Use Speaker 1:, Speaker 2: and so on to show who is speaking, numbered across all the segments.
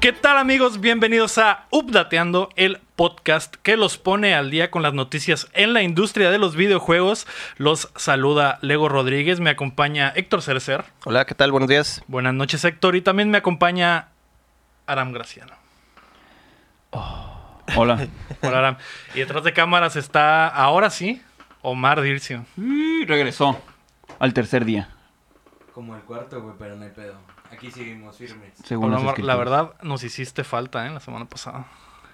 Speaker 1: ¿Qué tal amigos? Bienvenidos a Updateando, el podcast que los pone al día con las noticias en la industria de los videojuegos. Los saluda Lego Rodríguez, me acompaña Héctor Cercer.
Speaker 2: Hola, ¿qué tal? Buenos días.
Speaker 1: Buenas noches Héctor y también me acompaña Aram Graciano.
Speaker 3: Hola.
Speaker 1: Hola Aram. Y detrás de cámaras está, ahora sí, Omar Dircio. Mm,
Speaker 3: Y regresó al tercer día,
Speaker 4: Como el cuarto, güey, pero no hay pedo. Aquí seguimos firmes.
Speaker 3: según
Speaker 1: Hola,
Speaker 3: los
Speaker 1: Omar, la
Speaker 3: escritores.
Speaker 1: verdad nos hiciste falta ¿eh? la semana pasada.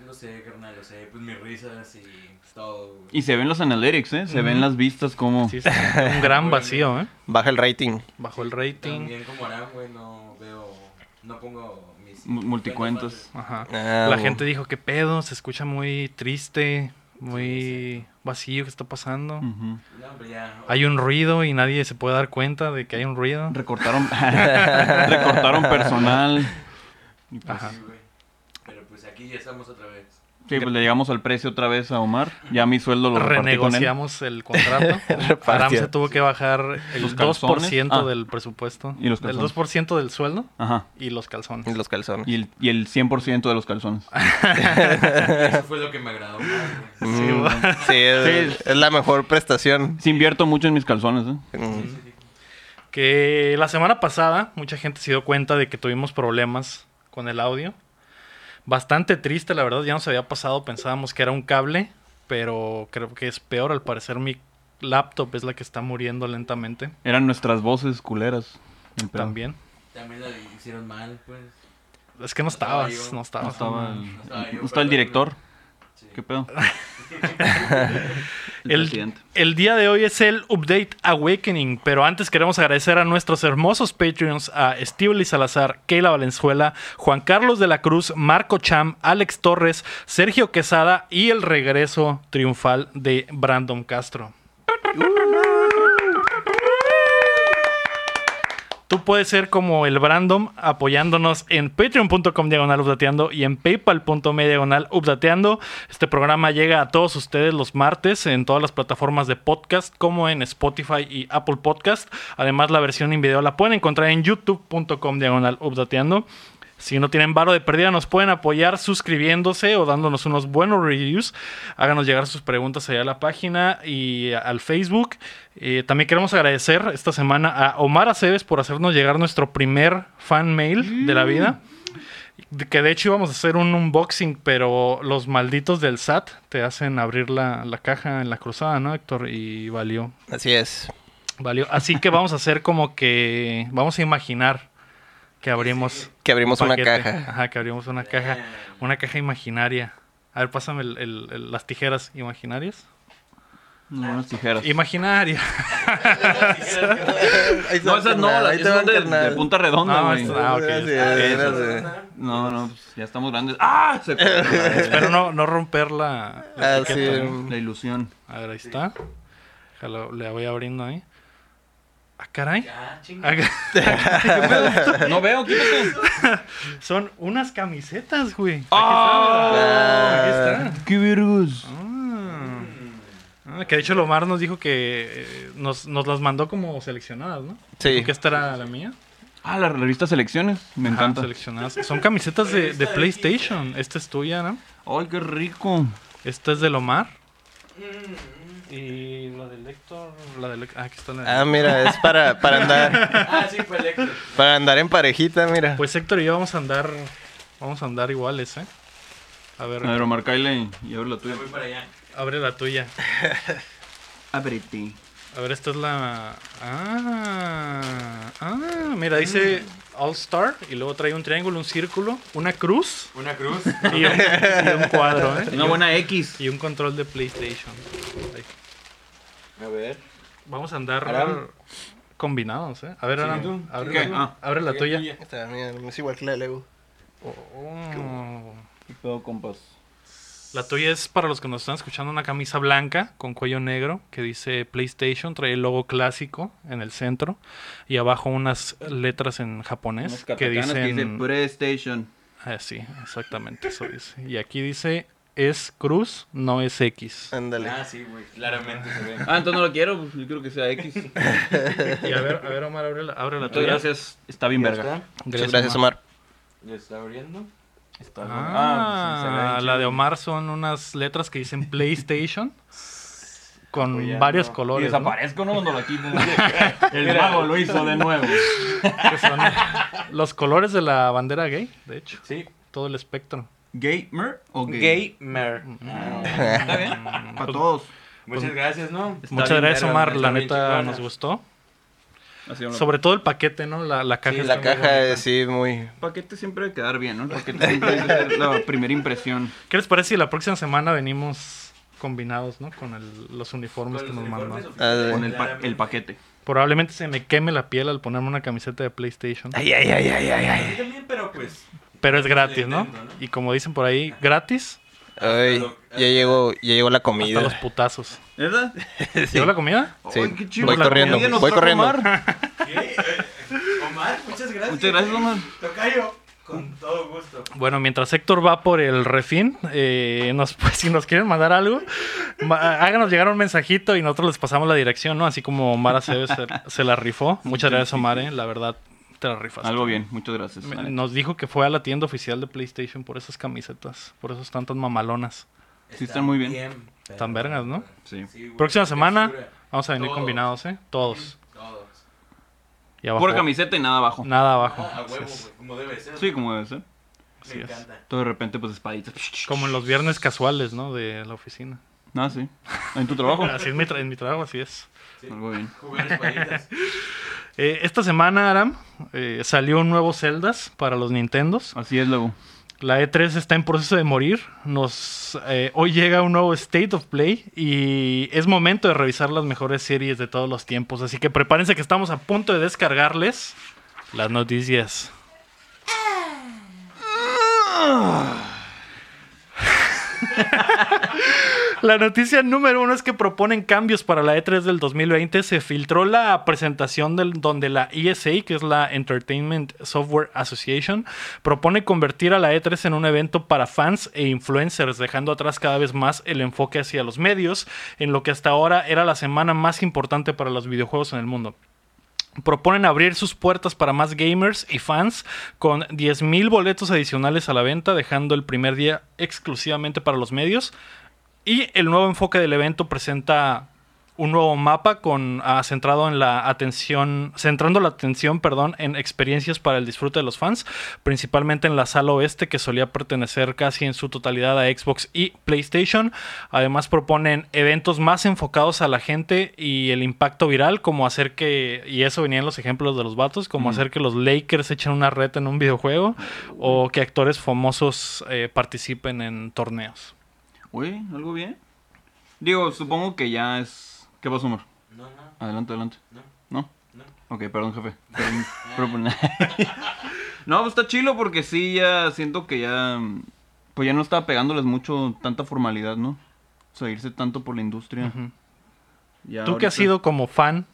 Speaker 4: Lo sé, carnal, lo sé. Pues mis risas y pues, todo, güey.
Speaker 3: Y se ven los analytics, ¿eh? Se ven las vistas como...
Speaker 1: Sí, sí, un gran vacío, ¿eh?
Speaker 2: Baja el rating.
Speaker 1: Bajo el rating.
Speaker 4: También como Aram, güey, no veo... No pongo mis...
Speaker 3: Mu- multicuentas.
Speaker 1: Ajá.
Speaker 2: Ah,
Speaker 1: La
Speaker 2: bueno.
Speaker 1: gente dijo que pedo, se escucha muy triste, muy vacío que está pasando.
Speaker 3: Ujú.
Speaker 4: No, hombre, ya.
Speaker 1: Hay un ruido y nadie se puede dar cuenta de que hay un ruido.
Speaker 3: Recortaron... Recortaron personal. Y pues,
Speaker 1: Ajá.
Speaker 4: Sí, güey. Pero pues aquí ya estamos otra vez.
Speaker 3: Sí, pues le llegamos al precio otra vez a Omar. Ya mi sueldo lo repartí con él.
Speaker 1: Renegociamos el contrato. Aram se
Speaker 2: Repartió.
Speaker 1: tuvo que bajar el
Speaker 3: Los
Speaker 1: 2%
Speaker 3: calzones. Ah.
Speaker 1: del presupuesto.
Speaker 3: Y los
Speaker 1: el
Speaker 3: calzones.
Speaker 1: 2% del sueldo
Speaker 3: Ajá.
Speaker 1: y los calzones.
Speaker 2: Y Los calzones.
Speaker 3: Y el, y el 100% de los calzones.
Speaker 4: Eso fue lo que me agradó más, güey.
Speaker 2: Mm,
Speaker 1: Sí,
Speaker 2: Sí,
Speaker 1: bueno.
Speaker 2: es, es la mejor prestación.
Speaker 3: Sí invierto mucho en mis calzones, ¿eh?
Speaker 2: Mm,
Speaker 4: Sí, sí, sí.
Speaker 1: Que la semana pasada mucha gente se dio cuenta de que tuvimos problemas con el audio. Bastante triste, la verdad, ya nos había pasado, pensábamos que era un cable, pero creo que es peor, al parecer mi laptop es la que está muriendo lentamente
Speaker 3: Eran nuestras voces culeras. El pedo.
Speaker 1: también.
Speaker 4: También la hicieron mal, pues.
Speaker 1: Es que no
Speaker 4: No estaba
Speaker 1: estabas,
Speaker 4: yo.
Speaker 1: no
Speaker 3: No
Speaker 1: estabas.
Speaker 3: estaba el,
Speaker 4: No estaba yo,
Speaker 3: no estaba el
Speaker 4: perdón.
Speaker 3: director.
Speaker 4: Sí.
Speaker 3: ¿Qué pedo?
Speaker 1: El,
Speaker 3: presidente.
Speaker 1: el día de hoy es el Update Awakening, pero antes queremos agradecer a nuestros hermosos Patreons, a Steve Lee Salazar, Keila Valenzuela, Juan Carlos de la Cruz, Marco Cham, Alex Torres, Sergio Quesada y el regreso triunfal de Brandon Castro. Tú puedes ser como el Brandom apoyándonos en patreon.com diagonal updateando y en paypal.me diagonal updateando. Este programa llega a todos ustedes los martes en todas las plataformas de podcast como en Spotify y Apple Podcast. Además la versión en video la pueden encontrar en youtube.com diagonal updateando. Si no tienen varo de pérdida, nos pueden apoyar suscribiéndose o dándonos unos buenos reviews. Háganos llegar sus preguntas allá a la página y a- al Facebook. Eh, también queremos agradecer esta semana a Omar Aceves por hacernos llegar nuestro primer fan mail de la vida. De- Que de hecho íbamos a hacer un unboxing, pero los malditos del SAT te hacen abrir la, la caja en la cruzada, ¿no, Héctor? Y valió.
Speaker 2: Así es.
Speaker 1: Valió. Así que vamos a hacer como que. Vamos a imaginar que abrimos
Speaker 2: Que abrimos una
Speaker 1: paquete.
Speaker 2: caja.
Speaker 1: Ajá, que abrimos una caja. Una caja imaginaria. A ver, pásame el- el- el- las tijeras imaginarias.
Speaker 3: Unas buenas tijeras.
Speaker 1: Imaginaria.
Speaker 3: No, esas no, las- esas son de, de punta redonda,
Speaker 1: No,
Speaker 3: güey.
Speaker 1: estas- ah, ok,
Speaker 3: Esas. No, no, pues, ya estamos grandes. ¡Ah! Se la,
Speaker 1: Espero no, no romper la, la
Speaker 2: Ah,
Speaker 1: etiqueta,
Speaker 2: sí.
Speaker 1: ¿no?
Speaker 3: la ilusión.
Speaker 1: A ver, ahí está. Déjalo, le voy abriendo ahí. Ah, caray.
Speaker 4: Ya, chinga.
Speaker 1: Ah,
Speaker 3: No veo, quítate.
Speaker 1: Son unas camisetas, güey. Aquí
Speaker 2: Oh,
Speaker 3: ¡Ah!
Speaker 1: está. Aquí está.
Speaker 3: ¡Qué virus!
Speaker 1: Ah. Ah, que de hecho Lomar nos dijo que eh, nos, nos las mandó como seleccionadas, ¿no?
Speaker 2: Sí.
Speaker 1: Dijo Que esta era la mía.
Speaker 3: Ah, la revista Selecciones. Me
Speaker 1: Ajá,
Speaker 3: encanta.
Speaker 1: seleccionadas. Son camisetas de, de PlayStation. Esta es tuya, ¿no?
Speaker 3: ¡Ay, qué rico!
Speaker 1: Esta es de Lomar. Y la del Héctor. La del Ah, aquí está la de
Speaker 2: Ah, mira, es para, para andar
Speaker 4: Ah, sí, fue Electro.
Speaker 2: para andar en parejita, mira.
Speaker 1: Pues Héctor y yo vamos a andar. Vamos a andar iguales, ¿eh? A
Speaker 3: A
Speaker 1: ver,
Speaker 3: ver, Omar, cáele y abre la tuya.
Speaker 4: Me voy para allá.
Speaker 1: abre la tuya.
Speaker 3: Ábrete.
Speaker 1: A ver, esta es la. Ah, ah mira, dice All Star. Y luego trae un triángulo, un círculo, una cruz
Speaker 4: Una cruz.
Speaker 1: y un, y un cuadro, ¿eh?
Speaker 3: Una buena X.
Speaker 1: Y un control de PlayStation. Ahí.
Speaker 2: A ver.
Speaker 1: Vamos a andar
Speaker 2: Aram.
Speaker 1: combinados, ¿eh? A ver, Aram,
Speaker 4: tú.
Speaker 1: abre,
Speaker 3: ¿Qué?
Speaker 1: la,
Speaker 3: Ah.
Speaker 1: abre la tuya.
Speaker 2: Esta, mira, es igual que la de Lego.
Speaker 1: Oh.
Speaker 3: ¿Qué pedo, compas?
Speaker 1: La tuya es para los que nos están escuchando una camisa blanca con cuello negro que dice PlayStation, trae el logo clásico en el centro y abajo unas letras en japonés
Speaker 3: Unos
Speaker 1: que
Speaker 3: katakanas
Speaker 1: dicen
Speaker 3: dice PlayStation.
Speaker 1: Ah, sí, exactamente eso dice. Y aquí dice es cruz, no es X.
Speaker 2: Ándale.
Speaker 4: Ah, sí, güey. Claramente se ve.
Speaker 3: Ah, entonces no lo quiero. pues, Yo creo que sea X. Muchas
Speaker 1: Y a ver, a ver Omar, abre la, abre la tuya.
Speaker 3: gracias. Está bien, verga.
Speaker 1: Gracias,
Speaker 2: Muchas gracias, Omar.
Speaker 4: ¿Ya está abriendo?
Speaker 3: Está algo-
Speaker 1: Ah,
Speaker 3: pues, se ve bien
Speaker 1: la
Speaker 3: chido.
Speaker 1: de Omar son unas letras que dicen PlayStation con
Speaker 3: Apoyando.
Speaker 1: varios
Speaker 3: Y
Speaker 1: colores. ¿no?
Speaker 3: desaparezco, ¿no? Cuando lo quito. El mago lo hizo de nuevo.
Speaker 1: Que son los colores de la bandera gay, de hecho.
Speaker 3: Sí.
Speaker 1: Todo el espectro.
Speaker 3: ¿Gamer Ah, o gay?
Speaker 4: Gamer.
Speaker 3: Está bien. Para todos.
Speaker 4: Muchas gracias, ¿no?
Speaker 3: Está
Speaker 1: Muchas
Speaker 3: bien
Speaker 1: gracias,
Speaker 3: verga,
Speaker 1: Omar.
Speaker 3: está
Speaker 1: La
Speaker 3: bien
Speaker 1: neta
Speaker 3: chingona.
Speaker 1: nos gustó.
Speaker 3: Así hablo.
Speaker 1: Sobre todo el paquete, ¿no? La, la caja.
Speaker 4: Sí,
Speaker 1: está
Speaker 2: La
Speaker 1: muy
Speaker 2: caja
Speaker 1: bonita.
Speaker 2: es sí, muy.
Speaker 3: El paquete siempre debe quedar bien, ¿no? El paquete siempre debe ser la primera impresión.
Speaker 1: ¿Qué les parece si la próxima semana venimos combinados, ¿no? Con el- los uniformes que nos mandan.
Speaker 4: Ah,
Speaker 3: Con el, pa- el paquete.
Speaker 1: Probablemente se me queme la piel al ponerme una camiseta de PlayStation.
Speaker 2: Ay, ay, ay, ay, ay, ay.
Speaker 4: Yo también, pero pues.
Speaker 1: Pero es gratis, ¿no?
Speaker 4: Nintendo, ¿no?
Speaker 1: Y como dicen por ahí, gratis
Speaker 2: Ay, ya llegó, ya llegó la
Speaker 1: hasta los
Speaker 2: comida.
Speaker 1: putazos.
Speaker 3: ¿Verdad?
Speaker 1: ¿Llegó la comida?
Speaker 2: Sí,
Speaker 3: Ay, qué chido.
Speaker 2: voy
Speaker 3: La
Speaker 2: corriendo,
Speaker 3: comida nos
Speaker 2: voy
Speaker 3: trajo
Speaker 2: corriendo.
Speaker 3: Omar.
Speaker 4: ¿Qué? Eh, Omar, muchas gracias.
Speaker 3: Muchas gracias, Omar.
Speaker 4: Tocayo, con todo gusto.
Speaker 1: Bueno, mientras Héctor va por el refín, eh, nos, pues, si nos quieren mandar algo, ma- háganos llegar un mensajito y nosotros les pasamos la dirección, ¿no? Así como Omar Aceves se, se la rifó. Muchas gracias, Omar, eh, la verdad, te la rifas.
Speaker 3: Algo bien, muchas gracias. la neta.
Speaker 1: Nos dijo que fue a la tienda oficial de PlayStation por esas camisetas, por esas tantas mamalonas.
Speaker 3: Sí, están muy bien.
Speaker 4: pero-
Speaker 1: Están vergas, ¿no?
Speaker 3: Sí.
Speaker 4: Sí, güey,
Speaker 1: Próxima semana
Speaker 4: textura,
Speaker 1: vamos a venir
Speaker 4: Todos.
Speaker 1: combinados, ¿eh? Todos.
Speaker 4: Todos.
Speaker 1: Y abajo.
Speaker 3: Pura camiseta y nada abajo.
Speaker 1: Nada abajo.
Speaker 4: Ah, a
Speaker 1: Así
Speaker 4: huevo,
Speaker 1: es.
Speaker 4: güey, como debe ser.
Speaker 3: Sí, como debe ser.
Speaker 1: así
Speaker 4: Me
Speaker 1: es.
Speaker 4: encanta.
Speaker 3: Todo de repente, pues espaditas.
Speaker 1: Como en los viernes casuales, ¿no? De la oficina.
Speaker 3: Ah, sí. En tu trabajo.
Speaker 1: Así es mi tra- en mi trabajo, así es.
Speaker 4: Sí.
Speaker 3: Algo bien.
Speaker 4: Jugar espaditas.
Speaker 1: Eh, esta semana, Aram, eh, salió un nuevo Zeldas para los Nintendos.
Speaker 3: Así es, luego.
Speaker 1: La E3 está en proceso de morir. Nos, eh, hoy llega un nuevo State of Play y es momento de revisar las mejores series de todos los tiempos. Así que prepárense que estamos a punto de descargarles las noticias. La noticia número uno es que proponen cambios para la E3 del 2020. Se filtró la presentación del, donde la ESA, que es la Entertainment Software Association, propone convertir a la E3 en un evento para fans e influencers, dejando atrás cada vez más el enfoque hacia los medios, en lo que hasta ahora era la semana más importante para los videojuegos en el mundo. Proponen abrir sus puertas para más gamers y fans con 10.000 boletos adicionales a la venta, dejando el primer día exclusivamente para los medios. Y el nuevo enfoque del evento presenta un nuevo mapa con ah, centrado en la atención, centrando la atención, perdón, en experiencias para el disfrute de los fans, principalmente en la sala oeste que solía pertenecer casi en su totalidad a Xbox y PlayStation. Además proponen eventos más enfocados a la gente y el impacto viral, como hacer que y eso venían los ejemplos de los vatos, como hacer que los Lakers echen una reta en un videojuego o que actores famosos eh, participen en torneos.
Speaker 3: Oye, algo bien. Digo, supongo que ya es. ¿Qué pasó, Omar?
Speaker 4: No, no,
Speaker 3: Adelante, adelante.
Speaker 4: no.
Speaker 3: ¿No?
Speaker 4: No.
Speaker 3: Ok, perdón, jefe. Perdón. Pero, pues, no, pues está chilo porque sí, ya siento que ya. mm, Pues ya no estaba pegándoles mucho tanta formalidad, ¿no? O sea, irse tanto por la industria.
Speaker 1: Ujú.
Speaker 3: Ya
Speaker 1: Tú que has
Speaker 3: ahorita-
Speaker 1: sido como fan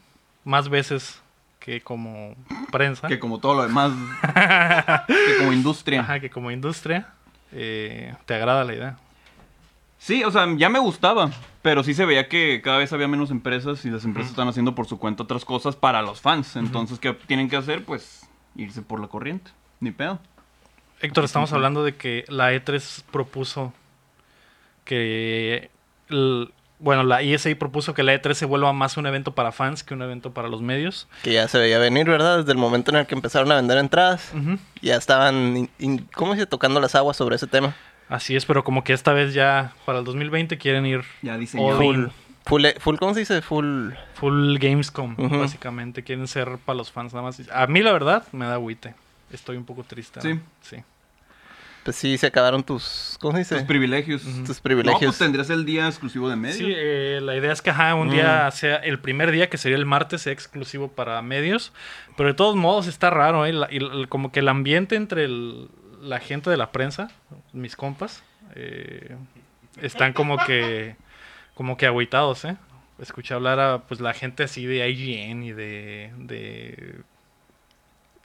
Speaker 1: más veces que como prensa,
Speaker 3: Que como todo lo demás. que como industria.
Speaker 1: ajá, que como industria, eh, te agrada la idea.
Speaker 3: Sí, o sea, ya me gustaba, pero sí se veía que cada vez había menos empresas y las empresas están haciendo por su cuenta otras cosas para los fans. Entonces, ¿qué tienen que hacer? Pues irse por la corriente. Ni pedo.
Speaker 1: Héctor, estamos hablando de que la E3 propuso que, el- bueno, la ESA propuso que la E3 se vuelva más un evento para fans que un evento para los medios.
Speaker 2: Que ya se veía venir, ¿verdad? Desde el momento en el que empezaron a vender entradas.
Speaker 1: Ujú.
Speaker 2: Ya estaban, in- in- ¿cómo se dice? Tocando las aguas sobre ese tema.
Speaker 1: Así es, pero como que esta vez ya para el 2020 quieren ir
Speaker 3: Ya dicen.
Speaker 1: all
Speaker 3: Full.
Speaker 1: in,
Speaker 2: Full, eh, full ¿cómo se dice? Full.
Speaker 1: full Gamescom,
Speaker 2: Ujú.
Speaker 1: básicamente. Quieren ser para los fans nada más. A mí la verdad me da agüite. Estoy un poco triste. ¿no?
Speaker 3: Sí.
Speaker 1: Sí.
Speaker 2: Pues sí, se acabaron tus, ¿cómo se dice?
Speaker 3: Tus privilegios.
Speaker 2: Tus
Speaker 3: No,
Speaker 2: privilegios.
Speaker 3: pues tendrías el día exclusivo de medios.
Speaker 1: Sí, eh, la idea es que ajá, un
Speaker 3: Mm.
Speaker 1: día sea el primer día, que sería el martes, sea exclusivo para medios. Pero de todos modos está raro, ¿eh? La- y l- como que el ambiente entre el- la gente de la prensa, mis compas, eh, están como que, como que agüitados, ¿eh? Escuché hablar a pues la gente así de IGN y de. de...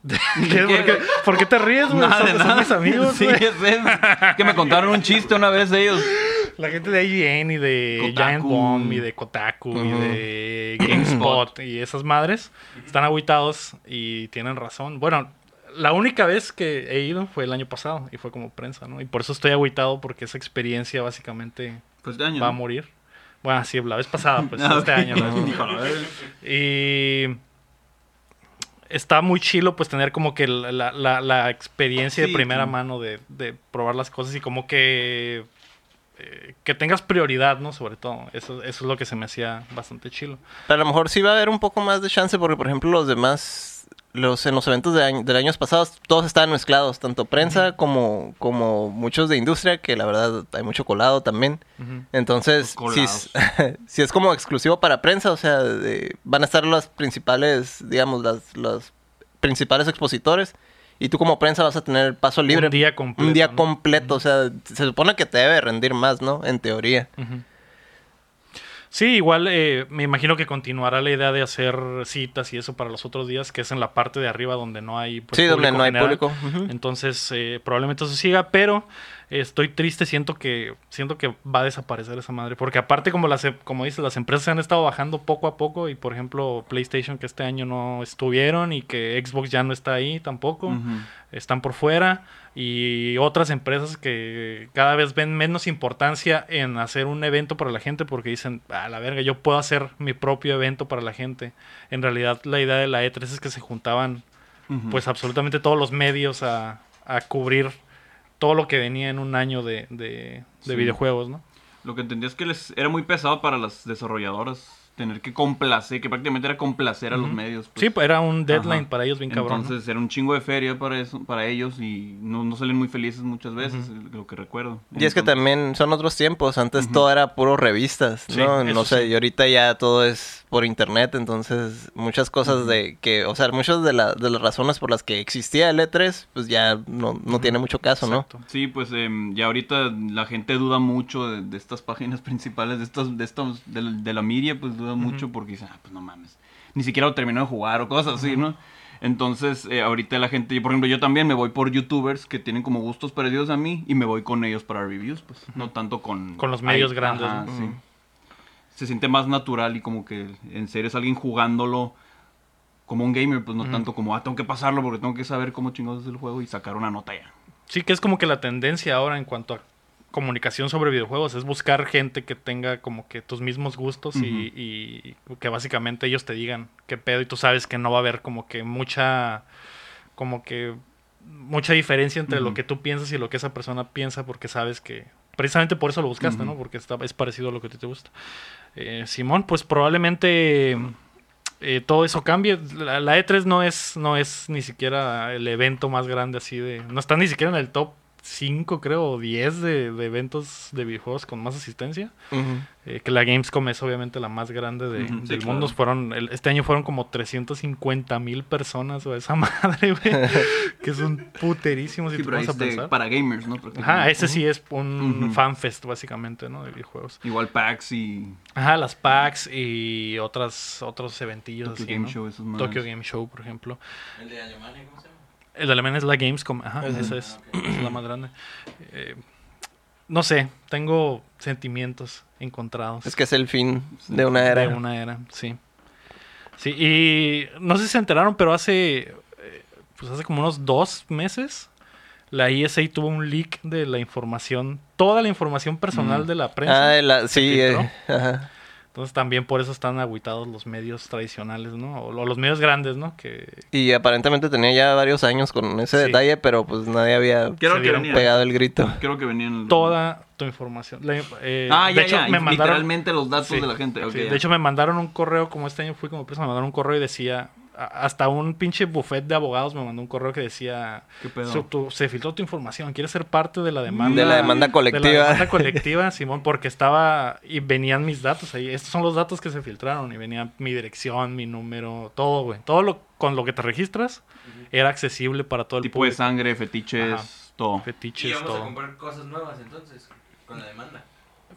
Speaker 1: de- ¿Qué? ¿Por, qué, por qué te ríes, güey?
Speaker 3: Nada,
Speaker 1: Son,
Speaker 3: de
Speaker 1: son
Speaker 3: nada.
Speaker 1: mis amigos,
Speaker 3: sí,
Speaker 1: güey.
Speaker 3: ya sé. Es Que me contaron un chiste una vez ellos.
Speaker 1: La gente de IGN y de
Speaker 3: Kotaku.
Speaker 1: Giant Bomb y de Kotaku y
Speaker 2: Ujú.
Speaker 1: de GameSpot y esas madres están agüitados y tienen razón. Bueno, la única vez que he ido fue el año pasado y fue como prensa, ¿no? Y por eso estoy agüitado porque esa experiencia básicamente
Speaker 3: Pues de año.
Speaker 1: va a
Speaker 3: ¿no?
Speaker 1: morir. Bueno, sí, la vez pasada, pues
Speaker 3: Ah,
Speaker 1: este
Speaker 3: ok.
Speaker 1: año. ¿no?
Speaker 3: Dijo, a ver.
Speaker 1: Y está muy chilo pues tener como que la, la- la- la experiencia de
Speaker 3: Sí,
Speaker 1: primera
Speaker 3: claro.
Speaker 1: mano de, de probar las cosas y como que eh, que tengas prioridad, ¿no? Sobre todo. Eso, eso es lo que se me hacía bastante chilo.
Speaker 2: Pero a lo mejor sí va a haber un poco más de chance porque, por ejemplo, los demás, los en los eventos de año, del años pasados, todos estaban mezclados, tanto prensa como, como muchos de industria, que la verdad hay mucho colado también.
Speaker 1: Ujú.
Speaker 2: Entonces,
Speaker 3: Los
Speaker 2: si
Speaker 3: colados.
Speaker 2: es, si es como exclusivo para prensa, o sea, de- van a estar las principales, digamos, las, los principales expositores. Y tú como prensa vas a tener paso libre.
Speaker 1: Un día completo.
Speaker 2: Un día
Speaker 1: ¿no?
Speaker 2: completo, o sea, se supone que te debe rendir más, ¿no? En teoría.
Speaker 1: Ujú. Sí, igual eh, me imagino que continuará la idea de hacer citas y eso para los otros días, que es en la parte de arriba donde no hay pues,
Speaker 2: sí, donde
Speaker 1: público
Speaker 2: no hay
Speaker 1: general.
Speaker 2: público. Ujú.
Speaker 1: Entonces, eh, probablemente eso siga, pero eh, estoy triste, siento que siento que va a desaparecer esa madre, porque aparte como las em- como dices, las empresas se han estado bajando poco a poco y por ejemplo, PlayStation que este año no estuvieron y que Xbox ya no está ahí tampoco,
Speaker 3: Ujú.
Speaker 1: están por fuera y otras empresas que cada vez ven menos importancia en hacer un evento para la gente porque dicen, a la verga, yo puedo hacer mi propio evento para la gente. En realidad, la idea de la E3 es que se juntaban
Speaker 3: Ujú.
Speaker 1: pues absolutamente todos los medios a, a cubrir todo lo que venía en un año de, de- de
Speaker 3: Sí.
Speaker 1: videojuegos, ¿no?
Speaker 3: Lo que entendí es que les era muy pesado para las desarrolladoras tener que complacer, que prácticamente era complacer a los
Speaker 1: Ujú.
Speaker 3: medios. pues.
Speaker 1: Sí, pues era un deadline
Speaker 3: Ajá.
Speaker 1: para ellos bien cabrón. ¿no?
Speaker 3: Entonces era un chingo de feria para eso, para ellos y no, no salen muy felices muchas veces, lo que recuerdo.
Speaker 2: Y es que
Speaker 3: Entonces,
Speaker 2: también son otros tiempos. Antes todo era puro revistas,
Speaker 1: Sí,
Speaker 2: ¿no?
Speaker 1: eso
Speaker 2: no sé,
Speaker 1: sí.
Speaker 2: y ahorita ya todo es por internet. Entonces, muchas cosas de que, o sea, muchas de, la- de las razones por las que existía el E3, pues ya no, no tiene mucho caso, ¿no?
Speaker 1: Exacto.
Speaker 3: Sí, pues em, ya ahorita la gente duda mucho de, de estas páginas principales, de estas, de estos, de, la- de la miria, pues duda mucho porque dicen, ah, pues no mames, ni siquiera lo terminó de jugar o cosas así, ¿no? Entonces, eh, ahorita la gente, por ejemplo, yo también me voy por youtubers que tienen como gustos parecidos a mí y me voy con ellos para reviews, pues, no tanto con...
Speaker 1: Con los medios grandes,
Speaker 3: ajá,
Speaker 1: ¿no?
Speaker 3: sí. Se siente más natural y como que en serio es alguien jugándolo como un gamer, pues no tanto como, ah, tengo que pasarlo porque tengo que saber cómo chingados es el juego y sacar una nota ya.
Speaker 1: Sí, que es como que la tendencia ahora en cuanto a comunicación sobre videojuegos es buscar gente que tenga como que tus mismos gustos y- y, que básicamente ellos te digan qué pedo y tú sabes que no va a haber como que mucha como que mucha diferencia entre lo
Speaker 3: Ujú.
Speaker 1: que tú piensas y lo que esa persona piensa porque sabes que precisamente por eso lo buscaste,
Speaker 3: Ujú.
Speaker 1: ¿no? Porque está, es parecido a lo que a ti te gusta. Eh, Simón, pues probablemente eh, todo eso cambie. La, la E3 no es, no es ni siquiera el evento más grande así de... No está ni siquiera en el top 5, creo, o 10 de, de eventos de videojuegos con más asistencia.
Speaker 2: Ujú.
Speaker 1: Eh, que la Gamescom es obviamente la más grande de-
Speaker 3: Ujú, sí,
Speaker 1: del
Speaker 3: claro.
Speaker 1: mundo. Fueron, el- este año fueron como 350 mil personas o esa madre, güey. que es un puterísimo si
Speaker 3: Sí,
Speaker 1: te
Speaker 3: pero ahí
Speaker 1: pones a
Speaker 3: es de-
Speaker 1: pensar.
Speaker 3: para gamers, ¿no?
Speaker 1: Ajá,
Speaker 3: Prácticamente.
Speaker 1: ese sí es un
Speaker 3: Ujú.
Speaker 1: fanfest básicamente, ¿no? De videojuegos.
Speaker 3: Igual packs y
Speaker 1: Ajá, las packs y otras, otros eventillos
Speaker 3: Tokyo
Speaker 1: así,
Speaker 3: Game
Speaker 1: ¿no?
Speaker 3: Show, esos más.
Speaker 1: Tokyo Game Show, por ejemplo.
Speaker 4: El de Alemania, ¿cómo se llama?
Speaker 1: El de Alemania es la Gamescom, ajá,
Speaker 2: Ese.
Speaker 1: esa es,
Speaker 4: Ah,
Speaker 1: esa es la más grande. Eh, no sé, tengo sentimientos encontrados.
Speaker 2: Es que es el fin de una era.
Speaker 1: De una era, sí. Sí, y no sé si se enteraron, pero hace, eh, pues hace como unos dos meses, la ESA tuvo un leak de la información, toda la información personal
Speaker 3: Mm.
Speaker 1: de la prensa.
Speaker 2: Ah, de la, sí,
Speaker 1: filtró.
Speaker 2: eh, ajá.
Speaker 1: Entonces también por eso están agüitados los medios tradicionales, ¿no? O, lo- los medios grandes, ¿no? Que
Speaker 2: Y aparentemente tenía ya varios años con ese
Speaker 1: Sí.
Speaker 2: detalle, pero pues nadie había
Speaker 3: Quiero
Speaker 1: Se
Speaker 3: que
Speaker 1: vieron
Speaker 3: venían.
Speaker 2: pegado el grito.
Speaker 3: Quiero que venían el-
Speaker 1: toda tu información. la- eh,
Speaker 3: Ah, ya,
Speaker 1: de hecho,
Speaker 3: ya,
Speaker 1: me mandaron,
Speaker 3: literalmente los datos
Speaker 1: Sí,
Speaker 3: de la gente. ok,
Speaker 1: sí,
Speaker 3: ya.
Speaker 1: de hecho, me mandaron un correo, como este año fui como presa, me mandaron un correo y decía, a- hasta un pinche buffet de abogados me mandó un correo que decía,
Speaker 3: ¿Qué pedo?
Speaker 1: "Su- tu- se filtró tu información, quieres ser parte de la demanda.
Speaker 2: De la demanda colectiva.
Speaker 1: De la demanda colectiva, Simón, porque estaba y venían mis datos ahí. Estos son los datos que se filtraron y venía mi dirección, mi número, todo, güey. Todo lo con lo que te registras era accesible para todo el
Speaker 3: tipo de
Speaker 1: público.
Speaker 3: sangre, fetiches, todo.
Speaker 4: Y
Speaker 1: Fetiches,
Speaker 4: vamos a
Speaker 1: todo.
Speaker 4: comprar cosas nuevas entonces, con la demanda.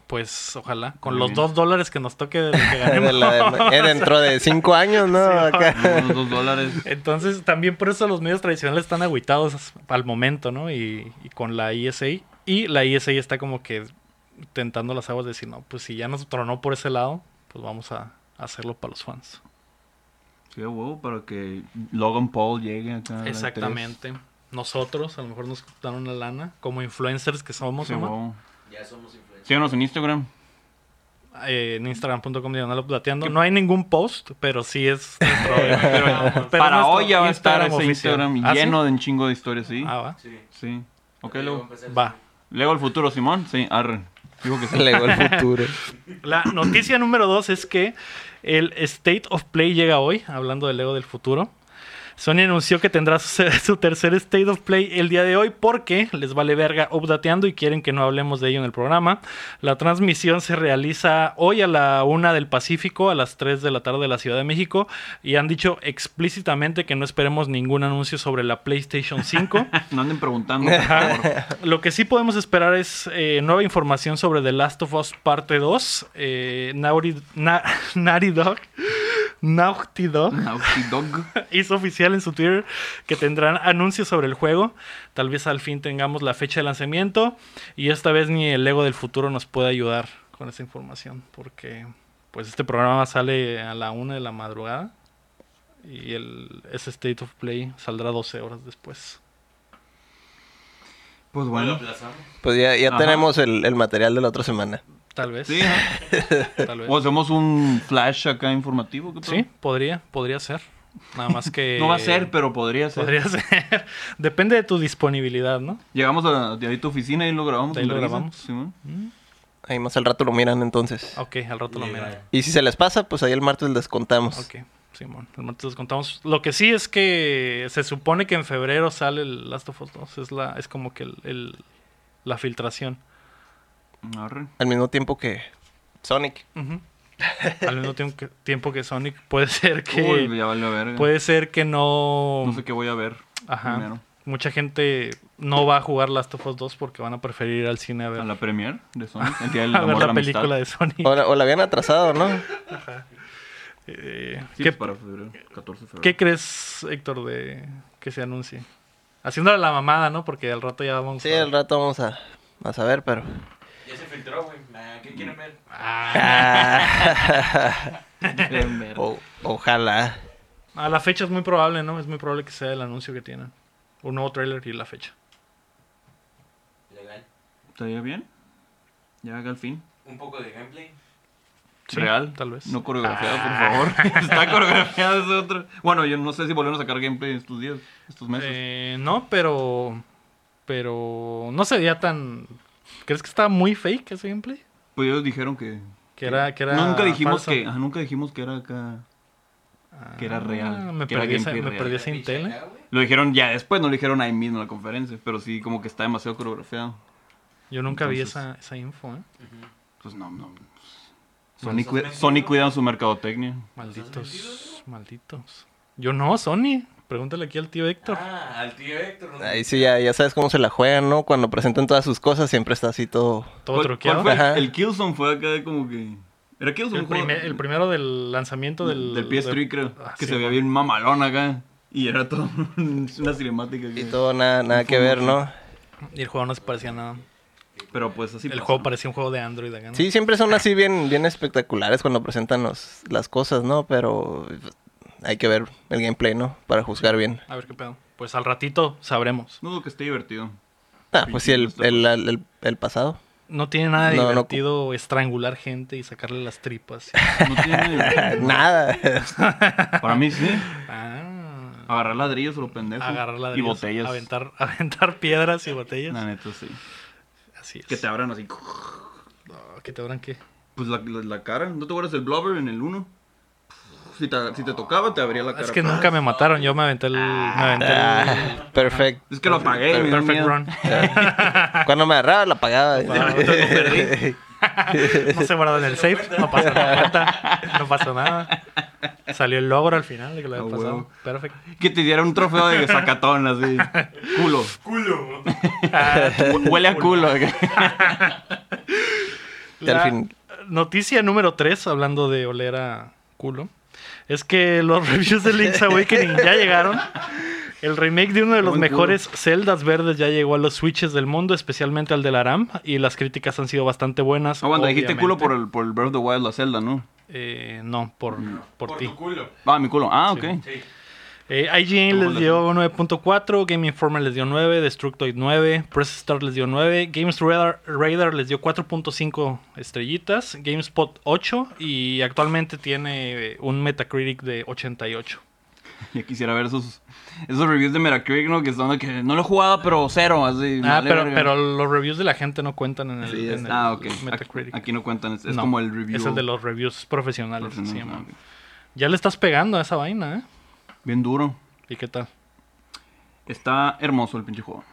Speaker 1: Pues ojalá, con
Speaker 3: Muy
Speaker 1: los
Speaker 3: bien.
Speaker 1: dos dólares que nos toque de lo que ganemos.
Speaker 2: De la de- eh, dentro de cinco años, ¿no?
Speaker 1: Sí,
Speaker 2: Acá.
Speaker 3: Unos dos dólares.
Speaker 1: Entonces, también por eso los medios tradicionales están agüitados al momento, ¿no? Y, y con la ISA. Y la ISA está como que tentando las aguas de decir, no, pues si ya nos tronó por ese lado, pues vamos a hacerlo para los fans.
Speaker 3: Sí, a huevo, para que Logan Paul llegue acá. a la E E3.
Speaker 1: Exactamente. Nosotros, a lo mejor nos dan una lana, como influencers que somos,
Speaker 3: Sí, a
Speaker 1: Omar.
Speaker 3: huevo.
Speaker 4: Ya somos influencers.
Speaker 3: Síganos en Instagram.
Speaker 1: Eh, en instagram.com diagonal plateando. No hay ningún post, pero sí es nuestro-
Speaker 3: Pero
Speaker 1: Pero
Speaker 3: para
Speaker 1: nuestro
Speaker 3: hoy ya va a estar
Speaker 1: Instagram
Speaker 3: ese
Speaker 1: oficial.
Speaker 3: Instagram
Speaker 1: ¿Ah, sí?
Speaker 3: lleno de un chingo de historias, sí.
Speaker 1: Ah, va.
Speaker 4: Sí.
Speaker 3: Sí. Ok,
Speaker 4: Ya voy a
Speaker 3: luego.
Speaker 4: empezar.
Speaker 1: Va.
Speaker 3: Luego el futuro, Simón. Sí, arre. Digo que sí.
Speaker 2: Llegó el futuro.
Speaker 1: La noticia número dos es que el State of Play llega hoy, hablando del Lego del futuro. Sony anunció que tendrá su, su tercer State of Play el día de hoy porque les vale verga updateando y quieren que no hablemos de ello en el programa. La transmisión se realiza hoy a la una del Pacífico, a las 3 de la tarde de la Ciudad de México y han dicho explícitamente que no esperemos ningún anuncio sobre la PlayStation 5.
Speaker 3: No anden preguntando. por favor.
Speaker 1: Lo que sí podemos esperar es eh, nueva información sobre The Last of Us Parte 2. Eh, Nauri- Na- Naughty Dog. Naughty Dog
Speaker 3: Naughty Dog.
Speaker 1: hizo oficial en su Twitter que tendrán anuncios sobre el juego. Tal vez al fin tengamos la fecha de lanzamiento. Y esta vez ni el Lego del futuro nos puede ayudar con esa información. Porque pues este programa sale a la una de la madrugada. Y el, ese State of Play saldrá 12 horas después.
Speaker 3: Pues
Speaker 4: ¿O lo
Speaker 3: bueno.
Speaker 4: aplazamos?
Speaker 2: Pues ya, ya
Speaker 3: Ajá.
Speaker 2: tenemos el, el material de la otra semana.
Speaker 1: Tal vez.
Speaker 3: Sí, ajá.
Speaker 1: Tal vez.
Speaker 3: O hacemos un flash acá informativo. ¿qué pedo?
Speaker 1: Sí, podría, podría ser. Nada más que.
Speaker 3: No va a ser, pero podría ser.
Speaker 1: Eh, Podría ser. Depende de tu disponibilidad, ¿no?
Speaker 3: Llegamos a, de ahí tu oficina y lo grabamos.
Speaker 1: De ahí
Speaker 3: en
Speaker 1: lo
Speaker 3: vergüenza,
Speaker 1: grabamos.
Speaker 3: Simón.
Speaker 2: Ahí más al rato lo miran entonces.
Speaker 1: Mm. Ok, al rato lo miran.
Speaker 2: Y si se les pasa, pues ahí el martes les contamos.
Speaker 1: Ok, Simón. El martes les contamos. Lo que sí es que se supone que en febrero sale el Last of Us 2. Es, la, es como que el, el- la filtración.
Speaker 3: Arre.
Speaker 2: Al mismo tiempo que Sonic.
Speaker 1: Ujú. Al mismo tiempo que, tiempo que Sonic puede ser
Speaker 3: Uy,
Speaker 1: que.
Speaker 3: ya vale la verga.
Speaker 1: Puede ser que no.
Speaker 3: No sé qué voy a ver.
Speaker 1: Ajá.
Speaker 3: primero.
Speaker 1: Mucha gente no va a jugar Last of Us 2 porque van a preferir ir al cine a ver,
Speaker 3: A la premier de Sonic. El día del
Speaker 1: a ver
Speaker 3: amor,
Speaker 1: la
Speaker 3: la amistad.
Speaker 1: película de Sonic.
Speaker 2: O la, o la habían atrasado, ¿no?
Speaker 1: Eh,
Speaker 3: Sí,
Speaker 1: ¿qué,
Speaker 3: pues, para febrero. 14 de febrero.
Speaker 1: qué crees, Héctor, de que se anuncie? Haciéndole la mamada, ¿no? Porque al rato ya vamos.
Speaker 2: Sí,
Speaker 1: a-
Speaker 2: al rato vamos a, a saber, pero...
Speaker 4: Ya se filtró, güey. Ah, ¿Qué quieren ver?
Speaker 1: Ah,
Speaker 2: Ah,
Speaker 3: Bien, verga.
Speaker 2: o- ojalá.
Speaker 1: a la fecha es muy probable, ¿no? Es muy probable que sea el anuncio que tienen. Un nuevo trailer y la fecha.
Speaker 4: Legal.
Speaker 3: ¿Estaría bien? Ya haga el fin.
Speaker 4: Un poco de gameplay.
Speaker 1: Sí,
Speaker 3: Real.
Speaker 1: tal vez. Ah.
Speaker 3: No coreografiado, por favor. Está coreografiado es otro. Bueno, yo no sé si volvieron a sacar gameplay estos días, estos meses.
Speaker 1: Eh, no, pero. Pero. No sería tan. ¿Crees que está muy fake ese gameplay?
Speaker 3: Pues ellos dijeron que.
Speaker 1: Que era. Que era
Speaker 3: nunca dijimos
Speaker 1: falso.
Speaker 3: que. ajá, nunca dijimos que era acá. que era
Speaker 1: Ah,
Speaker 3: real,
Speaker 1: Me
Speaker 3: que era
Speaker 1: perdí esa-
Speaker 3: gameplay
Speaker 1: me
Speaker 3: real.
Speaker 1: perdí esa
Speaker 4: Pinche
Speaker 1: intel. ¿eh?
Speaker 4: acá, güey.
Speaker 3: Lo dijeron ya después, no lo dijeron ahí mismo en la conferencia. Pero sí, como que está demasiado coreografiado.
Speaker 1: Yo nunca
Speaker 3: Entonces-
Speaker 1: vi esa, esa info, ¿eh?
Speaker 3: Pues no, no.
Speaker 4: Bueno,
Speaker 3: Sony,
Speaker 4: ¿estás
Speaker 3: cuida-
Speaker 4: metido?
Speaker 3: Sony cuida su mercadotecnia.
Speaker 1: Malditos,
Speaker 4: ¿Estás metido?
Speaker 1: malditos. Yo no, Sony. Pregúntale aquí al tío Héctor.
Speaker 4: Ah, al tío Héctor. ¿no?
Speaker 2: Ahí sí, ya, ya sabes cómo se la juegan, ¿no? Cuando presentan todas sus cosas siempre está así todo...
Speaker 1: Todo
Speaker 3: ¿Cuál,
Speaker 1: truqueado.
Speaker 3: cuál fue?
Speaker 2: Ajá.
Speaker 3: El, el Killzone fue acá como que. Era Killzone
Speaker 1: el,
Speaker 3: juego-
Speaker 1: primer- el primero del lanzamiento del...
Speaker 3: del PS3,
Speaker 1: del-
Speaker 3: creo.
Speaker 1: Ah, sí,
Speaker 3: que se veía
Speaker 1: güey.
Speaker 3: bien mamalón acá. Y era todo una cinemática. que-
Speaker 2: Y todo nada, nada que ver, ¿no?
Speaker 1: Y el juego no se parecía a nada.
Speaker 3: Pero pues así.
Speaker 1: el
Speaker 3: pasa.
Speaker 1: juego parecía un juego de Android. acá, ¿no?
Speaker 2: Sí, siempre son así bien, bien espectaculares cuando presentan los, las cosas, ¿no? Pero hay que ver el gameplay, ¿no? Para juzgar bien.
Speaker 1: A ver qué pedo. Pues al ratito sabremos.
Speaker 3: No dudo que esté divertido.
Speaker 2: Ah, pues sí, el, el, el- el pasado.
Speaker 1: No tiene nada de
Speaker 2: No, no.
Speaker 1: divertido estrangular gente y sacarle las tripas.
Speaker 3: Ah, No tiene divertido.
Speaker 2: Nada.
Speaker 3: Para mí sí.
Speaker 1: Ah.
Speaker 3: Agarrar ladrillos o lo pendejo.
Speaker 1: agarrar
Speaker 3: Y
Speaker 1: ladrillos,
Speaker 3: botellas.
Speaker 1: Aventar, aventar piedras y botellas.
Speaker 3: La neta, sí.
Speaker 1: Así es.
Speaker 3: Que te abran así.
Speaker 1: Ah, que te abran qué.
Speaker 3: Pues la, la- la cara. ¿No te acuerdas del blubber en el 1? Si te, si te tocaba, te abría la cara.
Speaker 1: Es que nunca me mataron. Yo me aventé el... Me aventé el-
Speaker 2: Ah, perfecto.
Speaker 3: Es que lo apagué. me dio
Speaker 1: Perfect
Speaker 3: miedo.
Speaker 1: Run.
Speaker 2: Cuando me agarraba, la apagaba.
Speaker 1: No se guardó en el safe, no pasó nada. No pasó nada. Salió el logro al final de que lo había
Speaker 3: Ah,
Speaker 1: pasado.
Speaker 3: huevo.
Speaker 1: Perfecto.
Speaker 3: Que te diera un trofeo de sacatón, así. Culo.
Speaker 4: Culo.
Speaker 3: Hue- Huele a culo.
Speaker 2: Y al
Speaker 1: La
Speaker 2: fin-
Speaker 1: Noticia número 3, hablando de oler a culo, es que los reviews de Link's Awakening ya llegaron. El remake de uno de los
Speaker 3: Buen culo.
Speaker 1: mejores Celdas Verdes ya llegó a los switches del mundo, especialmente al del Aram, y las críticas han sido bastante buenas.
Speaker 3: Aguanta, Ah, dijiste
Speaker 1: obviamente.
Speaker 3: culo por el, por el Breath of the Wild, la celda, ¿no?
Speaker 1: Eh, no, por, por, ti.
Speaker 5: tu culo.
Speaker 3: Ah, mi culo. Ah, ok.
Speaker 5: Sí.
Speaker 1: Eh, IGN les dio 9.4, Game Informer les dio 9, Destructoid 9, Press Start les dio 9, Games Radar, Radar les dio 4.5 estrellitas, GameSpot 8 y actualmente tiene eh, un Metacritic de 88.
Speaker 3: Ya quisiera ver esos, esos reviews de Metacritic, ¿no? Que están de que no lo he jugado, pero cero. Así,
Speaker 1: Ah,
Speaker 3: vale
Speaker 1: pero,
Speaker 3: verga.
Speaker 1: pero los reviews de la gente no cuentan en el,
Speaker 3: Sí, es-
Speaker 1: en el
Speaker 3: ah, ok. Ac-
Speaker 1: Metacritic.
Speaker 3: Aquí no cuentan, es, es
Speaker 1: No,
Speaker 3: como el review.
Speaker 1: Es el de los reviews profesionales.
Speaker 3: personal,
Speaker 1: se llama.
Speaker 3: ah, ok.
Speaker 1: Ya le estás pegando a esa vaina, ¿eh?
Speaker 3: Bien duro.
Speaker 1: ¿Y qué tal?
Speaker 3: Está hermoso el pinche juego.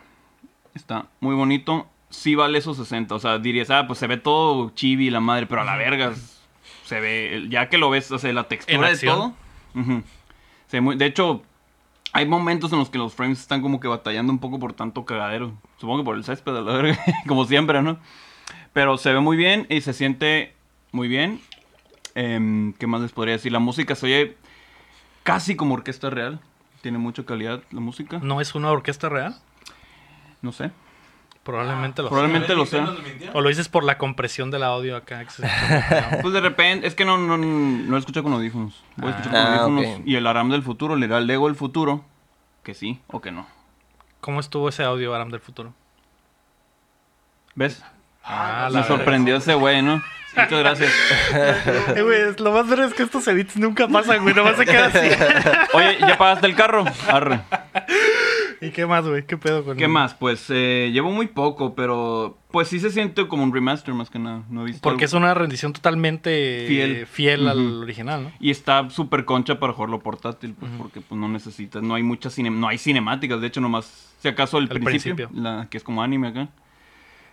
Speaker 3: Está muy bonito. Sí vale esos 60. O sea, dirías, ah, pues se ve todo chibi la madre, pero a la verga. es- Se ve, ya que lo ves, o sea, la
Speaker 1: En
Speaker 3: textura de
Speaker 1: acción.
Speaker 3: todo. ujú, se ve muy- de hecho, hay momentos en los que los frames están como que batallando un poco por tanto cagadero. Supongo que por el césped, a la verga, como siempre, ¿no? Pero se ve muy bien y se siente muy bien. Em, ¿Qué más les podría decir? La música se oye casi como orquesta real. Tiene mucha calidad la música.
Speaker 1: ¿No es una orquesta real?
Speaker 3: No sé.
Speaker 1: Probablemente lo
Speaker 3: Probablemente.
Speaker 1: sea.
Speaker 3: Realmente lo sé.
Speaker 5: ¿Nos mintieron?
Speaker 1: O lo dices por la compresión del audio acá. que se escucha.
Speaker 3: Pues de repente, es que no, no, no lo escuché con audífonos. Voy a escuchar con
Speaker 2: Ah,
Speaker 3: audífonos.
Speaker 2: ok.
Speaker 3: Y el Aram del futuro le irá al Lego el futuro. Que sí o que no.
Speaker 1: ¿Cómo estuvo ese audio, Aram, del futuro?
Speaker 3: ¿Ves?
Speaker 1: Ah,
Speaker 3: Me sorprendió ese güey, ¿no? Muchas gracias.
Speaker 1: Eh, güey, lo más duro es que estos edits nunca pasan, güey. Nomás se queda así.
Speaker 3: Oye, ¿ya pagaste el carro? Arre.
Speaker 1: ¿Y qué más, güey? ¿Qué pedo con
Speaker 3: ¿Qué más? Pues eh, llevo muy poco, pero pues sí se siente como un remaster más que nada. No he visto
Speaker 1: Porque es
Speaker 3: algo.
Speaker 1: una rendición totalmente
Speaker 3: Fiel.
Speaker 1: fiel, al
Speaker 3: Ujú.
Speaker 1: original, ¿no?
Speaker 3: Y está súper concha para jugarlo portátil, pues, porque pues, no necesitas, no hay muchas cine- no hay cinemáticas, de hecho nomás, si acaso el
Speaker 1: Al
Speaker 3: principio,
Speaker 1: principio.
Speaker 3: La, que es como anime acá.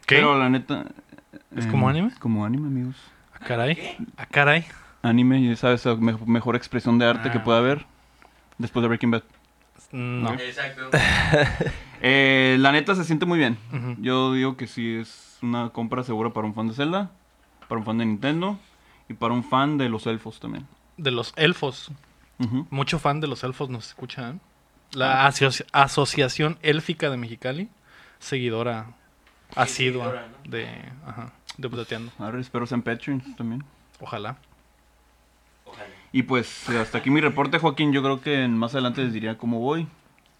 Speaker 1: ¿Qué?
Speaker 3: Pero la neta... eh,
Speaker 1: ¿Es como anime?
Speaker 3: Como anime, amigos.
Speaker 1: Ah, caray. Ah, caray.
Speaker 3: Anime, ya sabes, la me- mejor expresión de arte que
Speaker 1: Ah.
Speaker 3: pueda haber después de Breaking Bad.
Speaker 1: No.
Speaker 4: Exacto.
Speaker 3: Eh, la neta se siente muy bien.
Speaker 1: Ujú.
Speaker 3: Yo digo que sí es una compra segura para un fan de Zelda, para un fan de Nintendo y para un fan de los elfos también.
Speaker 1: De los elfos.
Speaker 3: Ujú.
Speaker 1: Mucho fan de los elfos nos escuchan. La asoci- Asociación Élfica de Mexicali, seguidora asidua
Speaker 4: seguidora, ¿no?
Speaker 1: de, ajá, de Putateando.
Speaker 3: Arre, espero sean Patreons también.
Speaker 1: Ojalá.
Speaker 4: Ojalá.
Speaker 3: Y pues eh, hasta aquí mi reporte, Joaquín. Yo creo que en- más adelante les diría cómo voy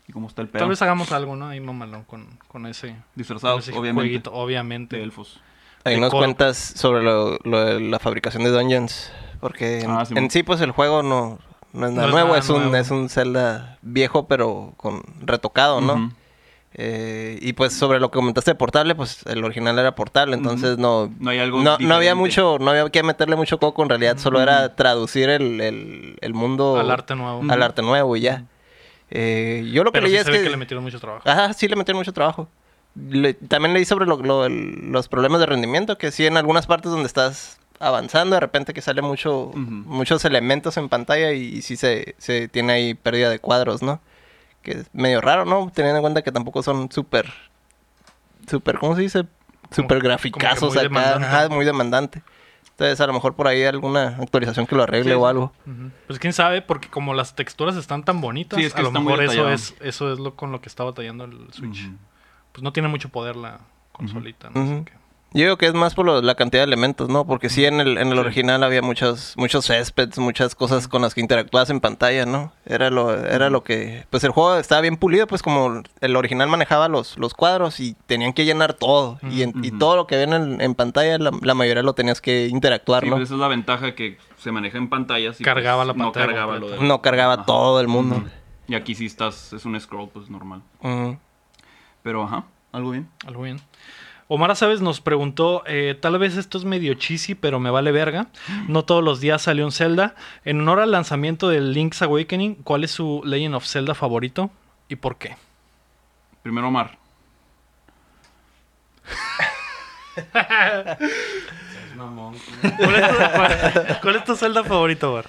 Speaker 3: y cómo está el
Speaker 1: Tal
Speaker 3: pedo.
Speaker 1: vez hagamos algo, ¿no? Ahí mamalón con, con ese, con
Speaker 3: Disfrazados,
Speaker 1: ese
Speaker 3: obviamente,
Speaker 1: jueguito, obviamente.
Speaker 3: de elfos.
Speaker 2: Ahí
Speaker 1: De
Speaker 2: nos
Speaker 1: Corp.
Speaker 2: cuentas sobre lo, lo de la fabricación de dungeons. Porque en,
Speaker 3: Ah, Simón.
Speaker 2: en sí, pues el juego no, no es nada
Speaker 1: No es
Speaker 2: nuevo.
Speaker 1: nada
Speaker 2: es, un,
Speaker 1: nuevo.
Speaker 2: es un Zelda viejo, pero con retocado, ¿no?
Speaker 3: Ujú.
Speaker 2: Eh, y pues sobre lo que comentaste de portable, pues el original era portable, entonces no,
Speaker 3: No hay algo
Speaker 2: no, no
Speaker 3: diferente.
Speaker 2: había mucho, no había que meterle mucho coco, en realidad solo era traducir el, el- el mundo
Speaker 1: Al arte nuevo.
Speaker 2: al arte nuevo y ya. Eh, yo lo Mm. que
Speaker 1: Pero
Speaker 2: leí
Speaker 1: sí
Speaker 2: es
Speaker 1: se ve
Speaker 2: que, Ah.
Speaker 1: que le metieron mucho trabajo.
Speaker 2: Ajá, sí le metieron mucho trabajo. Le- también leí sobre lo- lo- el- los problemas de rendimiento, que sí en algunas partes donde estás avanzando, de repente que sale mucho, muchos elementos en pantalla y, y sí se, se tiene ahí pérdida de cuadros, ¿no? Que es medio raro, ¿no? Teniendo en cuenta que tampoco son súper, súper, ¿cómo se dice?
Speaker 1: como
Speaker 2: Súper
Speaker 1: que
Speaker 2: graficazos
Speaker 1: muy
Speaker 2: acá,
Speaker 1: demandante.
Speaker 2: ajá, muy demandante. Entonces a lo mejor por ahí alguna actualización que lo arregle
Speaker 3: Sí,
Speaker 2: o
Speaker 3: sí.
Speaker 2: algo.
Speaker 1: Ujú. Pues quién sabe, porque como las texturas están tan bonitas,
Speaker 3: Sí, es que
Speaker 1: a lo
Speaker 3: está muy
Speaker 1: mejor eso
Speaker 3: detallado.
Speaker 1: es, eso es lo con lo que está batallando el Switch.
Speaker 3: Ujú.
Speaker 1: Pues no tiene mucho poder la consolita, ¿no?
Speaker 2: Ujú.
Speaker 1: Así que-
Speaker 2: Yo digo que es más por lo- la cantidad de elementos, ¿no? Porque sí, en el, en el original había muchos, muchos céspedes, muchas cosas con las que interactuabas en pantalla, ¿no? Era lo, era lo que... Pues el juego estaba bien pulido, pues como el original manejaba los, los cuadros y tenían que llenar todo. Y, en- y
Speaker 3: Ujú.
Speaker 2: todo lo que ven en, en pantalla, la, la mayoría lo tenías que interactuar,
Speaker 3: Sí,
Speaker 2: ¿no?
Speaker 3: pues esa es la ventaja que se maneja en pantallas. Y
Speaker 1: Cargaba
Speaker 3: pues,
Speaker 1: la pantalla
Speaker 3: No cargaba lo
Speaker 1: completa.
Speaker 3: de-
Speaker 2: No cargaba
Speaker 3: Ajá.
Speaker 2: todo el mundo.
Speaker 3: Ujú. Y aquí sí estás, es un scroll, pues normal.
Speaker 2: Ujú.
Speaker 3: Pero ajá, algo bien.
Speaker 1: Algo bien. Omar Aceves nos preguntó, eh, tal vez esto es medio cheesy, pero me vale verga. No todos los días salió un Zelda. En honor al lanzamiento del Link's Awakening, ¿cuál es su Legend of Zelda favorito y por qué?
Speaker 3: Primero Omar.
Speaker 4: Es mamón.
Speaker 1: ¿Cuál es tu, cuál- cuál es tu Zelda favorito, Omar?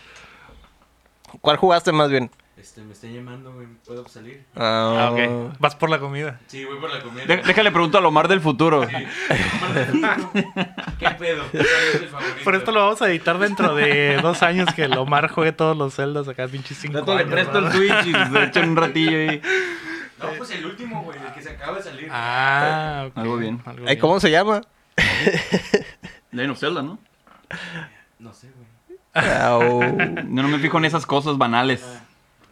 Speaker 2: ¿Cuál jugaste más bien?
Speaker 4: Este, me están llamando, güey. ¿Puedo salir?
Speaker 1: Ah,
Speaker 2: Ah,
Speaker 1: ok. Vas por la comida.
Speaker 4: Sí, voy por la comida.
Speaker 3: De- déjale pregunto al Omar del futuro.
Speaker 4: ¿Qué pedo? ¿Cuál es el favorito?
Speaker 1: Por esto lo vamos a editar dentro de dos años que el Omar juegue todos los Zeldas acá, pinche cinco
Speaker 3: Dato, le
Speaker 1: años,
Speaker 3: presto el
Speaker 1: ¿verdad?
Speaker 3: Switch y se echa un ratillo ahí.
Speaker 4: No, pues el último, güey. El que se acaba de salir.
Speaker 1: Ah, ok.
Speaker 3: Algo bien.
Speaker 1: Algo
Speaker 2: Ay, ¿Cómo se llama?
Speaker 3: Legend of Zelda, ¿no?
Speaker 4: No sé, güey.
Speaker 2: Au.
Speaker 3: Yo no me fijo en esas cosas banales.
Speaker 4: Ah,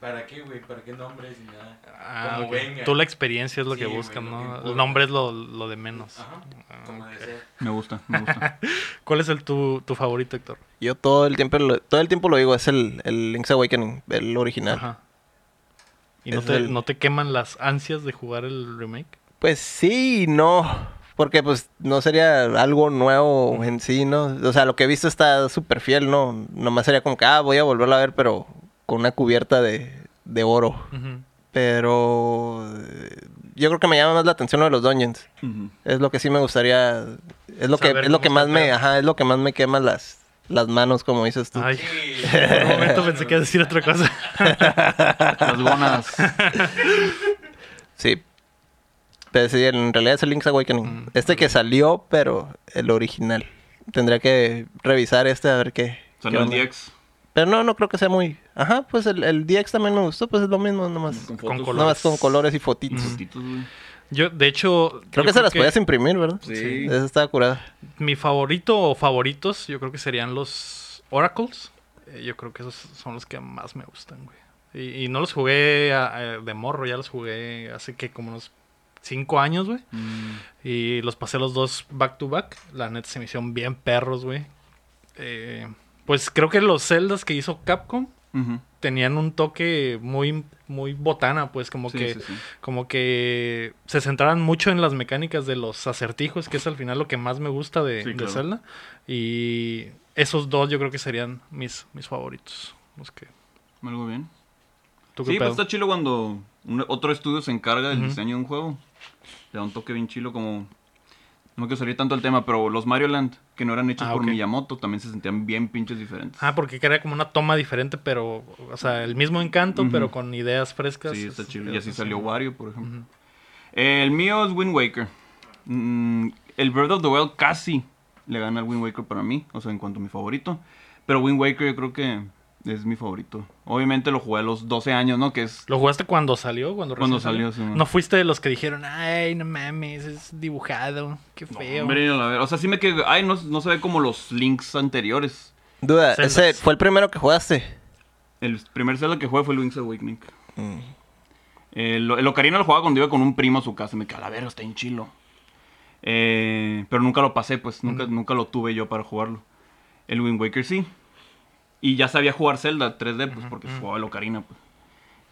Speaker 4: ¿Para qué, güey? ¿Para qué nombres ni nada?
Speaker 1: Ah,
Speaker 4: Como
Speaker 1: ok.
Speaker 4: venga.
Speaker 1: Tú la experiencia es lo
Speaker 4: Sí,
Speaker 1: que
Speaker 4: güey,
Speaker 1: buscan,
Speaker 4: lo que
Speaker 1: ¿no? El
Speaker 4: importa.
Speaker 1: nombre es lo, lo de menos.
Speaker 4: Ajá.
Speaker 1: Ah,
Speaker 4: Como
Speaker 1: ok.
Speaker 4: de ser.
Speaker 3: Me gusta, me gusta.
Speaker 1: ¿Cuál es el tu, tu favorito, Héctor?
Speaker 2: Yo todo el tiempo lo, todo el tiempo lo digo, es el, el Link's Awakening, el original.
Speaker 1: Ajá. ¿Y no
Speaker 2: Es
Speaker 1: te,
Speaker 2: el-
Speaker 1: no te queman las ansias de jugar el remake?
Speaker 2: Pues sí y no. Porque pues no sería algo nuevo en sí, ¿no? O sea, lo que he visto está súper fiel, ¿no? Nomás sería como que, ah, voy a volverlo a ver, pero con una cubierta de, de oro. Pero eh, yo creo que me llama más la atención lo de los dungeons.
Speaker 3: Ujú.
Speaker 2: Es lo que sí me gustaría. Es lo
Speaker 1: Saber
Speaker 2: que, es lo
Speaker 1: cómo
Speaker 2: que
Speaker 1: está
Speaker 2: más
Speaker 1: el
Speaker 2: me,
Speaker 1: pedo.
Speaker 2: ajá, es lo que más me quema las, las manos, como dices tú.
Speaker 1: Ay,
Speaker 4: Sí.
Speaker 1: por un momento pensé que iba a decir otra cosa.
Speaker 3: Las gónadas.
Speaker 2: Sí. Pero sí, en realidad es el Link's Awakening. este que salió, pero el original. Tendría que revisar este a ver qué.
Speaker 3: Salió
Speaker 2: qué
Speaker 3: el
Speaker 2: onda.
Speaker 3: DX.
Speaker 2: Pero no, no creo que sea muy. Ajá, pues el, el DX también me gustó, pues es lo mismo, nomás.
Speaker 3: Con
Speaker 1: Con
Speaker 3: fotos.
Speaker 1: color.
Speaker 2: Nomás con colores y fotitos.
Speaker 1: Ujú.
Speaker 3: Fotitos, güey.
Speaker 1: Yo, de hecho, yo
Speaker 2: Creo que se las podías imprimir, ¿verdad?
Speaker 3: Sí.
Speaker 2: Esa estaba curada.
Speaker 1: Mi favorito o favoritos, yo creo que serían los Oracles. Eh, yo creo que esos son los que más me gustan, güey. Y, y no los jugué a- a- de morro, ya los jugué hace que como unos cinco años, güey.
Speaker 3: Mm.
Speaker 1: Y los pasé los dos back to back. La neta se me hicieron bien perros, güey. Eh, pues creo que los celdas que hizo Capcom
Speaker 3: Ujú.
Speaker 1: tenían un toque muy, muy botana, pues como
Speaker 3: Sí,
Speaker 1: que
Speaker 3: sí, sí.
Speaker 1: como que se centraran mucho en las mecánicas de los acertijos, que es al final lo que más me gusta de,
Speaker 3: Sí,
Speaker 1: de
Speaker 3: claro.
Speaker 1: Zelda. Y esos dos yo creo que serían mis, mis favoritos. Los que,
Speaker 3: Algo bien.
Speaker 1: ¿tú qué
Speaker 3: Sí, pues
Speaker 1: pedo?
Speaker 3: está chilo cuando un- otro estudio se encarga del
Speaker 1: Ujú.
Speaker 3: diseño de un juego. Le da un toque bien chilo como... No me quiero salir tanto al tema, pero los Mario Land, que no eran hechos
Speaker 1: Ah,
Speaker 3: por
Speaker 1: ok.
Speaker 3: Miyamoto, también se sentían bien pinches diferentes.
Speaker 1: Ah, porque era como una toma diferente, pero, o sea, el mismo encanto,
Speaker 3: Ujú.
Speaker 1: pero con ideas frescas.
Speaker 3: sí, está
Speaker 1: Es-
Speaker 3: chilo. Y así
Speaker 1: es-
Speaker 3: salió Wario, por ejemplo.
Speaker 1: Ujú.
Speaker 3: El mío es Wind Waker. Mm, el Breath of the Wild casi le gana al Wind Waker para mí, o sea, en cuanto a mi favorito. Pero Wind Waker yo creo que es mi favorito. Obviamente lo jugué a los 12 años, ¿no? Que es...
Speaker 1: ¿Lo jugaste cuando salió? Cuando,
Speaker 3: Cuando
Speaker 1: recién
Speaker 3: salió, sí, man.
Speaker 1: No fuiste de los que dijeron, ay, no mames, es dibujado, qué feo.
Speaker 3: Hombre, a la ver- O sea, sí me que... Ay, no, no se ve como los links anteriores.
Speaker 2: Duda,
Speaker 1: Celdas.
Speaker 2: ese fue el primero que jugaste.
Speaker 3: El primer Zelda que jugué fue el Link's Awakening. El, el Ocarina Eh, lo jugaba cuando iba con un primo a su casa. Me quedaba, a ver, está en chilo. Eh, pero nunca lo pasé, pues. Nunca, nunca lo tuve yo para jugarlo. El Wind Waker sí. Y ya sabía jugar Zelda 3D, pues, porque jugaba el Ocarina, pues.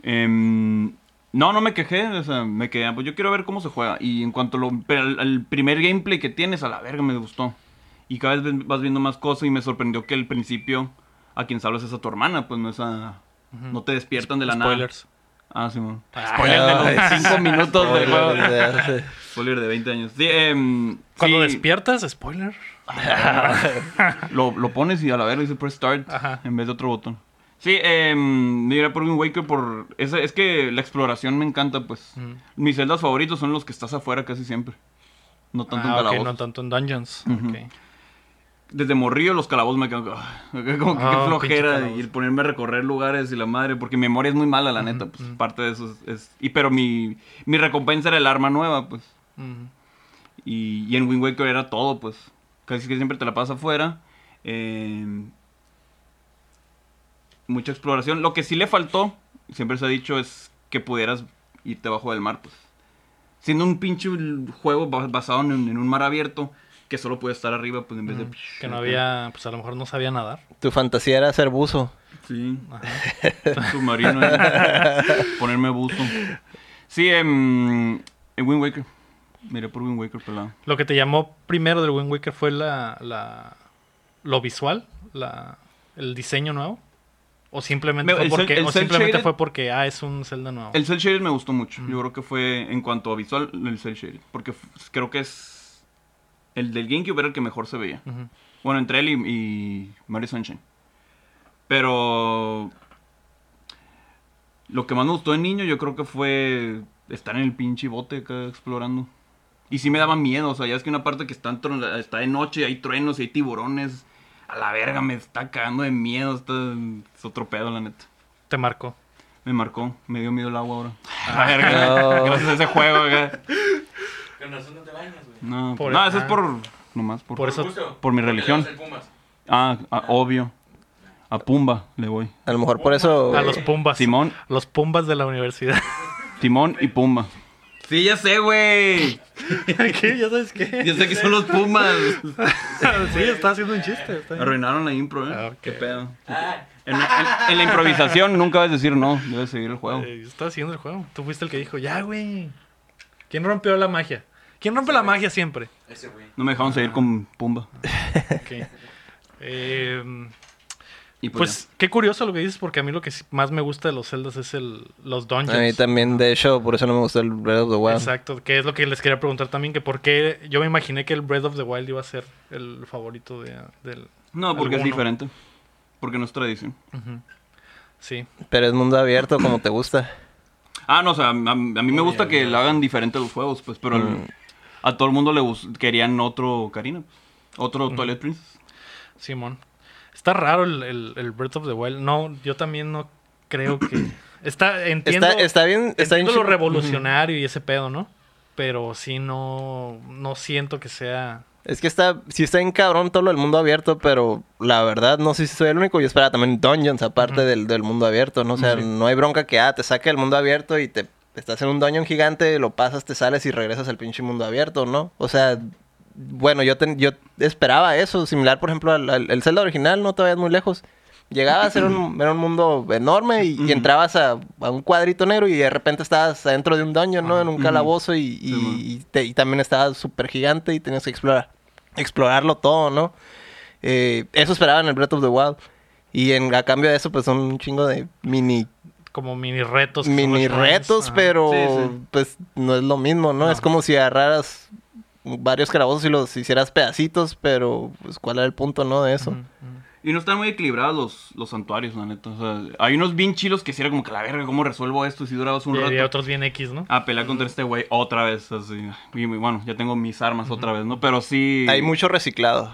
Speaker 3: Em, no, no me quejé. O sea, me quedé, pues yo quiero ver cómo se juega. Y en cuanto lo- pero al, al primer gameplay que tienes, a la verga me gustó. Y cada vez ven- vas viendo más cosas y me sorprendió que al principio a quien salvas es a tu hermana, pues no es a... No te despiertan de la
Speaker 1: Spoilers.
Speaker 3: nada. Ah, sí, man. Spoiler
Speaker 2: Ah,
Speaker 3: de los 5 minutos del juego. Spoiler de 20 años. Sí, em,
Speaker 1: Cuando
Speaker 3: sí,
Speaker 1: despiertas, spoiler.
Speaker 3: lo, lo pones y a la verga dice press start
Speaker 1: Ajá.
Speaker 3: en vez de otro botón. Sí, eh, diré por Wind Waker por... Es, es que la exploración me encanta, pues.
Speaker 1: Ujú.
Speaker 3: Mis celdas favoritos son los que estás afuera casi siempre. No tanto en
Speaker 1: Ah, ok,
Speaker 3: calabozos.
Speaker 1: no tanto en dungeons.
Speaker 3: Ujú.
Speaker 1: ok.
Speaker 3: Desde morrillo los calabozos me quedan como, que- como que
Speaker 1: Ah,
Speaker 3: qué
Speaker 1: pinche
Speaker 3: flojera
Speaker 1: calabozo.
Speaker 3: y el ponerme a recorrer lugares y la madre, porque mi memoria es muy mala, la neta, pues parte de eso es... es- y pero mi, mi recompensa era el arma nueva, pues.
Speaker 1: Ujú.
Speaker 3: Y, y en Wind Waker era todo, pues. Casi que siempre te la pasas afuera. eh, mucha exploración. Lo que sí le faltó, siempre se ha dicho, es que pudieras irte abajo del mar, pues. Siendo un pinche juego ba- basado en, en un mar abierto, que solo puede estar arriba, pues en vez de...
Speaker 1: Ujú. Que no había, pues a lo mejor no sabía nadar.
Speaker 2: Tu fantasía era ser buzo.
Speaker 3: Sí.
Speaker 1: Ajá.
Speaker 3: Submarino. eh. Ponerme buzo. Sí, em, en Wind Waker. Miré por Wind Waker pelado.
Speaker 1: Lo que te llamó primero del Wind Waker fue la, la lo visual, la, el diseño nuevo. O simplemente,
Speaker 3: Me-
Speaker 1: fue
Speaker 3: el cel-
Speaker 1: porque,
Speaker 3: el
Speaker 1: o
Speaker 3: cel
Speaker 1: simplemente
Speaker 3: shaded-
Speaker 1: fue porque, ah, es un Zelda nuevo.
Speaker 3: El cel shaded me gustó mucho. Yo creo que fue, en cuanto a visual, el cel shaded. Porque f- creo que es. El del GameCube era el que mejor se veía.
Speaker 1: Ujú.
Speaker 3: Bueno, entre él y, y Mario Sunshine. Pero. Lo que más me gustó de niño, yo creo que fue estar en el pinche bote acá explorando. Y sí me daba miedo, o sea, ya es que una parte que está, en tron- está de noche, hay truenos y hay tiburones. A la verga, me está cagando de miedo. Está, es otro pedo, la neta.
Speaker 1: Te marcó.
Speaker 3: Me marcó, me dio miedo el agua ahora. A ver, gracias a ese juego acá.
Speaker 4: Con razón no te bañas, güey.
Speaker 3: No,
Speaker 1: Por
Speaker 3: no,
Speaker 1: el-
Speaker 3: eso es
Speaker 1: ah.
Speaker 3: por. Nomás por.
Speaker 1: Por eso-
Speaker 4: gusto.
Speaker 3: por mi
Speaker 4: Porque le
Speaker 3: religión.
Speaker 4: vas al Pumas.
Speaker 3: Ah, ah, obvio. A Pumba le voy.
Speaker 2: A lo mejor por eso.
Speaker 1: A los Pumbas.
Speaker 3: Eh, Simón.
Speaker 1: A Los Pumbas de la universidad.
Speaker 3: Timón y Pumba.
Speaker 4: Sí, ya sé, güey.
Speaker 1: ¿Qué? ¿Ya sabes qué?
Speaker 4: Ya sé que son los Pumas.
Speaker 1: sí, está haciendo un chiste. está bien.
Speaker 3: Arruinaron la impro, ¿eh?
Speaker 1: Ah, ok.
Speaker 3: Qué pedo. En, en- en la improvisación nunca debes decir no, debes seguir el juego.
Speaker 1: Eh, está haciendo el juego. Tú fuiste el que dijo, ya, güey. ¿Quién rompió la magia? ¿Quién rompe la magia siempre?
Speaker 4: Ese güey.
Speaker 3: No me dejaron seguir con Pumba.
Speaker 1: Ok. Eh,
Speaker 3: Y
Speaker 1: pues qué curioso lo que dices, porque a mí lo que sí más me gusta de los celdas es el, los
Speaker 2: A mí
Speaker 1: dungeons.
Speaker 2: también, de hecho, por eso no me gustó el Breath of the Wild.
Speaker 1: Exacto, que es lo que les quería preguntar también, que por qué yo me imaginé que el Breath of the Wild iba a ser el favorito de, del...
Speaker 3: ya. No, porque es
Speaker 1: alguno.
Speaker 3: diferente. Porque no es tradición.
Speaker 1: Sí,
Speaker 2: Pero es mundo abierto, como te gusta.
Speaker 3: Ah, no, o sea, a, a mí me gusta que lo hagan diferente los juegos, pues, pero el- a todo el mundo le gust- querían otro Karina, pues. otro Toilet Princess.
Speaker 1: Simón. Está raro el, el- el Breath of the Wild. No, yo también no creo que... Está, entiendo,
Speaker 2: Está, está bien. Está bien
Speaker 1: entiendo lo
Speaker 2: chido.
Speaker 1: revolucionario y ese pedo, ¿no? Pero sí, no, no siento que sea...
Speaker 2: Es que está, sí está bien cabrón todo lo del mundo abierto, pero la verdad no sé si soy el único. Yo esperaba también dungeons aparte del, del mundo abierto, ¿no? O sea, no hay bronca que, ah, te saque el mundo abierto y te estás en un dungeon gigante, lo pasas, te sales y regresas al pinche mundo abierto, ¿no? O sea, bueno, yo, ten- yo esperaba eso, similar, por ejemplo, al, al- el Zelda original, no te vayas muy lejos. Llegabas, era un, era un mundo enorme y, y
Speaker 3: Ujú.
Speaker 2: entrabas a, a un cuadrito negro y de repente estabas adentro de un dungeon, ¿no? En un
Speaker 3: Ujú.
Speaker 2: calabozo y, y-
Speaker 3: Simón.
Speaker 2: y te- y también estaba súper gigante y tenías que explorar, explorarlo todo, ¿no? Eh, eso esperaba en el Breath of the Wild. Y en, a cambio de eso, pues son un chingo de mini,
Speaker 1: Como mini retos. que son
Speaker 2: mini
Speaker 1: los shrines.
Speaker 2: retos,
Speaker 1: Ajá.
Speaker 2: pero
Speaker 3: Sí, sí.
Speaker 2: pues no es lo mismo, ¿no?
Speaker 1: No.
Speaker 2: Es como si agarraras varios calabozos y los hicieras pedacitos, pero pues cuál era el punto, ¿no? De eso.
Speaker 1: Ujú, ujú.
Speaker 3: Y no están muy equilibrados los, los santuarios, la neta. O sea, hay unos bien chilos que si era como que la verga, ¿cómo resuelvo esto? Y si durabas un
Speaker 1: Y había
Speaker 3: rato.
Speaker 1: otros bien X,
Speaker 2: Ah,
Speaker 1: ¿no?
Speaker 3: A pelear contra este güey otra vez, así. Y bueno, ya tengo mis armas otra vez, ¿no? Pero sí.
Speaker 2: Hay mucho reciclado.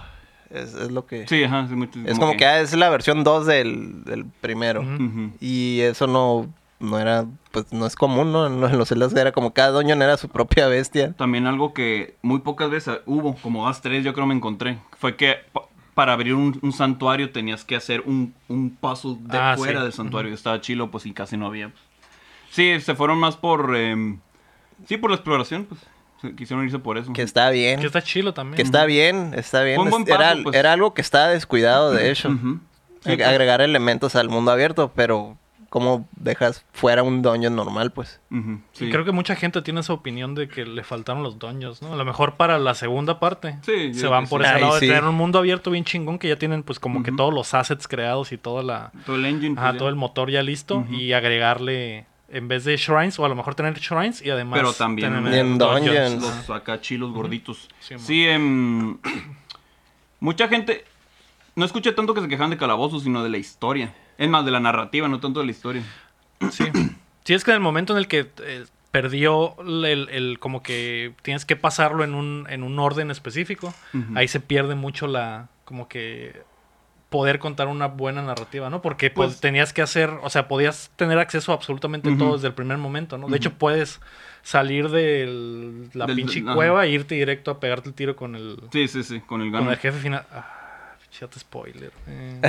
Speaker 2: Es, es lo que...
Speaker 3: Sí, ajá, sí, mucho-
Speaker 2: es como que, ah, es la versión 2 del, del primero.
Speaker 1: Ujú.
Speaker 3: Ujú.
Speaker 2: Y eso no, no era, pues no es común, ¿no? En los- en los celdas era como cada doñón era su propia bestia.
Speaker 3: También algo que muy pocas veces hubo, como las tres yo creo me encontré, fue que pa- para abrir un, un santuario tenías que hacer un, un puzzle de
Speaker 1: Ah,
Speaker 3: fuera
Speaker 1: sí.
Speaker 3: del santuario. Estaba chilo, pues, y casi no había. pues. Sí, se fueron más por... em, sí, por la exploración, pues. se- Quisieron irse por eso.
Speaker 2: Que está bien.
Speaker 1: Que está chilo también.
Speaker 2: Que está bien, está bien.
Speaker 3: Fue un buen
Speaker 2: Es- era,
Speaker 3: paso, pues.
Speaker 2: era algo que estaba descuidado, de hecho.
Speaker 3: Ujú. Sí,
Speaker 2: Ag-
Speaker 3: pues.
Speaker 2: Agregar elementos al mundo abierto, pero ¿cómo dejas fuera un dungeon normal, pues?
Speaker 3: Ujú,
Speaker 1: Y
Speaker 3: sí.
Speaker 1: creo que mucha gente tiene esa opinión de que le faltaron los doños, ¿no? A lo mejor para la segunda parte
Speaker 3: Sí,
Speaker 1: se
Speaker 3: yo
Speaker 1: van
Speaker 3: creo
Speaker 1: por
Speaker 2: que sí.
Speaker 1: ese
Speaker 2: Ay,
Speaker 1: lado de
Speaker 2: sí.
Speaker 1: tener un mundo abierto bien chingón que ya tienen pues como que
Speaker 3: Ujú.
Speaker 1: todos los assets creados y toda la
Speaker 3: Todo el engine.
Speaker 1: ajá,
Speaker 3: pues, ya.
Speaker 1: todo el motor ya listo
Speaker 3: Ujú.
Speaker 1: y agregarle en vez de shrines o a lo mejor tener shrines y además
Speaker 3: Pero también
Speaker 1: tener
Speaker 2: en dungeons.
Speaker 3: los acá chilos gorditos.
Speaker 1: Sí,
Speaker 3: Sí,
Speaker 1: mo.
Speaker 3: em, mucha gente. No escuché tanto que se quejan de calabozos, sino de la historia. Es más, de la narrativa, no tanto de la historia.
Speaker 1: Sí. Sí, es que en el momento en el que eh, perdió el, el- como que tienes que pasarlo en un, en un orden específico,
Speaker 3: Ujú.
Speaker 1: ahí se pierde mucho la, como que poder contar una buena narrativa, ¿no? Porque pues,
Speaker 3: Pues-
Speaker 1: tenías que hacer, o sea, podías tener acceso a absolutamente
Speaker 3: Ujú.
Speaker 1: todo desde el primer momento, ¿no? De hecho,
Speaker 3: Ujú.
Speaker 1: puedes salir de la
Speaker 3: Del-
Speaker 1: pinche
Speaker 3: del- ajá.
Speaker 1: cueva e irte directo a pegarte el tiro con el,
Speaker 3: Sí, sí, sí, con el
Speaker 1: con
Speaker 3: Ganon.
Speaker 1: el jefe final. Ah, fíjate, spoiler. Eh,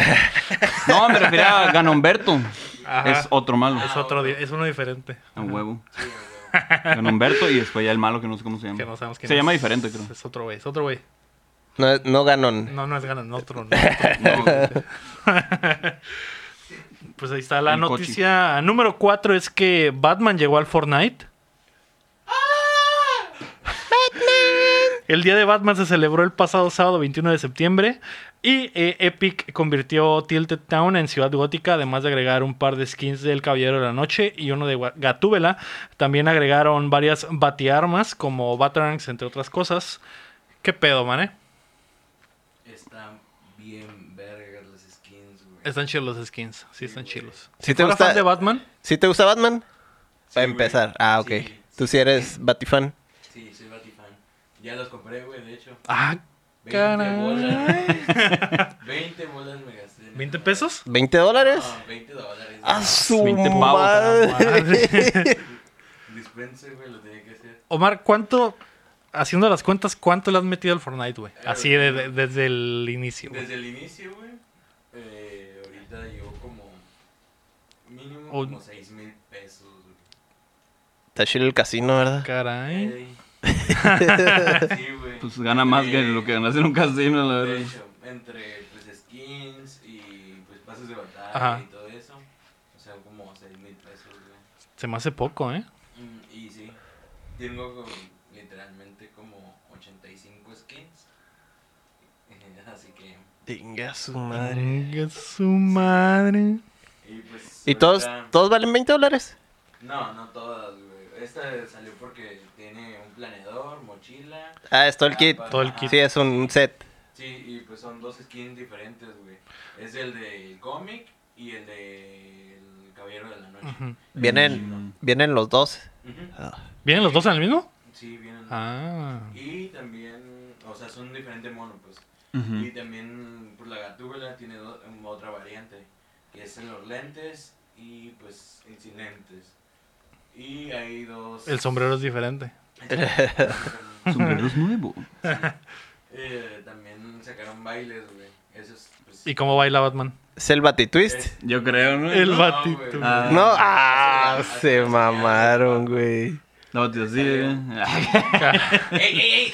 Speaker 3: No, me refería a Ganomberto.
Speaker 1: Ajá.
Speaker 3: Es otro malo.
Speaker 1: es otro, di- es uno diferente.
Speaker 3: A huevo. Ganomberto y después ya el malo que no sé cómo se llama.
Speaker 1: Que no sabemos quién
Speaker 3: se
Speaker 1: es.
Speaker 3: llama diferente, creo.
Speaker 1: Es otro güey, es otro güey.
Speaker 2: No, es- no ganon.
Speaker 1: No, no es ganan, otro. no, otro.
Speaker 3: No,
Speaker 1: Pues ahí está. La
Speaker 3: El coche.
Speaker 1: noticia número 4 es que Batman llegó al Fortnite. El día de Batman se celebró el pasado sábado 21 de septiembre y eh, Epic convirtió Tilted Town en ciudad gótica, además de agregar un par de skins del Caballero de la Noche y uno de Gua- Gatúbela. También agregaron varias batiarmas como Batarangs, entre otras cosas. ¿Qué pedo, man? eh?
Speaker 4: Están bien vergas las skins, güey.
Speaker 1: Están chilos los skins, sí están chilos.
Speaker 2: Si te
Speaker 1: ¿Fuera
Speaker 2: gusta-
Speaker 1: fan de Batman?
Speaker 2: ¿Sí te gusta Batman?
Speaker 4: Sí,
Speaker 2: Para
Speaker 4: güey.
Speaker 2: empezar. Ah, ok.
Speaker 4: Sí,
Speaker 2: Tú sí eres Batifan.
Speaker 4: Sí, soy Batifan. Ya los compré, güey, de hecho.
Speaker 1: Ah,
Speaker 4: 20 bolas.
Speaker 1: caray.
Speaker 4: 20 bolas me gasté. en
Speaker 1: ¿20
Speaker 4: esa
Speaker 1: pesos? Ah,
Speaker 2: ¿20 dólares?
Speaker 4: madre. No, 20 dólares.
Speaker 2: ¡A su
Speaker 3: 20 pavos,
Speaker 2: madre!
Speaker 4: Dispense, güey, lo tenía que hacer.
Speaker 1: Omar, ¿cuánto, haciendo las cuentas, cuánto le has metido al Fortnite, güey? Así de- de- desde el inicio. güey.
Speaker 4: Desde el inicio, güey. Eh, ahorita mínimo
Speaker 1: O-
Speaker 4: como 6 mil pesos. güey.
Speaker 2: Está chido el casino, ¿verdad?
Speaker 1: Caray.
Speaker 4: Sí, güey.
Speaker 3: Pues gana más que lo que ganas en un casino, la
Speaker 4: De
Speaker 3: verdad.
Speaker 4: hecho, entre pues, skins y pues pases de batalla
Speaker 1: Ajá.
Speaker 4: y todo eso. O sea, como 6 mil pesos, güey.
Speaker 1: Se me hace poco, ¿eh?
Speaker 4: Mm, Y sí, tengo como- literalmente como 85 skins. Eh, Así que...
Speaker 2: Venga, su madre.
Speaker 1: Chinga su madre.
Speaker 4: Y, pues,
Speaker 2: ¿Y todos,
Speaker 4: ahorita-
Speaker 2: todos valen 20 dólares?
Speaker 4: No, no todas, güey. Esta salió porque tiene un planeador, mochila.
Speaker 2: Ah, es todo el kit.
Speaker 1: Todo el kit.
Speaker 2: Sí, es un set.
Speaker 4: Sí, y pues son dos skins diferentes, güey. Es el del cómic y el del Caballero de la Noche.
Speaker 1: Ujú.
Speaker 2: Vienen, vienen los dos.
Speaker 4: Ujú.
Speaker 2: Ah,
Speaker 1: ¿Vienen los dos en el mismo?
Speaker 4: Sí, vienen.
Speaker 1: Ah.
Speaker 4: Y también, o sea, son diferentes monos, pues. Y también, pues la gatúbela tiene do- mm, otra variante, que es en los lentes y pues en sin lentes. Y hay dos...
Speaker 1: El sombrero es diferente.
Speaker 3: Sombreros nuevo.
Speaker 4: Eh, también sacaron bailes, güey. Eso es, pues,
Speaker 1: ¿Y cómo baila Batman?
Speaker 2: Es el Batitwist.
Speaker 4: es-
Speaker 3: Yo creo, ¿no?
Speaker 1: El
Speaker 4: No,
Speaker 1: batito.
Speaker 4: güey.
Speaker 3: Ah.
Speaker 2: No, ah,
Speaker 4: Hace- hace
Speaker 2: se
Speaker 4: unos
Speaker 2: mamaron,
Speaker 4: años.
Speaker 2: güey.
Speaker 3: No, tío, sí, eh.
Speaker 4: ¡Ey, ey, ey!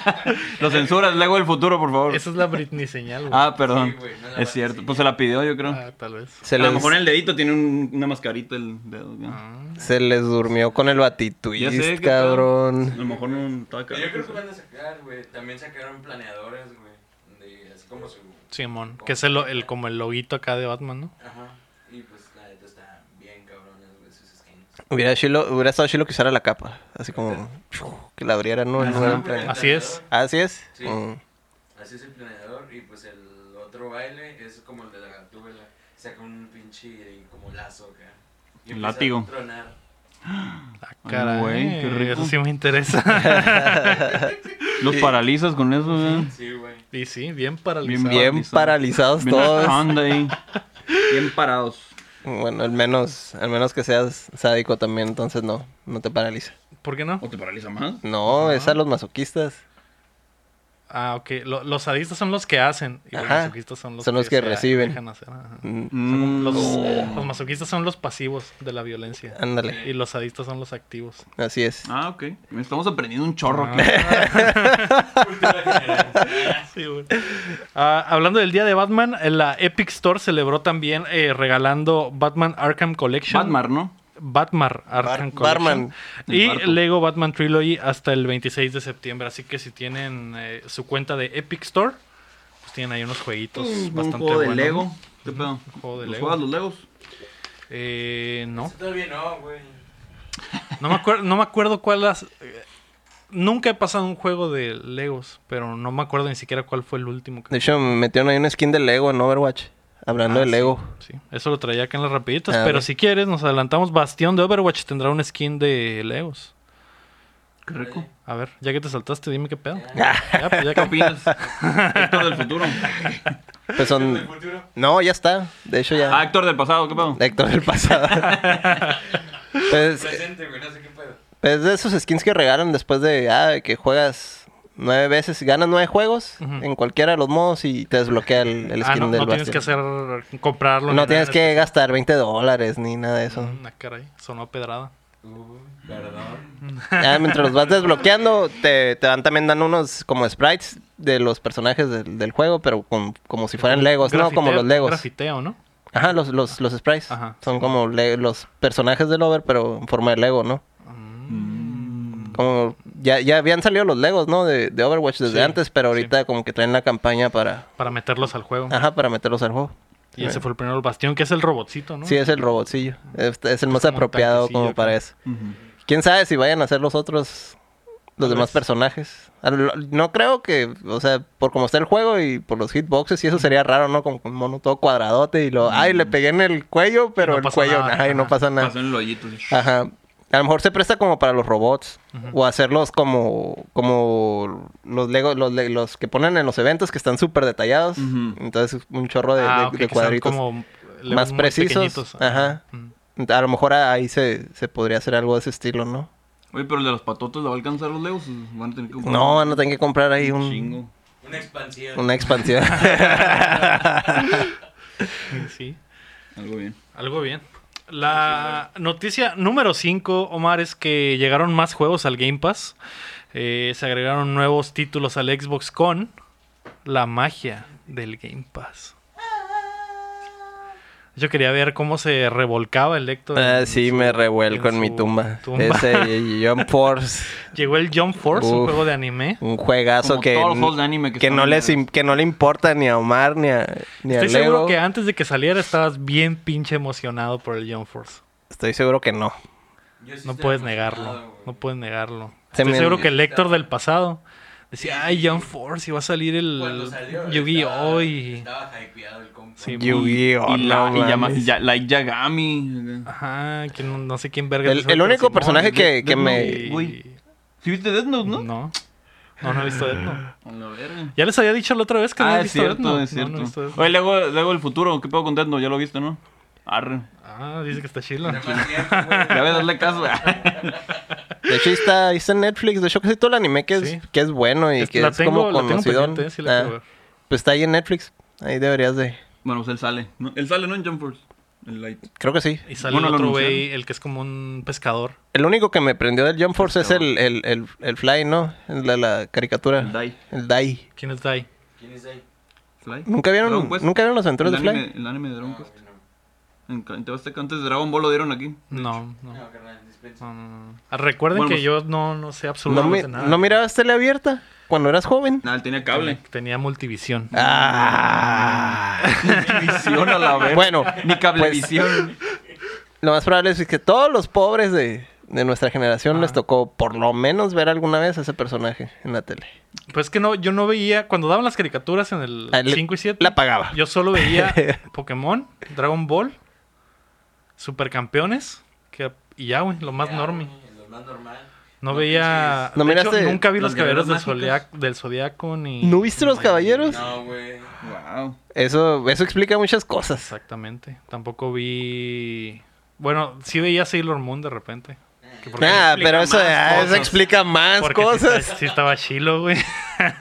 Speaker 3: Lo censuras, luego el futuro, por favor.
Speaker 1: Esa es la Britney señal, güey.
Speaker 3: Ah, perdón.
Speaker 4: Sí, güey, no la
Speaker 3: es cierto.
Speaker 4: vas a
Speaker 3: Pues se la pidió, yo creo.
Speaker 1: Ah, tal vez.
Speaker 2: Se
Speaker 3: a lo
Speaker 2: les,
Speaker 3: mejor el dedito tiene un- una mascarita el dedo. ¿no?
Speaker 1: Ah.
Speaker 2: se les durmió con el
Speaker 3: Ya sé,
Speaker 2: Batitwist,
Speaker 3: ¿qué tal? A
Speaker 2: cabrón.
Speaker 3: lo mejor no estaba
Speaker 4: Pero yo creo que
Speaker 3: caro.
Speaker 4: van a sacar, güey. También sacaron planeadores, güey. de- Así como su...
Speaker 1: Simón, que es el, el- como el loguito acá de Batman, ¿no?
Speaker 4: Ajá. Y pues la neta está bien cabrones, güey, sus skins.
Speaker 2: Hubiera, chilo- hubiera estado chilo que usara la capa. Así como que la abriera, no, no era un plan.
Speaker 1: Así es.
Speaker 2: Así es.
Speaker 4: Sí.
Speaker 2: Mm.
Speaker 4: Así es el planeador y pues el otro baile es como el de la gatúbela. Saca un pinche como lazo acá. Y
Speaker 3: El
Speaker 4: empieza a
Speaker 3: látigo.
Speaker 4: tronar.
Speaker 1: Ah,
Speaker 3: Ay,
Speaker 1: caray.
Speaker 3: güey, qué rico.
Speaker 1: Eso sí me interesa.
Speaker 3: Los paralizas con eso, ¿eh?
Speaker 4: Sí, güey.
Speaker 1: y sí, bien paralizado.
Speaker 3: Bien,
Speaker 2: Bien paralizados
Speaker 3: Bien
Speaker 2: todos.
Speaker 3: anda ahí. Bien parados.
Speaker 2: Bueno, al menos, al menos que seas sádico también, entonces no, no te paraliza.
Speaker 1: ¿Por qué no?
Speaker 3: ¿O te paraliza más?
Speaker 2: No, es a los masoquistas.
Speaker 1: Ah, ok. Lo- los sadistas son los que hacen y los
Speaker 2: Ajá.
Speaker 1: masoquistas son los
Speaker 2: Son los que
Speaker 1: se
Speaker 2: reciben.
Speaker 1: dejan hacer, ajá.
Speaker 2: Mm,
Speaker 3: Mm,
Speaker 1: Los,
Speaker 3: oh.
Speaker 1: los masoquistas son los pasivos de la violencia.
Speaker 2: Ándale,
Speaker 1: Y los sadistas son los activos.
Speaker 2: así es.
Speaker 3: Ah, ok. Estamos aprendiendo un chorro aquí.
Speaker 1: Sí, güey. Ah, hablando del día de Batman, eh, la Epic Store celebró también eh, regalando Batman Arkham Collection.
Speaker 3: Batman, ¿no?
Speaker 1: Batman Arkham
Speaker 2: Bar-
Speaker 1: Collection.
Speaker 2: Barman.
Speaker 1: Y
Speaker 3: El barco.
Speaker 1: Lego Batman Trilogy hasta el 26 de septiembre. Así que si tienen eh, su cuenta de Epic Store, pues tienen ahí unos jueguitos
Speaker 3: Mm, un
Speaker 1: Pues, bastante
Speaker 3: juego de
Speaker 1: buenos.
Speaker 3: Lego. ¿Qué pedo?
Speaker 1: juego de
Speaker 3: ¿Los
Speaker 1: Lego.
Speaker 3: juegas los Legos?
Speaker 1: Eh, no.
Speaker 4: Eso todavía no, güey.
Speaker 1: No me acuerdo, no me acuerdo cuál las. eh, Nunca he pasado un juego de Legos, pero no me acuerdo ni siquiera cuál fue el último que
Speaker 2: De hecho, me metieron ahí una skin de Lego en Overwatch. Hablando
Speaker 1: Ah,
Speaker 2: de Lego. Ah,
Speaker 1: Sí, eso lo traía acá en las rapiditas.
Speaker 2: A
Speaker 1: pero
Speaker 2: ver.
Speaker 1: si quieres, nos adelantamos. Bastión de Overwatch tendrá un skin de Legos.
Speaker 3: Qué rico.
Speaker 1: A ver, ya que te saltaste, dime qué pedo.
Speaker 2: Ah.
Speaker 4: Ya.
Speaker 1: Ya, pues, ya
Speaker 3: ¿Qué
Speaker 1: que-
Speaker 3: opinas? Héctor del futuro.
Speaker 2: Pues
Speaker 4: ¿El
Speaker 2: son.
Speaker 4: futuro?
Speaker 2: No, ya está. De hecho, ya.
Speaker 3: Ah, Héctor del pasado, ¿qué pedo?
Speaker 2: Héctor del pasado. pues, eh,
Speaker 4: Presente, güey, no sé qué pedo.
Speaker 2: pues de esos skins que regalan después de ah, que juegas nueve veces, ganas nueve juegos
Speaker 1: Ujú.
Speaker 2: en cualquiera de los modos y te desbloquea el, el skin
Speaker 1: Ah, no,
Speaker 2: del
Speaker 1: no tienes
Speaker 2: Bastion.
Speaker 1: que hacer comprarlo. ni
Speaker 2: No
Speaker 1: nada
Speaker 2: tienes
Speaker 1: en
Speaker 2: que
Speaker 1: especial.
Speaker 2: gastar 20 dólares ni nada de eso.
Speaker 1: Mm, ah, caray, sonó a pedrada.
Speaker 4: Uy, perdón.
Speaker 2: Ya, mientras los vas desbloqueando, te, te van también dando unos como sprites de los personajes del, del juego, pero con- como si fueran Legos, ¿no? Como
Speaker 1: Grafiteo-
Speaker 2: los Legos.
Speaker 1: Grafiteo, ¿no?
Speaker 2: Ajá, los, los, los sprites.
Speaker 1: Ajá,
Speaker 2: Son como le- los personajes del over, pero en forma de Lego, ¿no?
Speaker 1: Mm.
Speaker 2: Como ya, ya habían salido los Legos, ¿no? De, de Overwatch desde
Speaker 1: Sí,
Speaker 2: antes, pero ahorita como que traen la campaña para...
Speaker 1: Para meterlos al juego.
Speaker 2: Ajá, para meterlos al juego.
Speaker 1: y ese fue el primero, el Bastión, que es el robotcito, ¿no? Pues
Speaker 2: Sí, es el robotcillo. Es, es el más
Speaker 1: como un
Speaker 2: apropiado
Speaker 1: tanquecillo
Speaker 2: como
Speaker 1: acá.
Speaker 2: para eso. ¿Quién sabe si vayan a ser los otros... Los
Speaker 1: Tal
Speaker 2: demás
Speaker 1: vez.
Speaker 2: personajes. A lo- No creo que, o sea, por como está el juego y por los hitboxes, y eso sería raro, ¿no? Como con un mono todo cuadradote y lo. Ay, le pegué en el cuello, pero
Speaker 1: no
Speaker 2: el
Speaker 1: pasa
Speaker 2: cuello,
Speaker 1: nada,
Speaker 2: ajá, y no
Speaker 1: ajá.
Speaker 2: pasa nada.
Speaker 3: Pasó en el hoyito. así.
Speaker 2: Ajá. A lo mejor se presta como para los robots. O hacerlos como. como los Lego, los, le- los que ponen en los eventos que están súper detallados.
Speaker 3: Ujú.
Speaker 2: Entonces un chorro de,
Speaker 1: Ah,
Speaker 2: de-
Speaker 1: ok,
Speaker 2: de
Speaker 1: que son
Speaker 2: cuadritos.
Speaker 1: como Legos
Speaker 2: más
Speaker 1: muy
Speaker 2: precisos,
Speaker 1: pequeñitos.
Speaker 2: ajá.
Speaker 1: Mm.
Speaker 2: A lo mejor ahí se, se podría hacer algo de ese estilo, ¿no?
Speaker 3: Oye, pero el de los patotos, ¿la va a alcanzar los Legos? Van a tener que comprar
Speaker 2: No, van a tener que comprar ahí
Speaker 3: un
Speaker 2: un,
Speaker 3: chingo.
Speaker 4: Una expansión.
Speaker 2: una expansión.
Speaker 1: Sí,
Speaker 3: Algo bien.
Speaker 1: algo bien. La noticia número 5, Omar, es que llegaron más juegos al Game Pass. Eh, se agregaron nuevos títulos al Xbox con la magia del Game Pass. Yo quería ver cómo se revolcaba el Héctor.
Speaker 2: Ah,
Speaker 1: en
Speaker 2: sí,
Speaker 1: su-
Speaker 2: me revuelco en, mi
Speaker 1: su
Speaker 2: tumba. Ese John Force,
Speaker 1: Llegó el Jump Force, un
Speaker 2: Uf.
Speaker 1: juego de anime.
Speaker 2: un juegazo
Speaker 3: Como
Speaker 2: que,
Speaker 3: todos los
Speaker 2: n-
Speaker 3: juegos de anime que
Speaker 2: que
Speaker 3: están
Speaker 2: no les
Speaker 3: vergas.
Speaker 2: im- que no le importa ni a Omar ni a ni a
Speaker 1: Estoy seguro
Speaker 2: Lego.
Speaker 1: que antes de que saliera estabas bien pinche emocionado por el Jump Force.
Speaker 2: Estoy seguro que no.
Speaker 4: Yo sí
Speaker 1: No
Speaker 4: estoy
Speaker 1: puedes
Speaker 4: emocionado,
Speaker 1: negarlo.
Speaker 4: güey.
Speaker 1: No puedes negarlo.
Speaker 2: Se
Speaker 1: Estoy
Speaker 2: me-
Speaker 1: seguro que el Héctor del pasado decía, ay, John Force, y va a salir
Speaker 4: Cuando
Speaker 1: el
Speaker 4: salió,
Speaker 1: Yu-Gi-Oh!
Speaker 4: estaba-
Speaker 1: y-".
Speaker 4: Estaba hypeado el compa.
Speaker 1: Sí,
Speaker 2: Yu-Gi-Oh,
Speaker 3: y la,
Speaker 2: no
Speaker 3: y llama-
Speaker 2: mames.
Speaker 3: ya- Light Yagami.
Speaker 1: Ajá, que no, no sé quién verga.
Speaker 2: El,
Speaker 1: es ese,
Speaker 2: el
Speaker 1: pero
Speaker 2: único
Speaker 1: Simón,
Speaker 2: personaje
Speaker 3: Death-
Speaker 2: que, que
Speaker 3: Death
Speaker 2: me...
Speaker 3: Note. güey. ¿Sí viste Death Note,
Speaker 1: No.
Speaker 3: no?
Speaker 1: no. No, no he visto Death Note.
Speaker 3: A la verga.
Speaker 1: Ya les había dicho la otra vez que no
Speaker 3: Ah,
Speaker 1: he
Speaker 3: es
Speaker 1: visto Death
Speaker 3: cierto,
Speaker 1: Note.
Speaker 3: es
Speaker 1: No, no he
Speaker 3: cierto.
Speaker 1: visto Death Note.
Speaker 3: Oye, luego, luego el futuro, ¿qué pedo con Death Note? Ya lo viste, ¿no? Arre.
Speaker 1: Ah, dice que está chilo.
Speaker 4: Más tiempo, güey.
Speaker 3: Ya voy a darle caso.
Speaker 2: De hecho, ahí está, ahí está en Netflix. De hecho, casi todo el anime que es,
Speaker 1: Sí.
Speaker 2: que es bueno y
Speaker 1: Es-
Speaker 2: que
Speaker 1: la
Speaker 2: es
Speaker 1: tengo,
Speaker 2: como
Speaker 1: la tengo
Speaker 2: conocido.
Speaker 1: pendiente, eh, sí la
Speaker 2: Ah,
Speaker 1: quiero ver.
Speaker 2: pues está ahí en Netflix. Ahí deberías de...
Speaker 3: bueno, pues él sale. ¿no? Él sale, ¿no? En Jump Force. El Light.
Speaker 2: Creo que sí.
Speaker 1: Y sale
Speaker 3: Bueno,
Speaker 1: el
Speaker 3: lo
Speaker 1: otro
Speaker 3: anunciaron.
Speaker 1: güey, el que es como un pescador.
Speaker 2: El único que me prendió del Jump Force es el, el, el, el Fly, ¿no? La, la caricatura.
Speaker 3: El Dai.
Speaker 2: El Dai.
Speaker 1: ¿Quién está ahí?
Speaker 4: ¿Quién es ahí?
Speaker 3: Fly.
Speaker 2: ¿Nunca vieron,
Speaker 3: Dragon Quest.
Speaker 2: ¿nunca vieron las aventuras de
Speaker 3: el
Speaker 2: Fly?
Speaker 3: anime, el anime de Dragon
Speaker 4: No,
Speaker 3: Quest.
Speaker 4: güey, no.
Speaker 3: En Ca- en Tebasteca, antes de Dragon Ball lo dieron aquí.
Speaker 1: No, no.
Speaker 4: No, carnal, dispensa.
Speaker 1: No, no, no. Ah, Recuerden
Speaker 3: Bueno,
Speaker 1: que
Speaker 3: pues-
Speaker 1: yo no, no sé
Speaker 2: ¿No, mi-
Speaker 1: absolutamente nada.
Speaker 2: ¿No mirabas tele abierta cuando eras joven?
Speaker 3: Nada, él tenía cable.
Speaker 1: Tenía, tenía multivisión.
Speaker 2: Ah.
Speaker 3: Visión a la verga.
Speaker 2: bueno, pues,
Speaker 3: Ni cablevisión.
Speaker 2: lo más probable es que todos los pobres de, de nuestra
Speaker 1: Ah.
Speaker 2: generación les tocó por lo menos ver alguna vez a ese personaje en la tele.
Speaker 1: Pues que no, yo no veía, cuando daban las caricaturas en el
Speaker 2: Ah, le-
Speaker 1: 5 y 7,
Speaker 2: La pagaba.
Speaker 1: yo solo veía Pokémon, Dragon Ball, Supercampeones, que, y ya, güey, lo más
Speaker 4: Ya,
Speaker 1: normal.
Speaker 4: güey, Lo más normal.
Speaker 1: No,
Speaker 4: No
Speaker 1: veía...
Speaker 2: pinches. ¿No
Speaker 1: de hecho,
Speaker 2: miraste
Speaker 1: nunca vi
Speaker 3: Los
Speaker 1: los caballeros del,
Speaker 3: Guerreros Mágicos?
Speaker 1: Zodiac- del Zodiaco ni...
Speaker 2: ¿No viste los caballeros?
Speaker 4: No, güey.
Speaker 2: pues.
Speaker 3: wow.
Speaker 2: Eso, eso explica muchas cosas.
Speaker 1: Exactamente. Tampoco vi... Bueno, sí veía Sailor Moon de repente. Que porque-
Speaker 2: Ah, pero eso,
Speaker 3: explica
Speaker 2: ah,
Speaker 3: más
Speaker 2: eso explica más
Speaker 1: Porque sí
Speaker 2: cosas.
Speaker 1: está- Sí, estaba chilo, güey.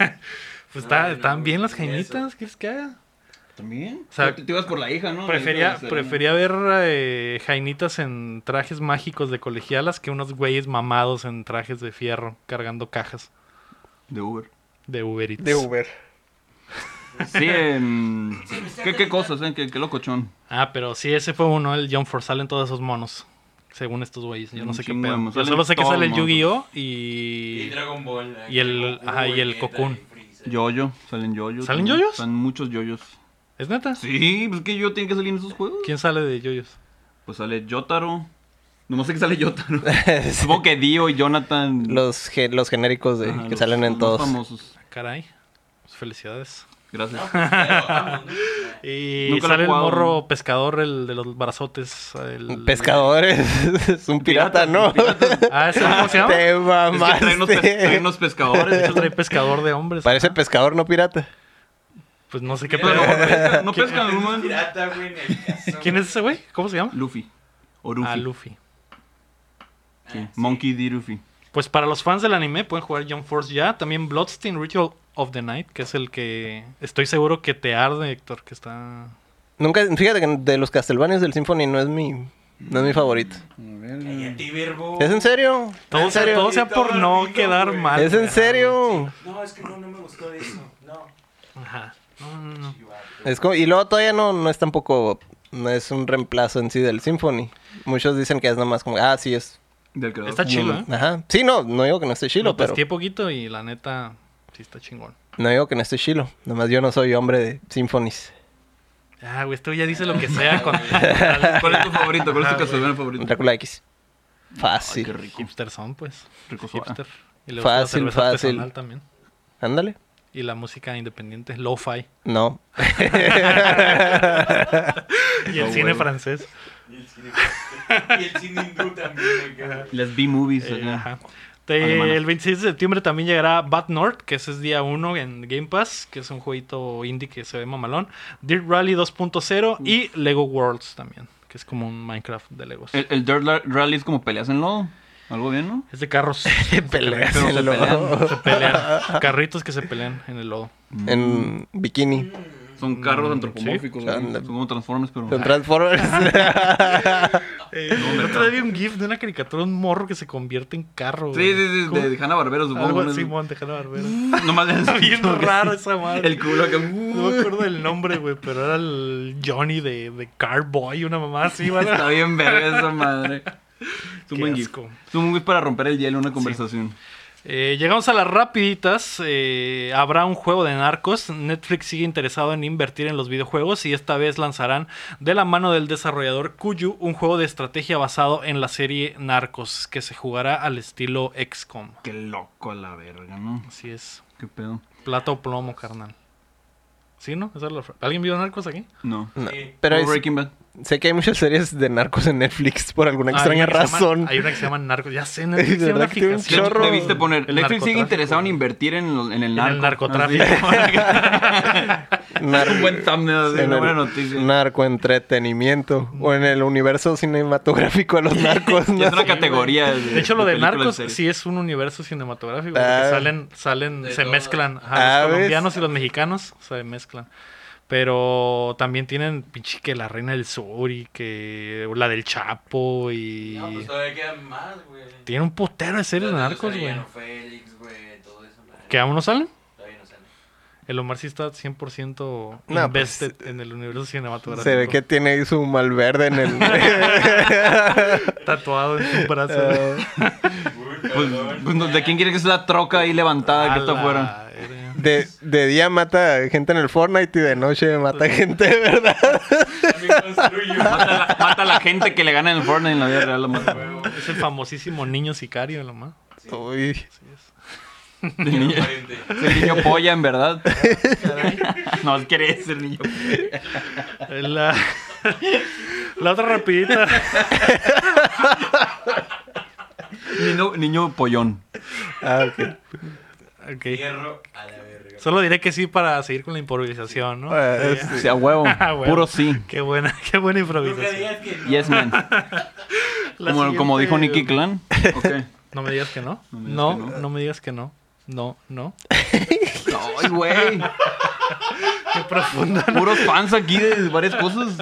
Speaker 1: pues está-
Speaker 4: No, no,
Speaker 1: están
Speaker 4: no,
Speaker 1: bien
Speaker 4: no,
Speaker 1: las
Speaker 4: eso.
Speaker 1: jainitas, ¿quieres que haga?
Speaker 3: ¿También?
Speaker 1: O sea,
Speaker 3: Pero te, te ibas por la hija, ¿no? La
Speaker 1: Prefería,
Speaker 3: hija de la
Speaker 1: prefería ver eh, jainitas en trajes mágicos de colegialas que unos güeyes mamados en trajes de fierro cargando cajas
Speaker 3: Serena. De Uber.
Speaker 1: de Uber Eats.
Speaker 2: Uber.
Speaker 3: Sí, em, ¿qué, qué cosas, eh? Qué, qué locochón.
Speaker 1: Ah, pero sí, ese fue uno, el John Force. Salen todos esos monos, según estos güeyes. Yo no
Speaker 3: Un
Speaker 1: sé qué
Speaker 3: chingo de
Speaker 1: pedo.
Speaker 3: monos.
Speaker 1: Yo
Speaker 3: Salen
Speaker 1: solo sé que
Speaker 3: todos
Speaker 1: sale el
Speaker 3: monos.
Speaker 1: Yu-Gi-Oh!
Speaker 4: Y
Speaker 1: y...
Speaker 4: Dragon Ball.
Speaker 1: y el-
Speaker 4: Goku,
Speaker 1: ajá, y el
Speaker 4: Vegeta
Speaker 1: Cocoon.
Speaker 4: Freezer.
Speaker 3: Yoyo, salen yoyos.
Speaker 1: ¿Salen
Speaker 3: también.
Speaker 1: yoyos?
Speaker 3: Salen muchos yoyos.
Speaker 1: ¿Es neta?
Speaker 3: Sí, pues que yo tiene que salir en esos juegos.
Speaker 1: ¿Quién sale de Yoyos?
Speaker 3: Pues sale Yotaro. Nomás sé que sale Yotaro. Supongo que Dio y Jonathan.
Speaker 2: Los, ge- los genéricos de,
Speaker 3: ajá,
Speaker 2: que
Speaker 3: los-
Speaker 2: salen en
Speaker 3: los
Speaker 2: todos.
Speaker 3: famosos.
Speaker 1: Caray. Pues felicidades.
Speaker 3: Gracias.
Speaker 2: Ah,
Speaker 1: Y
Speaker 3: Nunca lo he
Speaker 1: sale el
Speaker 3: jugado.
Speaker 1: morro pescador, el de los brazotes. El...
Speaker 2: Pescadores. es un pirata, ¿no?
Speaker 3: piratas.
Speaker 1: Ah, ¿ese cómo se llama?
Speaker 2: Te
Speaker 3: Es que traen unos, pe- traen
Speaker 2: mamaste.
Speaker 3: unos pescadores.
Speaker 1: Eso trae pescador de hombres.
Speaker 2: Parece pescador, no pirata.
Speaker 1: Pues no sé qué
Speaker 3: Pero
Speaker 1: pedo.
Speaker 3: Eh, no pescan, no pescan
Speaker 4: Es
Speaker 3: algún
Speaker 4: un pirata, güey, en el caso,
Speaker 1: ¿Quién es ese güey? ¿Cómo se llama?
Speaker 3: Luffy. O Luffy.
Speaker 1: Ah, Luffy.
Speaker 4: güey.
Speaker 3: Sí,
Speaker 4: Ah, sí.
Speaker 3: Monkey D. Luffy.
Speaker 1: Pues para los fans del anime pueden jugar John Force ya. También Bloodstained Ritual of the Night, que es el que estoy seguro que te arde, Héctor, que está...
Speaker 2: Nunca, fíjate que de los Castlevanias del Symphony no es mi, no es mi favorito.
Speaker 4: Cállate, Virgo.
Speaker 2: ¿Es en serio?
Speaker 1: Todo
Speaker 2: ¿En
Speaker 1: sea,
Speaker 2: serio?
Speaker 1: todo sea por no
Speaker 4: Todo
Speaker 1: quedar
Speaker 4: rico,
Speaker 1: mal.
Speaker 2: ¿Es en serio?
Speaker 4: No, es que no, no me gustó eso. No.
Speaker 1: Ajá. No, no, no.
Speaker 4: chivato.
Speaker 2: Es como- y luego todavía no, no es tampoco, no es un reemplazo en sí del Symphony. Muchos dicen que es nomás como, ah, sí es.
Speaker 3: Del creador.
Speaker 1: Está chido, ¿eh?
Speaker 2: Ajá. Sí, no, no digo que no esté chilo,
Speaker 1: Lo
Speaker 3: pues
Speaker 2: pero.
Speaker 1: testé poquito y la neta sí está chingón.
Speaker 2: No digo que no esté chilo. Nomás yo no soy hombre de Symphonies.
Speaker 1: Ah, güey, este ya dice lo que sea con...
Speaker 3: ¿Cuál es tu favorito? ¿Cuál es
Speaker 1: Ah,
Speaker 3: tu Castlevania favorito?
Speaker 2: Drácula X.
Speaker 3: Pues Ay, qué
Speaker 2: Fácil.
Speaker 3: rico.
Speaker 1: Hipster son, pues.
Speaker 3: Rico soda.
Speaker 1: Hipster. Y le gusta la
Speaker 2: ah. Fácil,
Speaker 1: cerveza
Speaker 2: fácil.
Speaker 1: artesanal también.
Speaker 2: Ándale.
Speaker 1: Y la música independiente, lo-fi.
Speaker 2: No.
Speaker 1: Y el
Speaker 3: Ah,
Speaker 1: cine
Speaker 3: huevo.
Speaker 1: francés.
Speaker 4: Y el cine, y el cine hindú también. güey.
Speaker 3: Las B-movies.
Speaker 1: Eh,
Speaker 3: ajá.
Speaker 1: ajá. Te-
Speaker 3: Alemanas.
Speaker 1: el 26 de septiembre también llegará Bad North, que ese es día 1 en Game Pass, que es un jueguito indie que se ve mamalón. Dirt Rally 2.0 y Lego Worlds también, que es como un Minecraft de
Speaker 2: Eh,
Speaker 1: Legos.
Speaker 3: El, el Dirt La- Rally es como peleas en lodo. Algo bien, ¿no?
Speaker 1: es de carros. se
Speaker 2: Peleas
Speaker 3: Pero
Speaker 2: en
Speaker 3: se
Speaker 2: lodo.
Speaker 3: pelean.
Speaker 1: pelean. Carritos que se pelean en el lodo.
Speaker 2: En bikini.
Speaker 3: Son carros
Speaker 1: Mm,
Speaker 3: antropomórficos.
Speaker 2: Sí.
Speaker 3: güey.
Speaker 2: Ándale.
Speaker 3: Son como Transformers, pero. Ah,
Speaker 2: Son Transformers.
Speaker 1: Eh, el otro día vi un GIF de una caricatura de un morro que se convierte en carro. güey.
Speaker 3: Sí, sí, sí.
Speaker 1: ¿Cómo?
Speaker 3: De, de Hanna Barbera, supongo.
Speaker 1: Algo
Speaker 3: ¿no?
Speaker 1: así, Simón, de Hanna Barbera.
Speaker 3: Nomás le
Speaker 1: Está bien raro esa madre.
Speaker 3: El culo acá. uh.
Speaker 1: No me acuerdo del nombre, güey, pero era el Johnny de, de Carboy, una mamá así, ¿vale?
Speaker 3: Está bien verga esa madre. Es un
Speaker 1: Qué
Speaker 3: buen gif.
Speaker 1: asco.
Speaker 3: Es un gif para romper el hielo en una conversación.
Speaker 1: Eh, llegamos a las rapiditas. eh, habrá un juego de narcos. Netflix sigue interesado en invertir en los videojuegos y esta vez lanzarán de la mano del desarrollador Kuyu un juego de estrategia basado en la serie Narcos que se jugará al estilo XCOM.
Speaker 3: Qué loco a la verga, ¿no?
Speaker 1: Así es.
Speaker 3: Qué pedo.
Speaker 1: Plata o plomo, carnal. ¿Sí, no? Esa es la fra- ¿Alguien vio Narcos aquí? Ah,
Speaker 3: No.
Speaker 4: Sí.
Speaker 2: No, Pero
Speaker 3: Como
Speaker 2: es-
Speaker 3: Breaking Bad.
Speaker 2: sé que hay muchas series de narcos en Netflix por alguna
Speaker 1: Ah,
Speaker 2: extraña
Speaker 1: hay una que se llama-
Speaker 2: razón.
Speaker 1: hay una que se llama Narcos. Ya sé, Netflix
Speaker 2: De
Speaker 1: tiene una
Speaker 2: verdad que tiene un
Speaker 1: fijación.
Speaker 3: Le-
Speaker 2: chorro.
Speaker 3: Debiste poner.
Speaker 1: El
Speaker 3: Netflix sigue
Speaker 1: narcotráfico.
Speaker 3: interesado en invertir en, lo- en el
Speaker 1: En
Speaker 3: narco.
Speaker 1: el narcotráfico.
Speaker 2: Nar-
Speaker 3: Así. un buen thumbnail de
Speaker 2: en
Speaker 3: una
Speaker 2: el
Speaker 3: buena noticia.
Speaker 2: narcoentretenimiento o en el universo cinematográfico de los narcos.
Speaker 3: Ya
Speaker 2: ¿no?
Speaker 3: es una categoría.
Speaker 1: De hecho, lo de
Speaker 3: películas
Speaker 1: Narcos
Speaker 3: series.
Speaker 1: sí es un universo cinematográfico.
Speaker 2: Ah.
Speaker 1: porque salen, salen,
Speaker 4: De
Speaker 1: se
Speaker 4: todo.
Speaker 1: mezclan. Ajá,
Speaker 2: Ah,
Speaker 1: los
Speaker 2: ¿ves?
Speaker 1: colombianos y los mexicanos se mezclan. Pero también tienen pinche que la reina del sur y que la del Chapo y.
Speaker 4: No, pues todavía quedan más, güey.
Speaker 1: Tienen un putero de series de
Speaker 4: Todavía
Speaker 1: narcos, güey.
Speaker 4: Soriano, Félix, güey, todo eso. madre.
Speaker 1: Que aún no salen.
Speaker 4: Todavía no sale.
Speaker 1: El Omar sí está 100%
Speaker 2: No, pues,
Speaker 1: invested en el universo cinematográfico.
Speaker 2: Se ve que tiene ahí su malverde en el.
Speaker 1: Tatuado en su brazo.
Speaker 2: Eh,
Speaker 3: Pues, pues, no, ¿De quién quiere que sea la troca ahí levantada que está
Speaker 1: A la
Speaker 3: afuera?
Speaker 1: verga.
Speaker 2: de, de día mata gente en el Fortnite y de noche mata gente de verdad.
Speaker 4: También construyo.
Speaker 3: Mata a la- mata a la gente que le gana en el Fortnite en la vida real. Lo mata.
Speaker 1: Es el famosísimo niño sicario, lo más.
Speaker 2: Uy,
Speaker 3: El niño, es el niño polla, en verdad. No, él quiere ser niño polla.
Speaker 1: La, la otra rapidita.
Speaker 3: Niño, niño pollón.
Speaker 2: ah, ok.
Speaker 1: Ok.
Speaker 4: Hierro a la verga.
Speaker 1: Solo diré que sí para seguir con la improvisación, ¿no?
Speaker 2: Eh,
Speaker 1: Sí.
Speaker 3: O sea, huevo.
Speaker 1: Ah, huevo.
Speaker 3: Puro sí.
Speaker 1: Qué buena, qué buena
Speaker 4: Nunca
Speaker 1: improvisación.
Speaker 4: digas que no.
Speaker 3: Yes, man.
Speaker 1: La
Speaker 3: Como, como dijo
Speaker 1: siguiente-
Speaker 3: Nicky Clan. Ok.
Speaker 1: No me digas que no.
Speaker 3: No me digas
Speaker 1: No,
Speaker 3: que no.
Speaker 1: no me digas que no. No, no.
Speaker 3: Ay, güey.
Speaker 1: Qué profundo.
Speaker 3: Puros fans aquí de varias cosas.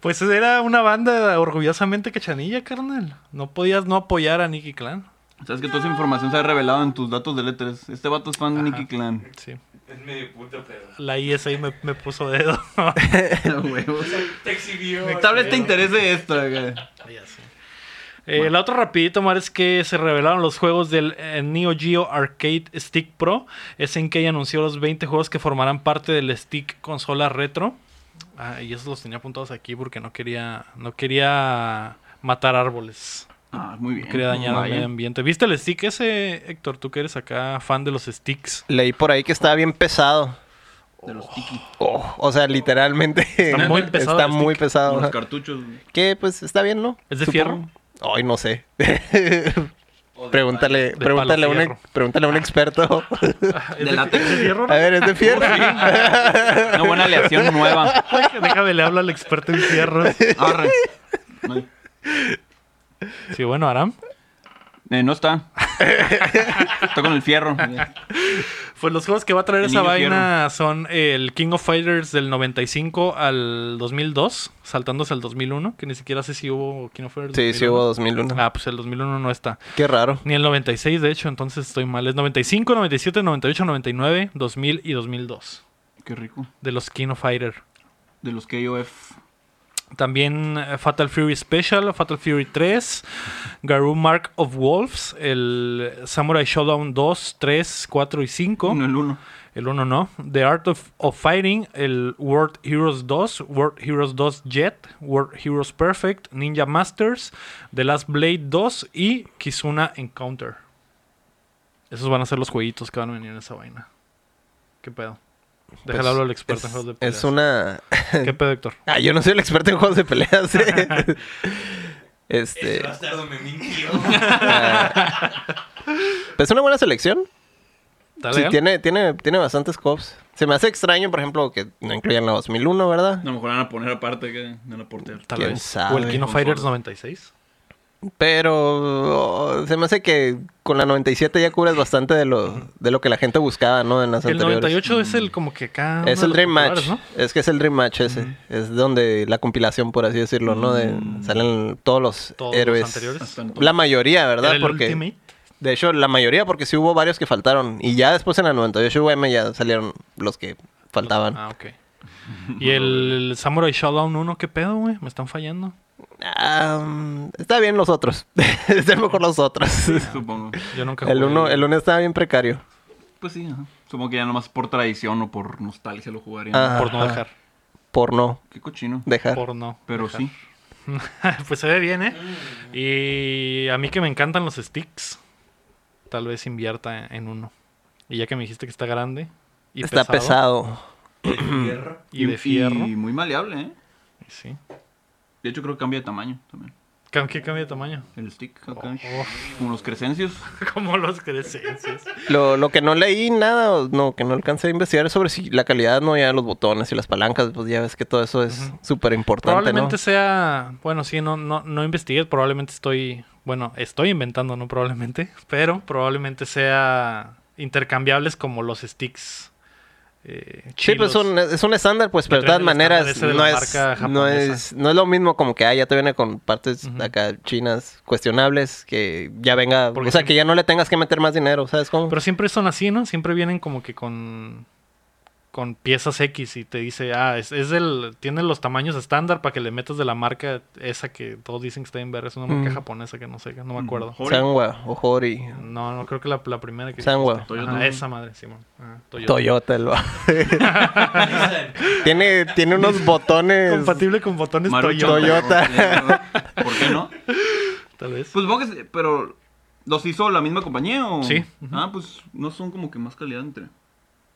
Speaker 1: Pues era una banda orgullosamente cachanilla, carnal. No podías no apoyar a Nicky Clan.
Speaker 3: Sabes que toda esa información se ha revelado en tus datos de letras. Este vato es fan de Nicky Clan.
Speaker 1: Sí.
Speaker 4: Es medio puto pedo.
Speaker 1: La ISA me, me puso dedo.
Speaker 3: Huevos.
Speaker 4: Te exhibió.
Speaker 3: Tal vez
Speaker 4: güey.
Speaker 3: te interese esto. güey.
Speaker 1: Ya sé. Eh, La otra rapidito, Mar, es que se revelaron los juegos del eh, Neo Geo Arcade Stick Pro. SNK anunció los 20 juegos que formarán parte del Stick consola retro. Ah, y esos los tenía apuntados aquí porque no quería, no quería matar árboles.
Speaker 3: Ah, muy bien.
Speaker 1: No quería dañar al
Speaker 3: Vaya.
Speaker 1: medio ambiente. ¿Viste el stick ese, Héctor? Tú que eres acá fan de los sticks.
Speaker 2: Leí por ahí que estaba bien pesado.
Speaker 3: De los tiki.
Speaker 2: Oh, o sea, literalmente.
Speaker 1: Está muy pesado
Speaker 2: Está
Speaker 1: el
Speaker 2: muy
Speaker 1: stick.
Speaker 2: pesado,
Speaker 3: Como los
Speaker 2: ajá.
Speaker 3: cartuchos.
Speaker 2: Que pues está bien, ¿no?
Speaker 1: ¿Es de
Speaker 2: Supongo. Ay, no sé.
Speaker 4: O de
Speaker 2: pregúntale,
Speaker 1: palo
Speaker 2: pregúntale, a un,
Speaker 1: fierro. Ah.
Speaker 2: ex- pregúntale a un experto.
Speaker 1: ¿Es
Speaker 3: látex.
Speaker 1: es fierro?
Speaker 2: a ver, es de fierro.
Speaker 3: Una buena aleación nueva.
Speaker 1: Déjame, le hablo al experto en fierros.
Speaker 3: Arre. Ay.
Speaker 1: Sí, bueno, Aram.
Speaker 3: Eh, no está. está con el fierro.
Speaker 1: Pues los juegos que va a traer
Speaker 3: El
Speaker 1: esa
Speaker 3: niño
Speaker 1: vaina son el King of Fighters del 95 al 2002, saltándose al 2001, que ni siquiera sé si hubo King of Fighters.
Speaker 2: Sí, sí
Speaker 1: 2001.
Speaker 2: hubo 2001.
Speaker 1: Ah, pues el 2001 no está.
Speaker 2: Qué raro.
Speaker 1: Ni el 96, de hecho, entonces estoy mal. Es 95, 97, 98, 99, 2000 y 2002
Speaker 3: Qué rico.
Speaker 1: de los King of Fighter.
Speaker 3: De los KOF.
Speaker 1: También eh, Fatal Fury Special, Fatal Fury 3, Garou Mark of Wolves, el Samurai Showdown 2, 3, 4 y 5.
Speaker 3: No el uno.
Speaker 1: El 1 no. The Art of, of Fighting, el World Heroes 2, World Heroes 2 Jet, World Heroes Perfect, Ninja Masters, The Last Blade 2 y Kizuna Encounter. Esos van a ser los jueguitos que van a venir en esa vaina. ¿Qué pedo? Déjale
Speaker 2: Pues,
Speaker 1: hablar al experto
Speaker 2: Es,
Speaker 1: en juegos de peleas.
Speaker 2: es una.
Speaker 1: ¿Qué pedo, Héctor?
Speaker 2: Ah, yo no soy el experto en juegos de peleas. eh.
Speaker 4: Ese
Speaker 2: este. ah,
Speaker 4: bastardo me mintió.
Speaker 2: Pues una buena selección.
Speaker 1: ¿Está
Speaker 2: Sí,
Speaker 1: legal?
Speaker 2: tiene, tiene, tiene bastantes cops. Se me hace extraño, por ejemplo, que no incluyan la 2001, ¿verdad?
Speaker 3: A lo mejor van a poner aparte que van a portear.
Speaker 1: Tal
Speaker 2: ¿Quién
Speaker 1: vez.
Speaker 2: sabe?
Speaker 1: ¿O el Kino
Speaker 3: Consola.
Speaker 1: Fighters 96?
Speaker 2: Pero oh, se me hace que con la 97 ya cubres bastante de lo, de lo que la gente buscaba, ¿no? En las
Speaker 1: El
Speaker 2: anteriores.
Speaker 1: 98 es el como que acá. uno
Speaker 2: Es
Speaker 1: de
Speaker 2: el
Speaker 1: los
Speaker 2: Dream Match.
Speaker 1: populares, ¿no?
Speaker 2: Es que es el Dream Match ese. Es donde la compilación, por así decirlo, ¿no? De, salen todos los
Speaker 1: Mm. Todos los
Speaker 2: héroes.
Speaker 1: anteriores.
Speaker 3: Hasta entonces.
Speaker 2: La mayoría, ¿verdad?
Speaker 1: Era el
Speaker 2: Porque
Speaker 1: Ultimate.
Speaker 2: de hecho la mayoría porque sí hubo varios que faltaron y ya después en la 98 UM ya salieron los que faltaban.
Speaker 1: Ah, ok. Y el Samurai Showdown 1, ¿qué pedo, güey? Me están fallando.
Speaker 2: Ah, mm, está bien los otros. Están mejor los otros.
Speaker 3: Supongo.
Speaker 1: Yo nunca
Speaker 2: El
Speaker 1: jugué.
Speaker 2: uno, el uno estaba bien precario.
Speaker 3: Pues sí, ajá. supongo que ya nomás por tradición o por nostalgia lo jugarían.
Speaker 2: Ah.
Speaker 1: Por no
Speaker 2: Ajá.
Speaker 1: dejar.
Speaker 2: Por no
Speaker 3: Qué cochino.
Speaker 2: dejar.
Speaker 1: Por no.
Speaker 3: Pero sí.
Speaker 1: pues se ve bien, ¿eh? Y a mí que me encantan los sticks, tal vez invierta en uno. Y ya que me dijiste que está grande y
Speaker 2: está pesado.
Speaker 4: Hierro.
Speaker 1: y de fierro,
Speaker 3: Y muy maleable, ¿eh?
Speaker 1: sí.
Speaker 3: De hecho, creo que cambia de tamaño también.
Speaker 1: Cam- ¿Qué cambia de tamaño?
Speaker 3: El stick acá.
Speaker 1: Oh,
Speaker 3: Como los crecencios.
Speaker 1: como los crecencias.
Speaker 2: Lo, lo que no leí nada, o no, que no alcancé a investigar es sobre si la calidad no ya de los botones y las palancas, pues ya ves que todo eso es
Speaker 1: Ujú.
Speaker 2: súper importante, ¿no?
Speaker 1: Probablemente sea, bueno, sí, no, no, no investigué, probablemente estoy, bueno, estoy inventando, no probablemente, pero probablemente sea intercambiables como los sticks. eh,
Speaker 2: Sí, pues
Speaker 1: chilos.
Speaker 2: es un, es un estándar, pues, pero de todas
Speaker 1: traen el estándar
Speaker 2: maneras
Speaker 1: ese de la
Speaker 2: no
Speaker 1: marca
Speaker 2: es, no,
Speaker 1: japonesa.
Speaker 2: es, no es lo mismo como que ah, ya te viene con partes
Speaker 1: Ujú.
Speaker 2: acá chinas cuestionables, que ya venga,
Speaker 1: Porque
Speaker 2: o sea,
Speaker 1: sí.
Speaker 2: que ya no le tengas que meter más dinero, ¿sabes cómo?
Speaker 1: Pero siempre son así, ¿no? Siempre vienen como que con con piezas X y te dice, ah, es, es el, tiene los tamaños estándar para que le metas de la marca esa que todos dicen que está en verga, es una marca
Speaker 2: Mm.
Speaker 1: japonesa que no sé, no me
Speaker 3: Mm.
Speaker 1: acuerdo.
Speaker 3: Jori.
Speaker 2: Sangwa, Ojori,
Speaker 1: No, no creo que la, la primera que
Speaker 2: Sanwa.
Speaker 1: dijiste.
Speaker 3: Toyota,
Speaker 1: Ajá,
Speaker 3: ¿no?
Speaker 1: esa madre, Simón. Ajá, Toyota.
Speaker 2: Toyota, el va- tiene, tiene unos botones,
Speaker 1: Compatible con botones
Speaker 3: Maruchan.
Speaker 1: Toyota,
Speaker 3: ¿Por qué no?
Speaker 1: tal vez.
Speaker 3: Pues supongo que sí, pero ¿los hizo la misma compañía o...?
Speaker 1: Sí.
Speaker 3: Ah, pues no son como que más calidad entre...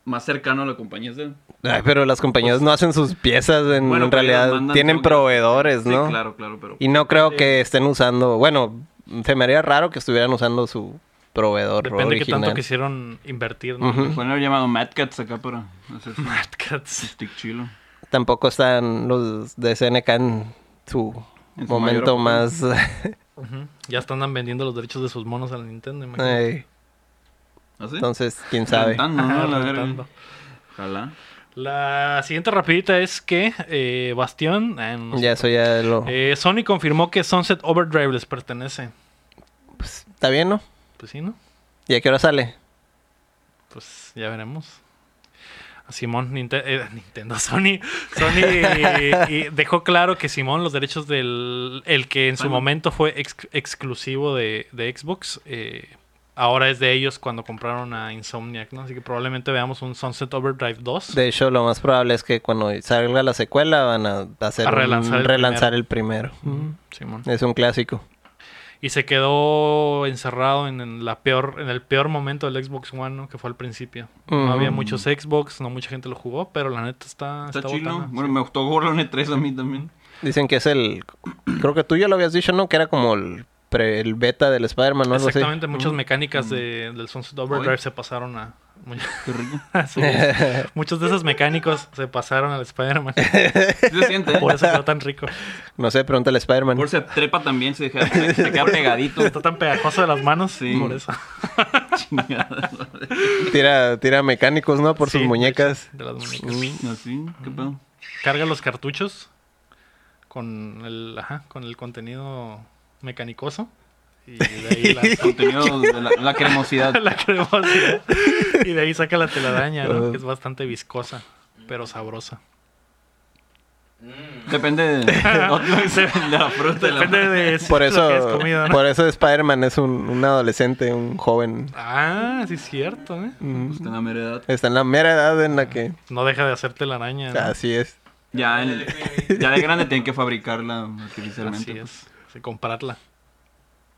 Speaker 3: Más cercano a la compañía. ¿sí?
Speaker 2: Ay, pero las compañías no hacen sus piezas, en,
Speaker 3: Bueno,
Speaker 2: en
Speaker 3: pero ellos
Speaker 2: realidad
Speaker 3: mandan
Speaker 2: tienen
Speaker 3: todo que-
Speaker 2: proveedores,
Speaker 3: Sí,
Speaker 2: ¿no?
Speaker 3: claro, claro, pero...
Speaker 2: Y no creo que estén usando, bueno, se me haría raro que estuvieran usando su proveedor
Speaker 1: Depende de qué
Speaker 2: original.
Speaker 1: tanto quisieron invertir, ¿no?
Speaker 2: Ujú.
Speaker 3: Pueden haber llamado Mad Cats acá para hacer su
Speaker 1: Cats.
Speaker 3: stick chilo.
Speaker 2: Tampoco están los de SNK en su,
Speaker 3: En su
Speaker 2: momento
Speaker 3: mayor
Speaker 2: más...
Speaker 1: Ujú. Ya están vendiendo los derechos de sus monos a la Nintendo, imagínate.
Speaker 2: Ay,
Speaker 3: ¿Así?
Speaker 2: entonces, quién sabe.
Speaker 3: Rentando, ¿Ah, ¿no?
Speaker 1: Ajá,
Speaker 3: A la verga.
Speaker 1: rentando.
Speaker 3: Ojalá.
Speaker 1: La siguiente rapidita es que eh, Bastión... eh, no sé.
Speaker 2: Ya, eso ya lo...
Speaker 1: Eh, Sony confirmó que Sunset Overdrive les pertenece.
Speaker 2: pues, Está bien, ¿no?
Speaker 1: Pues sí, ¿no?
Speaker 2: ¿Y a qué hora sale?
Speaker 1: Pues ya veremos. A Simón, Ninte- eh, Nintendo, Sony, Sony y dejó claro que Simón, los derechos del el que en su
Speaker 3: Bueno.
Speaker 1: momento fue ex- exclusivo de, de Xbox, eh, ahora es de ellos cuando compraron a Insomniac, ¿no? Así que probablemente veamos un Sunset Overdrive 2.
Speaker 2: De hecho, lo más probable es que cuando salga la secuela van a hacer
Speaker 1: A
Speaker 2: un-
Speaker 1: relanzar el
Speaker 2: relanzar el primero.
Speaker 3: Mm.
Speaker 1: Simón.
Speaker 2: Es un clásico.
Speaker 1: Y se quedó encerrado en, en la peor, en el peor momento del Xbox One, ¿no? que fue al principio. No
Speaker 2: Ujú.
Speaker 1: había muchos Xbox, no mucha gente lo jugó, pero la neta está,
Speaker 3: Mm. Está
Speaker 1: Ah, está
Speaker 3: chilo.
Speaker 1: botana,
Speaker 3: Bueno,
Speaker 1: sí.
Speaker 3: me gustó Gorlone 3 a mí también.
Speaker 2: Dicen que es el... Creo que tú ya lo habías dicho, ¿no? Que era como el, pre- el beta del Spider-Man, ¿no? Algo así.
Speaker 1: Exactamente, muchas mecánicas de, del Sunset Overdrive
Speaker 3: Oye.
Speaker 1: se pasaron a...
Speaker 3: Qué rico.
Speaker 1: Así es. Muchos de esos mecánicos se pasaron al Spider-Man.
Speaker 3: Sí se siente, ¿eh?
Speaker 1: Por eso quedó tan rico.
Speaker 2: No sé, pregúntale a Spider-Man.
Speaker 3: Por se trepa también, se, deja, se, se queda pegadito.
Speaker 1: Está tan pegajoso de las manos.
Speaker 3: Sí.
Speaker 1: Por eso.
Speaker 3: Chingada.
Speaker 2: Tira, tira mecánicos, ¿no? Por
Speaker 1: Sí,
Speaker 2: sus muñecas.
Speaker 1: De las muñecas.
Speaker 3: Así, qué pedo.
Speaker 1: Carga los cartuchos con el, ajá, con el contenido mecanicoso. Y de ahí la,
Speaker 3: Contenido de la, la cremosidad.
Speaker 1: la cremosidad. Y de ahí saca la telaraña, ¿no? Que es bastante viscosa, pero sabrosa.
Speaker 4: Mm.
Speaker 3: Depende de, de la fruta. de la-
Speaker 1: Depende de
Speaker 2: Por
Speaker 1: lo que es
Speaker 2: eso,
Speaker 1: comida, ¿no?
Speaker 2: por eso Spider-Man es un, un adolescente, un joven.
Speaker 1: Ah, sí es cierto, ¿eh?
Speaker 2: Mm.
Speaker 3: Pues, de la mera edad.
Speaker 2: Está en la mera edad en la que...
Speaker 1: No deja de hacer telaraña. ¿no?
Speaker 2: Así es.
Speaker 3: Ya, en- ya de grande tienen que fabricarla artificialmente.
Speaker 1: Así es.
Speaker 2: pues.
Speaker 1: Sí, comprarla.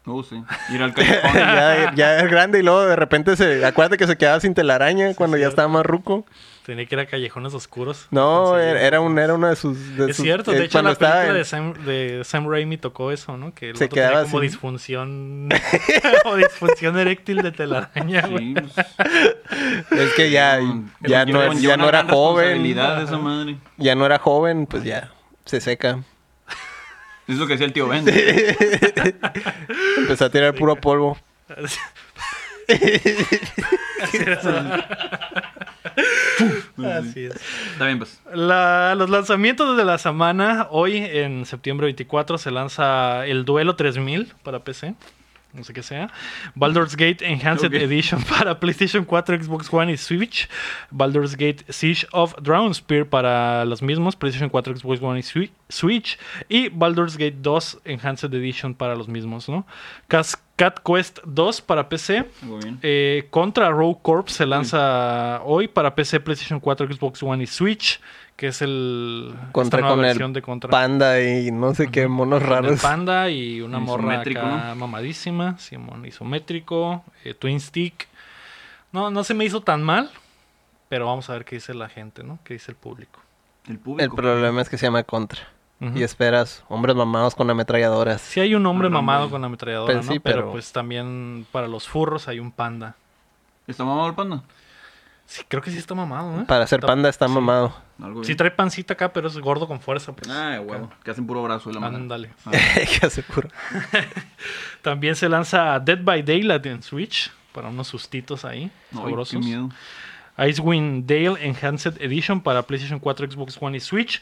Speaker 3: Oh, sí. Ir al callejón.
Speaker 2: Ya, ya es grande y luego de repente se... Acuérdate que se quedaba sin telaraña cuando ya estaba más ruco.
Speaker 1: Tenía que ir a callejones oscuros.
Speaker 2: No,
Speaker 1: Conseguir-
Speaker 2: era, era un, era uno de sus... de
Speaker 1: Es
Speaker 2: sus-
Speaker 1: cierto,
Speaker 2: eh,
Speaker 1: de hecho la
Speaker 2: estaba
Speaker 1: película
Speaker 2: en-
Speaker 1: de, Sam, de Sam Raimi tocó eso, ¿no? Que el
Speaker 2: Se
Speaker 1: otro tenía
Speaker 2: quedaba
Speaker 1: como
Speaker 2: así.
Speaker 1: disfunción o disfunción eréctil de telaraña, güey.
Speaker 3: Sí, pues,
Speaker 2: Es que ya, ya, no, es- ya no era
Speaker 3: Conlleva una gran responsabilidad
Speaker 2: joven.
Speaker 3: Esa madre.
Speaker 2: Ya no era joven, pues ya se seca.
Speaker 3: Es lo que decía el tío Ben. Sí,
Speaker 2: Empezó a tirar puro polvo.
Speaker 1: Así es.
Speaker 3: Está bien, pues.
Speaker 1: La- los lanzamientos de la semana, hoy en septiembre 24 se lanza el Duelo 3000 para PC. No sé qué sea. Baldur's Gate Enhanced
Speaker 3: Ok.
Speaker 1: Edition para PlayStation 4, Xbox One y Switch. Baldur's Gate Siege of Drownspear para los mismos, PlayStation 4, Xbox One y Swi- Switch. Y Baldur's Gate 2 Enhanced Edition para los mismos, ¿no? Cas- Cat Quest 2 para PC.
Speaker 3: Muy bien.
Speaker 1: Eh, contra Rogue Corp se
Speaker 3: Mm.
Speaker 1: lanza hoy para PC, PlayStation 4, Xbox One y Switch, que es el esta
Speaker 2: Contra
Speaker 1: nueva
Speaker 2: con el
Speaker 1: versión de Contra.
Speaker 2: Panda y no sé qué monos
Speaker 1: Con el
Speaker 2: raros.
Speaker 1: Panda y una morra
Speaker 3: Isométrico,
Speaker 1: acá mamadísima, Simón isométrico, eh, Twin Stick. No, no se me hizo tan mal, pero vamos a ver qué dice la gente, ¿no? Qué dice el público.
Speaker 3: El
Speaker 2: El
Speaker 3: público.
Speaker 2: problema es que se llama Contra.
Speaker 1: Ujú.
Speaker 2: Y esperas hombres mamados con ametralladoras.
Speaker 1: Sí hay un hombre
Speaker 3: Rambo.
Speaker 1: mamado con la ametralladora,
Speaker 2: Pues sí,
Speaker 1: ¿no? Pero,
Speaker 2: pero-
Speaker 1: pues también para los furros hay un panda.
Speaker 3: ¿Está mamado el panda?
Speaker 1: Sí, creo que sí está mamado, ¿eh?
Speaker 2: Para ser
Speaker 1: Está-
Speaker 2: panda está
Speaker 1: sí.
Speaker 2: mamado.
Speaker 3: Algo
Speaker 1: Sí
Speaker 3: bien.
Speaker 1: trae pancita acá, pero es gordo con fuerza. Pues.
Speaker 3: Ah, huevo. Que hacen puro brazo de la mano.
Speaker 1: Ándale.
Speaker 2: que hace puro.
Speaker 1: También se lanza Dead by Daylight en Switch para unos sustitos ahí,
Speaker 3: No, qué
Speaker 1: sabrosos.
Speaker 3: miedo.
Speaker 1: Icewind Dale Enhanced Edition para PlayStation 4, Xbox One y Switch.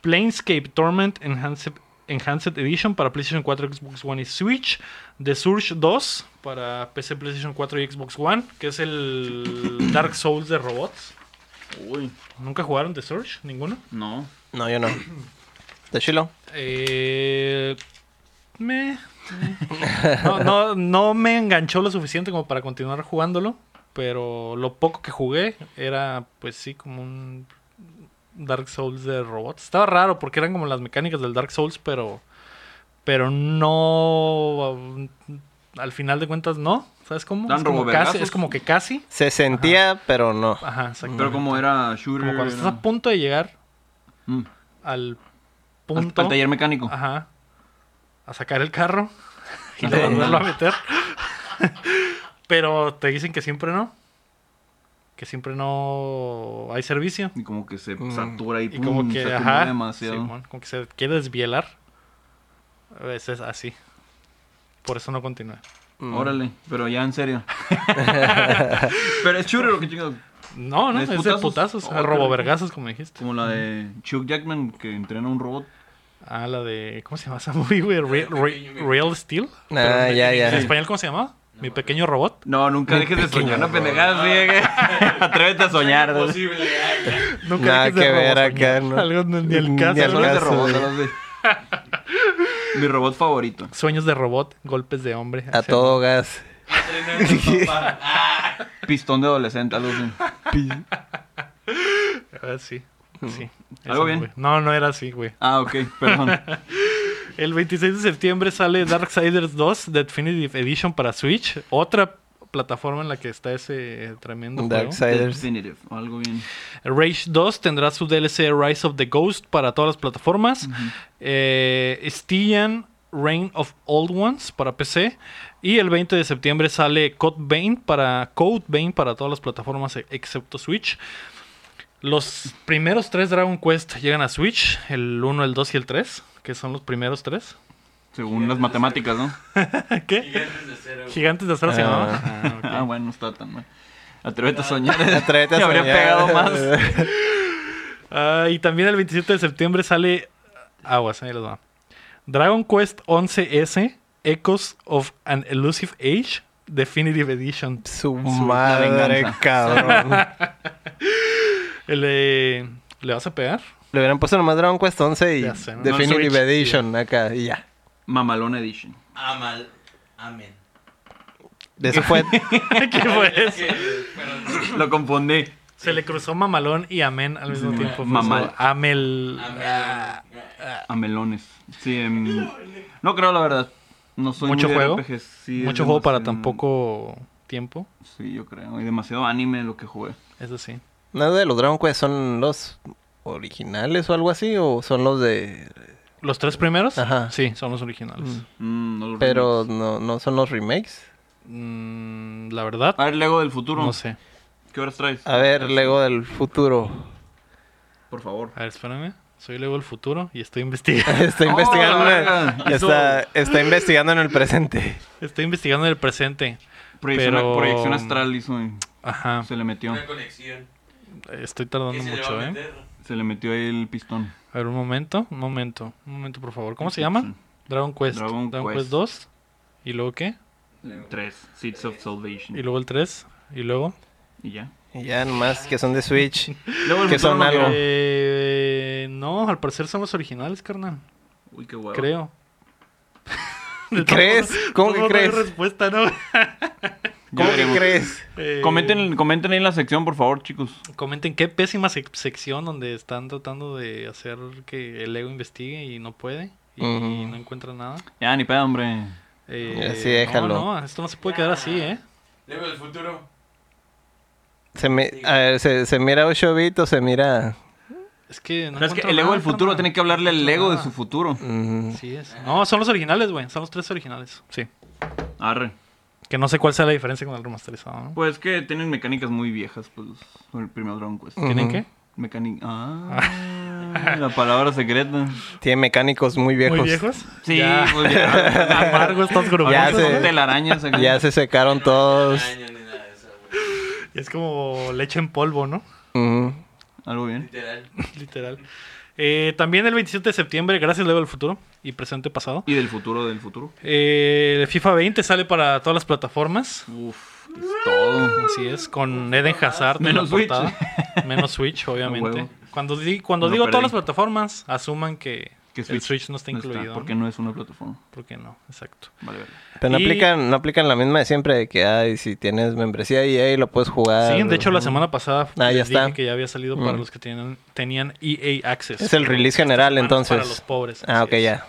Speaker 1: Planescape Torment Enhanced, Enhanced Edition para PlayStation 4, Xbox One y Switch. The Surge 2 para PC, PlayStation 4 y Xbox One, que es el Dark Souls de robots.
Speaker 3: Uy.
Speaker 1: ¿Nunca jugaron The Surge? ¿Ninguno?
Speaker 3: No.
Speaker 2: No, yo no. ¿Está chilo?
Speaker 1: Eh, me, no, no, no me enganchó lo suficiente como para continuar jugándolo, pero lo poco que jugué era pues sí como un Dark Souls de robots. Estaba raro porque eran como las mecánicas del Dark Souls, pero pero no al final de cuentas no, ¿sabes cómo?
Speaker 3: Dan
Speaker 1: Es como,
Speaker 3: robovergazos.
Speaker 1: casi- es como que casi.
Speaker 2: Se sentía, pero no.
Speaker 1: Ajá, exactamente.
Speaker 3: Pero como era shooter.
Speaker 1: Como cuando
Speaker 3: era-
Speaker 1: estás a punto de llegar
Speaker 3: Mm.
Speaker 1: al
Speaker 3: Al-
Speaker 1: punto Ah.
Speaker 3: Al taller mecánico.
Speaker 1: Ajá. A sacar el carro y
Speaker 3: Ah,
Speaker 1: luego
Speaker 3: no.
Speaker 1: volverlo a meter. Pero te dicen que siempre no. Que siempre no hay servicio.
Speaker 3: Y como que se
Speaker 2: Mm.
Speaker 3: satura y,
Speaker 1: Y
Speaker 3: pum,
Speaker 1: como
Speaker 3: se
Speaker 1: que,
Speaker 3: acumula
Speaker 1: ajá,
Speaker 3: demasiado.
Speaker 1: Simón, como que se quiere desvielar. A veces así. Por eso no continúa.
Speaker 2: Mm.
Speaker 3: Órale, pero ya en serio. pero es shooter o qué chingados.
Speaker 1: No, no,
Speaker 3: ¿Es
Speaker 1: es, de
Speaker 3: putazos?
Speaker 1: putazos.
Speaker 3: Oh,
Speaker 1: a
Speaker 3: qué
Speaker 1: robovergazos, como dijiste.
Speaker 3: Como la de Chuck Jackman que entrena a un robot.
Speaker 1: Ah, la de. ¿Cómo se llama esa movie, güey? Re- re- Real Steel.
Speaker 2: Ah,
Speaker 1: Pero en-
Speaker 2: ya, ya.
Speaker 1: ¿En español cómo se llamaba? Mi pequeño robot.
Speaker 3: No, nunca dejes de soñar una pendejada así. ¿eh? de que- Atrévete a soñar. ¿no?
Speaker 4: Imposible. ay,
Speaker 1: Nunca
Speaker 2: Nada
Speaker 1: dejes de
Speaker 2: que ver
Speaker 1: robosoñar.
Speaker 2: acá, ¿no?
Speaker 1: Algo ni- ni el
Speaker 2: Ni
Speaker 1: caso.
Speaker 2: al
Speaker 1: ¿no?
Speaker 3: Solo es de
Speaker 2: caso,
Speaker 3: robot,
Speaker 2: güey.
Speaker 3: solo es de- Mi robot favorito.
Speaker 1: Sueños de robot, golpes de hombre.
Speaker 2: A
Speaker 1: Así,
Speaker 2: todo gas.
Speaker 4: entrenar a tu papá. Ah,
Speaker 3: Pistón de adolescente, algo así.
Speaker 1: ah, sí.
Speaker 2: Mm.
Speaker 1: sí.
Speaker 3: ¿Algo
Speaker 1: Eso,
Speaker 3: bien?
Speaker 1: güey. No, no era así, güey.
Speaker 3: Ah, ok, perdón.
Speaker 1: El 26 de septiembre sale Darksiders 2 Definitive Edition para Switch. Otra plataforma en la que está ese tremendo juego.
Speaker 2: Darksiders.
Speaker 3: Definitive, o algo bien.
Speaker 1: Rage 2 tendrá su DLC Rise of the Ghost para todas las plataformas. Eh, Stygian Reign of Old Ones para PC. Y el 20 de septiembre sale Code Vein para, Code Vein para todas las plataformas e- excepto Switch. Los primeros tres Dragon Quest llegan a Switch, el 1, el 2 y el 3, que son los primeros tres.
Speaker 3: Según las matemáticas, ¿no?
Speaker 1: ¿Qué?
Speaker 4: Gigantes de cero.
Speaker 1: Gigantes de acero se
Speaker 2: Ah.
Speaker 1: llamaba. Ah, ok.
Speaker 3: Ah, bueno, no está tan mal. Atrévete a soñar.
Speaker 2: Atrévete a
Speaker 3: Te habría
Speaker 2: soñar.
Speaker 3: pegado más.
Speaker 1: Ah, y también el 27 de septiembre sale. Aguas, ahí les va. Dragon Quest 11S Echoes of an Elusive Age Definitive Edition.
Speaker 2: Su
Speaker 3: Su- la
Speaker 2: madre,
Speaker 3: venganza.
Speaker 2: cabrón.
Speaker 1: ¿Le, ¿le vas a pegar?
Speaker 2: Le hubieran puesto nomás Dragon Quest 11 y
Speaker 1: Ya sé, ¿no?
Speaker 2: Definitive
Speaker 1: No, Switch,
Speaker 2: Edition acá y ya.
Speaker 3: Mamalona Edition.
Speaker 4: Amal. Amén.
Speaker 2: Eso fue.
Speaker 1: ¿Qué fue
Speaker 4: Es
Speaker 1: eso?
Speaker 4: que, pero-
Speaker 3: Lo confundí.
Speaker 1: Se le cruzó mamalón y amén al mismo
Speaker 3: Sí,
Speaker 1: tiempo. Fue
Speaker 3: mamal.
Speaker 1: eso, Amel.
Speaker 4: Amén.
Speaker 3: A melones. Sí, em, no creo, la verdad. No soy
Speaker 1: Mucho
Speaker 3: muy de
Speaker 1: juego.
Speaker 3: RPGs. Sí, es
Speaker 1: Mucho juego para tan
Speaker 3: demasiado-
Speaker 1: poco tiempo.
Speaker 3: Sí, yo creo. Y demasiado anime lo que jugué.
Speaker 1: Eso sí.
Speaker 2: ¿No de los Dragon Quest son los originales o algo así? ¿O son los de.?
Speaker 1: ¿Los tres primeros?
Speaker 2: Ajá.
Speaker 1: Sí, son los originales.
Speaker 3: Mm, no lo
Speaker 2: Pero
Speaker 3: recuerdo.
Speaker 2: no, no son los remakes.
Speaker 1: Mm, la verdad,
Speaker 3: A ver, Lego del futuro.
Speaker 1: no sé.
Speaker 3: ¿Qué horas traes?
Speaker 2: A ver, Lego del futuro.
Speaker 3: Por favor.
Speaker 1: A ver, espérame. Soy luego el futuro y estoy investigando.
Speaker 2: Está
Speaker 3: ¡Oh,
Speaker 2: investigando,
Speaker 3: la
Speaker 2: en-
Speaker 3: verga!
Speaker 2: está, está investigando en el presente.
Speaker 1: Estoy investigando en el presente.
Speaker 3: Proyección,
Speaker 1: Pero- Ah.
Speaker 3: proyección astral hizo y
Speaker 1: Ajá.
Speaker 3: se le metió.
Speaker 4: Una conexión.
Speaker 1: Estoy
Speaker 4: ¿Qué
Speaker 1: tardando
Speaker 4: se le va
Speaker 1: mucho,
Speaker 4: a
Speaker 1: ¿eh?
Speaker 4: meter?
Speaker 3: Se le metió ahí el pistón.
Speaker 1: A ver, un momento. Un momento. Un momento, por favor. ¿Cómo se llama? Dragon Quest.
Speaker 3: Dragon
Speaker 1: Dragon
Speaker 3: Quest.
Speaker 1: Quest 2. ¿Y luego qué?
Speaker 3: Tres. Seeds of Salvation.
Speaker 1: Y luego el 3. Y luego.
Speaker 3: Y ya.
Speaker 2: Y ya nomás que son de Switch.
Speaker 3: Luego
Speaker 2: Que son
Speaker 3: futuro no
Speaker 2: algo.
Speaker 3: llegó.
Speaker 1: Eh, no, al parecer son los originales, carnal.
Speaker 3: Uy, qué huevo.
Speaker 1: Creo.
Speaker 2: ¿Crees? ¿Cómo
Speaker 1: No,
Speaker 2: que
Speaker 1: no hay
Speaker 2: crees?
Speaker 1: respuesta, ¿no?
Speaker 3: Ya
Speaker 2: ¿Cómo que
Speaker 3: veremos.
Speaker 2: crees?
Speaker 1: Eh,
Speaker 3: Comenten, comenten ahí en la sección, por favor, chicos.
Speaker 1: Comenten qué pésima sec- sección donde están tratando de hacer que el ego investigue y no puede. Y
Speaker 2: Ujú.
Speaker 1: no encuentra nada.
Speaker 3: Ya, ni pedo, hombre.
Speaker 1: Eh,
Speaker 2: Así déjalo.
Speaker 1: No, no, esto no se puede quedar así, ¿eh?
Speaker 4: Luego el futuro.
Speaker 2: Se, me- a ver, ¿se, se mira 8 bits o se mira...
Speaker 1: Es que no
Speaker 3: Pero es que
Speaker 1: encuentro
Speaker 3: el ego
Speaker 1: nada,
Speaker 3: del futuro
Speaker 1: carnal.
Speaker 3: tiene que hablarle al
Speaker 1: No
Speaker 3: ego de
Speaker 1: encuentro
Speaker 3: su futuro.
Speaker 2: mm,
Speaker 1: nada. Así es. No, son los originales, güey. Son los tres originales. Sí.
Speaker 3: Arre.
Speaker 1: Que no sé cuál sea la diferencia con el remasterizado, ¿no?
Speaker 3: Pues que tienen mecánicas muy viejas, pues, con el primer Dragon Quest.
Speaker 1: ¿Tienen
Speaker 2: ujú.
Speaker 1: qué?
Speaker 3: Mecánica. Ah, la palabra secreta.
Speaker 2: Tiene mecánicos muy viejos.
Speaker 1: ¿Muy viejos?
Speaker 3: Sí,
Speaker 1: Ya.
Speaker 3: pues ya.
Speaker 1: Amargo estos grupos.
Speaker 2: Ya
Speaker 3: Ya
Speaker 2: se-
Speaker 3: son telarañas acá.
Speaker 2: Ya se secaron todos.
Speaker 4: Ni año ni nada de eso, güey.
Speaker 1: Es como leche en polvo, ¿no?
Speaker 2: Ujú.
Speaker 3: Algo bien.
Speaker 4: Literal.
Speaker 1: Literal. Eh, también el 27 de septiembre, gracias Lego del futuro y presente pasado.
Speaker 3: Y del futuro del futuro.
Speaker 1: Eh, el FIFA 20 sale para todas las plataformas.
Speaker 3: Uf, es todo.
Speaker 1: Así es, con Eden Hazard en
Speaker 3: Menos
Speaker 1: la
Speaker 3: Switch.
Speaker 1: portada. Menos Switch, obviamente.
Speaker 3: huevo.
Speaker 1: Cuando, di- cuando
Speaker 3: Lo
Speaker 1: digo
Speaker 3: perdí.
Speaker 1: todas las plataformas, asuman que,
Speaker 3: Que
Speaker 1: el
Speaker 3: Switch
Speaker 1: Switch no está
Speaker 3: No
Speaker 1: incluido. ¿no?
Speaker 3: porque no es una plataforma.
Speaker 1: ¿Por qué no? Exacto.
Speaker 3: Vale, vale.
Speaker 2: Pero no,
Speaker 1: Y-
Speaker 2: aplican, no aplican la misma de siempre de que, ay, si tienes membresía EA lo puedes jugar.
Speaker 1: Sí, de hecho la
Speaker 2: Ujú.
Speaker 1: semana pasada
Speaker 2: Ah, ya
Speaker 1: les dije
Speaker 2: está.
Speaker 1: que ya había salido para
Speaker 2: Mm.
Speaker 1: los que tenían, tenían EA Access.
Speaker 2: Es el
Speaker 1: Pero
Speaker 2: release
Speaker 1: esta
Speaker 2: general,
Speaker 1: semana es
Speaker 2: entonces.
Speaker 1: Para los pobres.
Speaker 2: Ah,
Speaker 1: así
Speaker 2: ok,
Speaker 1: es.
Speaker 2: ya.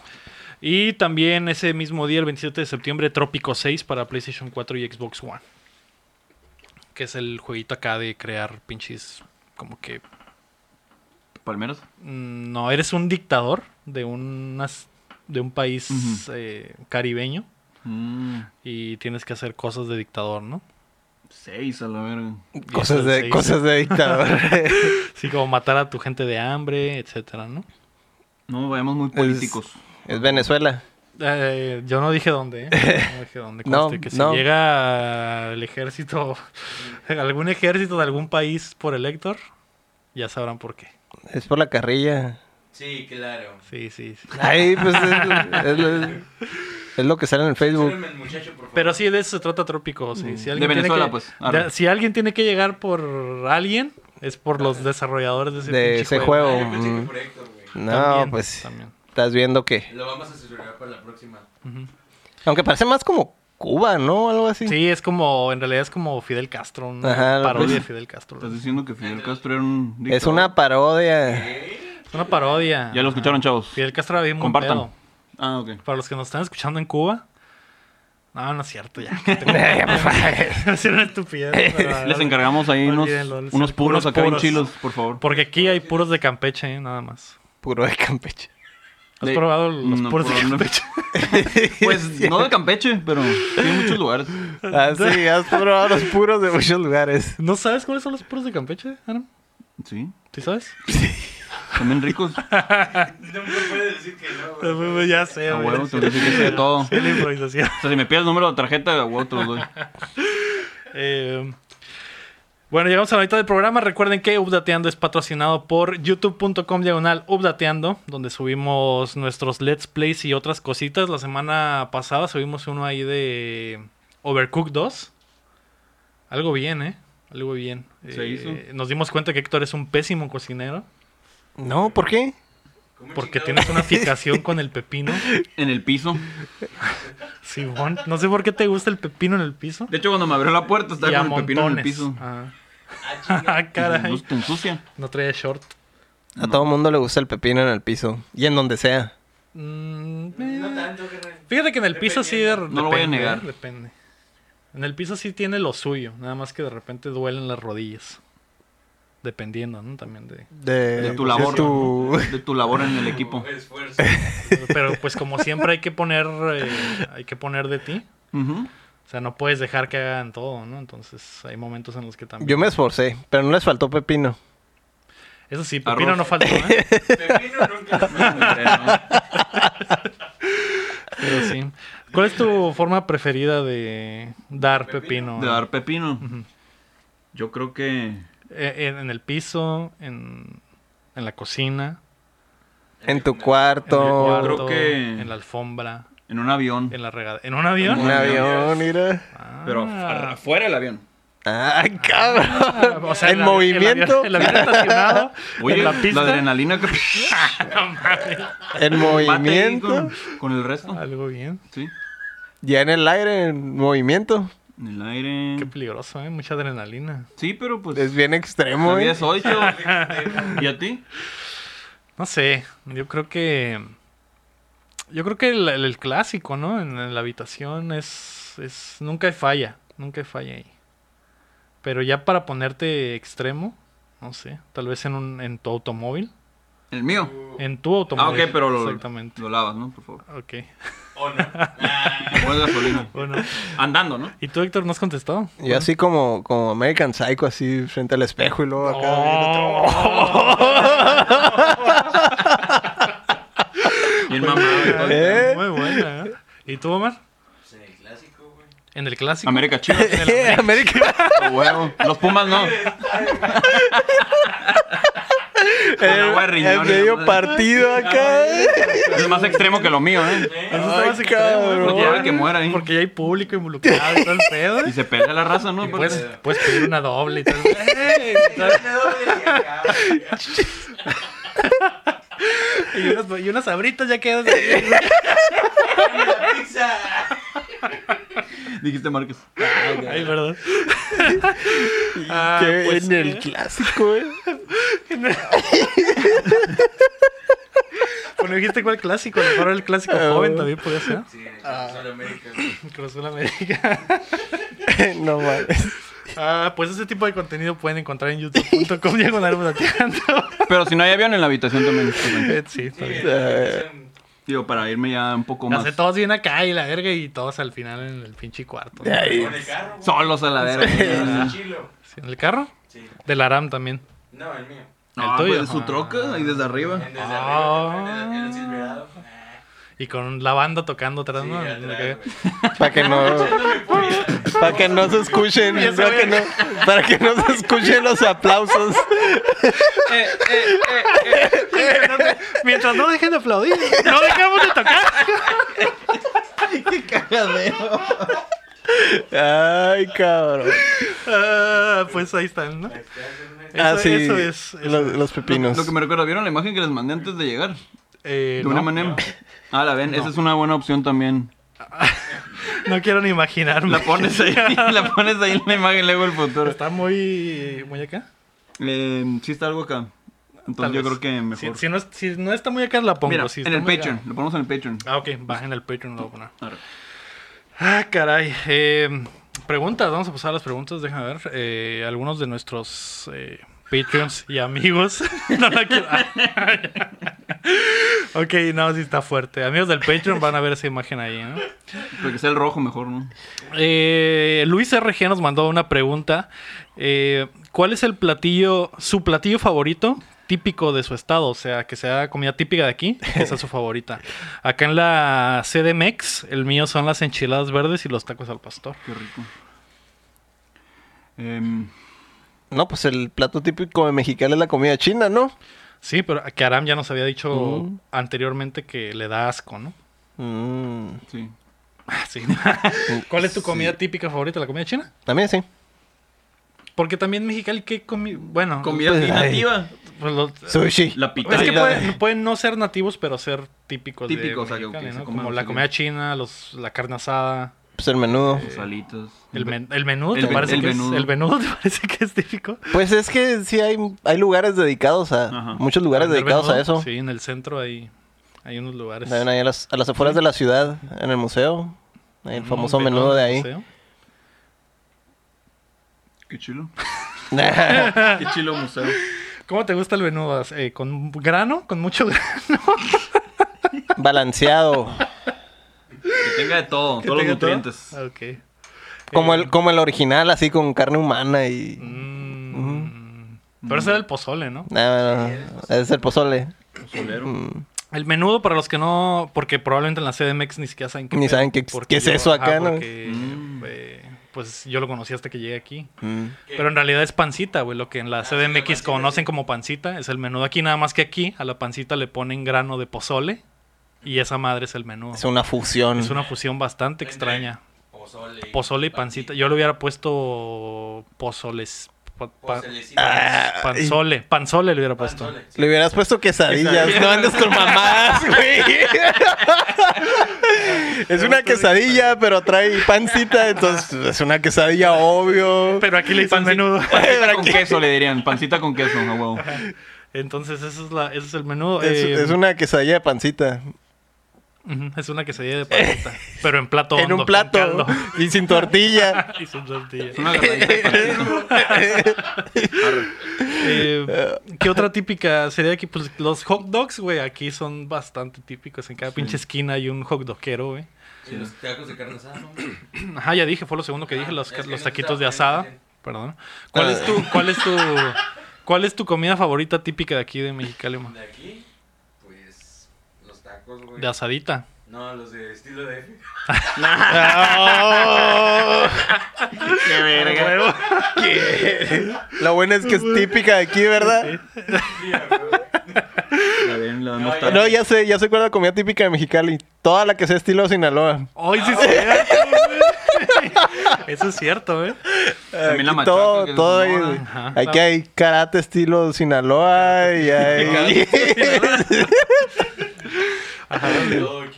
Speaker 1: Y también ese mismo día, el 27 de septiembre, Trópico 6 para PlayStation 4 y Xbox One. Que es el jueguito acá de crear pinches como que...
Speaker 3: Palmeras.
Speaker 1: mm, No, eres un dictador de, unas, de un país
Speaker 3: Ujú.
Speaker 1: eh, caribeño
Speaker 3: Mm,
Speaker 1: y tienes que hacer cosas de dictador, ¿no?
Speaker 3: seis a la verga.
Speaker 2: Cosas de,
Speaker 1: seis.
Speaker 2: cosas de dictador.
Speaker 1: Así como matar a tu gente de hambre, etcétera, ¿no?
Speaker 3: No, vayamos muy políticos.
Speaker 2: es Venezuela.
Speaker 1: Eh, yo no dije dónde, ¿eh? No dije dónde.
Speaker 2: No,
Speaker 1: conste que si
Speaker 2: no.
Speaker 1: llega el ejército, algún ejército de algún país por el Héctor, ya sabrán por qué.
Speaker 2: Es por la carrilla.
Speaker 4: Sí, claro.
Speaker 1: Sí, sí, sí.
Speaker 2: Ay, pues es, es lo- es lo que sale en el Facebook.
Speaker 4: Espérenme el muchacho, por favor.
Speaker 1: Pero sí, de eso se trata Trópico. o sea, si alguien tiene
Speaker 3: Venezuela,
Speaker 1: que-
Speaker 3: pues, arre.
Speaker 1: de- si alguien tiene que llegar por alguien, es por los desarrolladores de ese,
Speaker 2: De
Speaker 1: pinche
Speaker 2: ese
Speaker 1: juego.
Speaker 4: Ah,
Speaker 2: juego.
Speaker 4: yo pensé que
Speaker 2: Mm.
Speaker 4: por Héctor, güey.
Speaker 2: No,
Speaker 1: También,
Speaker 2: pues
Speaker 1: también.
Speaker 2: estás viendo que.
Speaker 4: Lo vamos a asesorar para la próxima.
Speaker 1: Ujú.
Speaker 2: Aunque parece más como Cuba, ¿no? Algo así.
Speaker 1: Sí, es como, en realidad es como Fidel Castro, una
Speaker 2: Ajá,
Speaker 1: parodia
Speaker 2: pues.
Speaker 1: de Fidel Castro.
Speaker 3: Estás diciendo que
Speaker 1: Eh,
Speaker 3: Fidel Castro era un dictador.
Speaker 2: Es una parodia.
Speaker 4: ¿Qué?
Speaker 1: Es una parodia.
Speaker 3: Ya lo escucharon,
Speaker 1: Ajá.
Speaker 3: chavos.
Speaker 1: Fidel Castro había un buen
Speaker 3: Compartan.
Speaker 1: pedo.
Speaker 3: Ah, ok.
Speaker 1: Para los que nos están escuchando en Cuba. No, no es cierto, ya.
Speaker 2: Ay, pues, por favor.
Speaker 1: Es una estupidez. pero- ah,
Speaker 3: Les encargamos ahí unos,
Speaker 1: Olvídenlo, les-
Speaker 3: unos puros
Speaker 1: unos
Speaker 3: acá en
Speaker 1: puros.
Speaker 3: chilos, por favor.
Speaker 1: Porque aquí hay puros de Campeche, eh, nada más.
Speaker 2: Puro de Campeche.
Speaker 1: ¿Has
Speaker 3: De-
Speaker 1: probado los
Speaker 3: No,
Speaker 1: puros de
Speaker 3: puro no.
Speaker 1: Campeche?
Speaker 3: Pues no de Campeche, pero sí en muchos lugares.
Speaker 2: Así, has probado los puros de muchos lugares.
Speaker 1: ¿No sabes cuáles son los puros de Campeche, Aram?
Speaker 3: Sí,
Speaker 1: ¿Sí sabes?
Speaker 3: también ricos.
Speaker 4: No me puede decir que no, güey.
Speaker 1: ya sé,
Speaker 3: A
Speaker 1: güey.
Speaker 3: huevo, te voy a decir que sí de todo.
Speaker 1: Sí, la improvisación.
Speaker 3: O sea, si me pides el número de tarjeta, a huevo te los doy.
Speaker 1: Eh, bueno, llegamos a la mitad del programa. Recuerden que Updateando es patrocinado por youtube.com diagonal Updateando, donde subimos nuestros Let's Plays y otras cositas. La semana pasada subimos uno ahí de Overcooked 2. Algo bien, ¿eh? Algo bien.
Speaker 3: Se
Speaker 1: Eh,
Speaker 3: hizo.
Speaker 1: Nos dimos cuenta que Héctor es un pésimo cocinero
Speaker 2: No, ¿por qué?
Speaker 4: ¿Cómo
Speaker 1: porque
Speaker 4: chingados?
Speaker 1: tienes una fijación con el pepino.
Speaker 3: En el piso.
Speaker 1: Simón, no sé por qué te gusta el pepino en el piso.
Speaker 3: De hecho, cuando me abrió la puerta, estaba
Speaker 1: Y a
Speaker 3: con el pepino en el
Speaker 1: montones.
Speaker 3: piso.
Speaker 1: Ah.
Speaker 4: Ah, chinga.
Speaker 1: Ah, caray.
Speaker 3: Te ensucia.
Speaker 1: No traía short.
Speaker 2: A todo mundo le gusta el pepino en el piso. Y en donde sea.
Speaker 1: Mm, eh.
Speaker 4: No tanto, carnal.
Speaker 1: Fíjate que en el piso sí de-
Speaker 3: No lo voy a
Speaker 1: depende,
Speaker 3: negar.
Speaker 1: ¿eh? Depende. En el piso sí tiene lo suyo, nada más que de repente duelen las rodillas. Dependiendo, ¿no? También de...
Speaker 2: De,
Speaker 1: pues,
Speaker 3: De tu labor.
Speaker 2: de tu-
Speaker 3: De tu labor en el equipo.
Speaker 4: Esfuerzo.
Speaker 1: Pero pues como siempre hay que poner eh, hay que poner de ti.
Speaker 3: Ujú.
Speaker 1: O sea, no puedes dejar que hagan todo, ¿no? Entonces hay momentos en los que también...
Speaker 2: Yo me esforcé, pero no les faltó pepino.
Speaker 1: Eso sí, Pepino
Speaker 3: Arroz.
Speaker 1: no faltó, ¿eh?
Speaker 4: Pepino nunca lo encontré, ¿no?
Speaker 1: Pero sí. ¿Cuál es tu forma preferida de dar pepino?
Speaker 3: De dar pepino. Yo creo que.
Speaker 1: Eh, en, en el piso, en, en la cocina,
Speaker 2: En tu
Speaker 1: en, el
Speaker 2: cuarto.
Speaker 1: cuarto,
Speaker 3: Creo que-
Speaker 1: en la alfombra,
Speaker 3: En un avión.
Speaker 1: en la regada. ¿En un avión?
Speaker 2: Un avión, mira.
Speaker 1: Ah.
Speaker 3: Pero af- afuera del avión.
Speaker 2: ¡Ay, cabrón!
Speaker 1: O sea,
Speaker 2: en
Speaker 1: la-
Speaker 2: movimiento.
Speaker 1: El avión, el avión estacionado.
Speaker 3: Oye,
Speaker 1: en
Speaker 3: la,
Speaker 1: la pista.
Speaker 3: adrenalina que.
Speaker 1: No mames.
Speaker 2: En
Speaker 3: Bate ahí
Speaker 2: movimiento.
Speaker 3: con, con el resto.
Speaker 1: Algo bien.
Speaker 3: Sí.
Speaker 2: Ya en el aire, en movimiento.
Speaker 3: En el aire.
Speaker 1: Qué peligroso, ¿eh? Mucha adrenalina.
Speaker 3: Sí, pero pues.
Speaker 2: Es bien extremo,
Speaker 3: la vida
Speaker 2: ¿eh?
Speaker 3: es hoy, chavo. ¿Y a ti?
Speaker 1: No sé, yo creo que... Yo creo que el, el- el clásico, ¿no? En, en la habitación es, es... Nunca hay falla, nunca hay falla ahí. Pero ya para ponerte extremo, no sé, tal vez en, un, en tu automóvil.
Speaker 3: El mío.
Speaker 1: En tu
Speaker 3: Ah,
Speaker 1: automóvil.
Speaker 3: ok, pero lo,
Speaker 1: Exactamente.
Speaker 3: lo lavas, ¿no? Por favor.
Speaker 1: Ok.
Speaker 4: O no. Ah,
Speaker 3: Pon gasolina.
Speaker 1: Bueno.
Speaker 3: Andando, ¿no?
Speaker 1: ¿Y tú, Héctor, no has contestado?
Speaker 2: Yo así como, como American Psycho, así frente al espejo y luego acá.
Speaker 1: Oh,
Speaker 3: Bien mamado. y todo.
Speaker 2: ¿Eh?
Speaker 1: Muy buena, ¿eh? ¿Y tú, Omar?
Speaker 4: pues en el clásico, güey.
Speaker 1: En el clásico.
Speaker 3: América Chivas.
Speaker 2: Eh, American-
Speaker 3: Huevo. Los Pumas no. Con agua de
Speaker 2: Eh, el
Speaker 3: riñón,
Speaker 2: medio
Speaker 3: ¿no?
Speaker 2: partido acá.
Speaker 3: Es más extremo que lo mío, ¿eh?
Speaker 1: Eso está
Speaker 2: Ay,
Speaker 1: más extremo, ¿eh?
Speaker 2: cabrón.
Speaker 1: Porque ya-
Speaker 3: Ya que muera ahí.
Speaker 1: Porque ya hay público involucrado y todo el pedo. ¿eh?
Speaker 3: Y se pelea la raza, ¿no?
Speaker 1: Y pues, puedes,
Speaker 3: Aparte.
Speaker 1: puedes pedir una doble y todo el pedo.
Speaker 4: Me doble y acá, güey.
Speaker 1: Y unas, y unas abritas ya quedas.
Speaker 4: Dame la pizza.
Speaker 3: Dijiste Márquez.
Speaker 1: Ay, perdón.
Speaker 2: Qué-
Speaker 1: pues
Speaker 2: en
Speaker 1: sí,
Speaker 2: el
Speaker 1: ¿eh?
Speaker 2: clásico, ¿eh?
Speaker 1: Bueno, dijiste cuál clásico. A lo mejor el clásico joven también podía ser.
Speaker 4: Sí, en el
Speaker 1: Ah.
Speaker 4: Sol América, güey.
Speaker 1: Cruz Azul América.
Speaker 2: no mames.
Speaker 1: Ah, pues ese tipo de contenido pueden encontrar en youtube.com diagonal platicando.
Speaker 3: Pero si no hay avión en la habitación también.
Speaker 1: Sí, está
Speaker 4: Sí,
Speaker 1: bien.
Speaker 4: en-
Speaker 3: Tío, para irme ya un poco más.
Speaker 1: Hace todos bien acá y la verga y todos al final en el pinche cuarto.
Speaker 2: De ahí.
Speaker 4: Con el carro, güey.
Speaker 3: Solos a la verga.
Speaker 4: Con el chilo.
Speaker 1: Sí, ¿En el carro?
Speaker 4: Sí.
Speaker 1: Del Aram también.
Speaker 4: No, el mío.
Speaker 1: El
Speaker 3: No,
Speaker 1: tuyo.
Speaker 3: pues, su troca y desde arriba.
Speaker 4: En desde
Speaker 1: Ah.
Speaker 4: arriba, en el, en el Silverado. Ah,
Speaker 1: Y con la banda tocando atrás,
Speaker 4: sí,
Speaker 1: ¿no?
Speaker 4: atrás,
Speaker 1: Lo que-
Speaker 4: güey.
Speaker 2: Para que no.
Speaker 4: Echándome purita.
Speaker 2: Para que no se escuchen,
Speaker 1: Ya se
Speaker 2: para que, no, para que no se escuchen los aplausos.
Speaker 1: Mientras no- Mientras no dejen de aplaudir, no dejamos de tocar.
Speaker 2: Ay, cabrón.
Speaker 1: Ah, pues ahí están, ¿no? Eso,
Speaker 2: Ah, sí,
Speaker 1: eso es. eso
Speaker 2: los,
Speaker 1: es.
Speaker 2: los pepinos.
Speaker 3: Lo que me recuerda, ¿vieron la imagen que les mandé antes de llegar?
Speaker 1: Eh,
Speaker 3: De una
Speaker 1: no,
Speaker 3: manera. Ah, la ven, esa es una buena opción también.
Speaker 1: no quiero ni imaginarme.
Speaker 3: La pones ahí, la pones ahí en la imagen, luego el futuro.
Speaker 1: Está muy. Muy acá.
Speaker 3: Eh, sí está algo acá.
Speaker 1: Tal
Speaker 3: Entonces yo
Speaker 1: vez.
Speaker 3: creo que mejor.
Speaker 1: Si, si no, es- si no está muy acá, la pongo.
Speaker 3: Mira,
Speaker 1: si
Speaker 3: en
Speaker 1: está
Speaker 3: el
Speaker 1: muy
Speaker 3: Patreon,
Speaker 1: acá-
Speaker 3: lo ponemos en el Patreon.
Speaker 1: Ah, ok, baja en el Patreon, lo voy a poner.
Speaker 3: Arre.
Speaker 1: Ah, caray. Eh, preguntas, vamos a pasar a las preguntas. Déjame ver. Eh, algunos de nuestros eh, Patreons y amigos. no, no quiero. ok, no, sí está fuerte. Amigos del Patreon van a ver esa imagen ahí, ¿no?
Speaker 3: Porque sea el rojo mejor, ¿no?
Speaker 1: Eh, Luis RG nos mandó una pregunta. Eh, ¿Cuál es el platillo, su platillo favorito típico de su estado? O sea, que sea comida típica de aquí, que sea su favorita. Acá en la CDMX, el mío son las enchiladas verdes y los tacos al pastor.
Speaker 3: Qué rico. Em,
Speaker 2: No, pues el plato típico de mexicano es la comida china, ¿no?
Speaker 1: Sí, pero que Aram ya nos había dicho
Speaker 2: Mm.
Speaker 1: anteriormente que le da asco, ¿no?
Speaker 2: Mm,
Speaker 3: sí.
Speaker 1: Ah, sí. ¿Cuál es tu comida típica favorita, la comida china?
Speaker 2: también sí.
Speaker 1: Porque también Mexicali, ¿qué comida? Bueno,
Speaker 3: Comida
Speaker 2: Pues, ay.
Speaker 3: nativa.
Speaker 1: pues los-
Speaker 2: Sushi.
Speaker 3: La
Speaker 1: Es
Speaker 3: pitaya.
Speaker 1: que
Speaker 2: Italia.
Speaker 1: pueden, pueden no ser nativos, pero ser típicos. de
Speaker 3: Típicos, o sea, que-
Speaker 1: Mexicali,
Speaker 3: que se
Speaker 1: ¿no?
Speaker 3: coman
Speaker 1: Como
Speaker 3: los
Speaker 1: la comida
Speaker 3: alimentos.
Speaker 1: china, los, la carne asada,
Speaker 2: Pues el menudo.
Speaker 3: Los alitos.
Speaker 1: el, men- el menudo,
Speaker 3: el
Speaker 1: ¿te
Speaker 3: men-
Speaker 1: parece
Speaker 3: el
Speaker 1: que es-
Speaker 3: menudo.
Speaker 1: el menudo te parece que es típico?
Speaker 2: Pues es que sí hay, hay lugares dedicados a...
Speaker 3: Ajá.
Speaker 2: Muchos lugares
Speaker 1: ¿Vender
Speaker 2: dedicados a
Speaker 1: menudo?
Speaker 2: eso.
Speaker 1: Sí, en el centro hay, hay unos lugares.
Speaker 2: También ahí a las, a las afueras de la ciudad, en el museo. Hay el famoso menudo de ahí.
Speaker 1: museo.
Speaker 3: Qué chilo. Qué chilo museo.
Speaker 1: ¿Cómo te gusta el menudo? Eh, ¿Con grano? ¿Con mucho grano?
Speaker 2: Balanceado.
Speaker 3: Que tenga de todo, todos los
Speaker 1: ¿Tengo todo? Ah,
Speaker 3: nutrientes.
Speaker 1: Ok.
Speaker 2: Como el, como el original, así con carne humana y...
Speaker 1: Mm, Pero ese era el pozole, ¿no?
Speaker 2: No, no, no. Es el pozole.
Speaker 3: Pozolero.
Speaker 2: Mm.
Speaker 1: El menudo para los que no, porque probablemente en la CDMX ni siquiera saben qué,
Speaker 2: Ni
Speaker 1: pedo,
Speaker 2: saben qué-
Speaker 1: porque
Speaker 2: qué es eso acá, ¿no?
Speaker 1: porque,
Speaker 3: Mm.
Speaker 1: eh, pues yo lo conocí hasta que llegué aquí.
Speaker 2: Mm.
Speaker 1: Pero en realidad es pancita, güey. Lo que en la
Speaker 4: Ah, sí, la
Speaker 1: CDMX
Speaker 4: pancita,
Speaker 1: conocen
Speaker 4: sí.
Speaker 1: como pancita es el menudo. Aquí nada más que aquí a la pancita le ponen grano de pozole y esa madre es el menudo.
Speaker 2: Es una fusión.
Speaker 1: Es una fusión bastante
Speaker 4: Entre
Speaker 1: extraña.
Speaker 4: Pozole.
Speaker 1: Pozole y pancita. Yo le hubiera puesto pozoles. pa- pa-
Speaker 4: Pozolecito.
Speaker 2: Ah,
Speaker 1: panzole. Panzole le hubiera puesto.
Speaker 4: Pozole, sí.
Speaker 2: Le hubieras puesto quesadillas. No andes con mamadas, güey. es una quesadilla, pero trae pancita. Entonces, es una quesadilla, obvio.
Speaker 1: Pero aquí le dicen
Speaker 3: Panci-
Speaker 1: menudo.
Speaker 3: Pancita con queso le dirían, pancita con queso, a huevo.
Speaker 1: Entonces, eso es, la, eso es el menudo.
Speaker 2: Es,
Speaker 1: Eh,
Speaker 2: es una quesadilla de pancita.
Speaker 1: ujú, es una quesadilla de pancita. pero en plato
Speaker 2: En
Speaker 1: hondo,
Speaker 2: un
Speaker 1: con
Speaker 2: plato.
Speaker 1: caldo.
Speaker 2: Y sin tortilla.
Speaker 1: y sin tortilla.
Speaker 3: Es una granadita de pancita.
Speaker 1: Eh, ¿Qué otra típica sería aquí? Pues los hot dogs, güey. Aquí son bastante típicos. En cada pinche esquina hay un hot doquero, güey.
Speaker 4: Y los tacos de carne asada, ¿no?
Speaker 1: Ajá, ya dije, fue lo segundo que dije,
Speaker 4: Ah,
Speaker 1: los,
Speaker 4: es que
Speaker 1: los
Speaker 4: no
Speaker 1: taquitos de
Speaker 4: estaba
Speaker 1: asada.
Speaker 4: pendiente.
Speaker 1: Perdón. ¿Cuál es
Speaker 2: Ah.
Speaker 1: tu, cuál es tu, cuál es tu comida favorita típica de aquí de Mexicali, ma?
Speaker 4: De aquí, pues los tacos, güey.
Speaker 1: De asadita.
Speaker 4: No, los de estilo de F.
Speaker 1: Ah,
Speaker 3: Qué verga.
Speaker 2: La buena es que es típica de aquí, ¿verdad?
Speaker 4: Sí, a huevo.
Speaker 3: La ven, la
Speaker 4: No,
Speaker 3: damos
Speaker 4: ya-
Speaker 3: tarde.
Speaker 2: No, ya sé, ya sé cuál es la comida típica de Mexicali. Toda la que sea estilo Sinaloa.
Speaker 1: Ay, sí es
Speaker 2: Ah.
Speaker 1: cierto, güey. Eso es cierto, ¿eh?
Speaker 3: También la
Speaker 2: Aquí
Speaker 3: machaca,
Speaker 2: todo,
Speaker 3: que es
Speaker 2: todo
Speaker 3: Sonora.
Speaker 2: hay-
Speaker 1: Ajá.
Speaker 2: hay que hay karate estilo Sinaloa y hay,
Speaker 4: Todo aquí.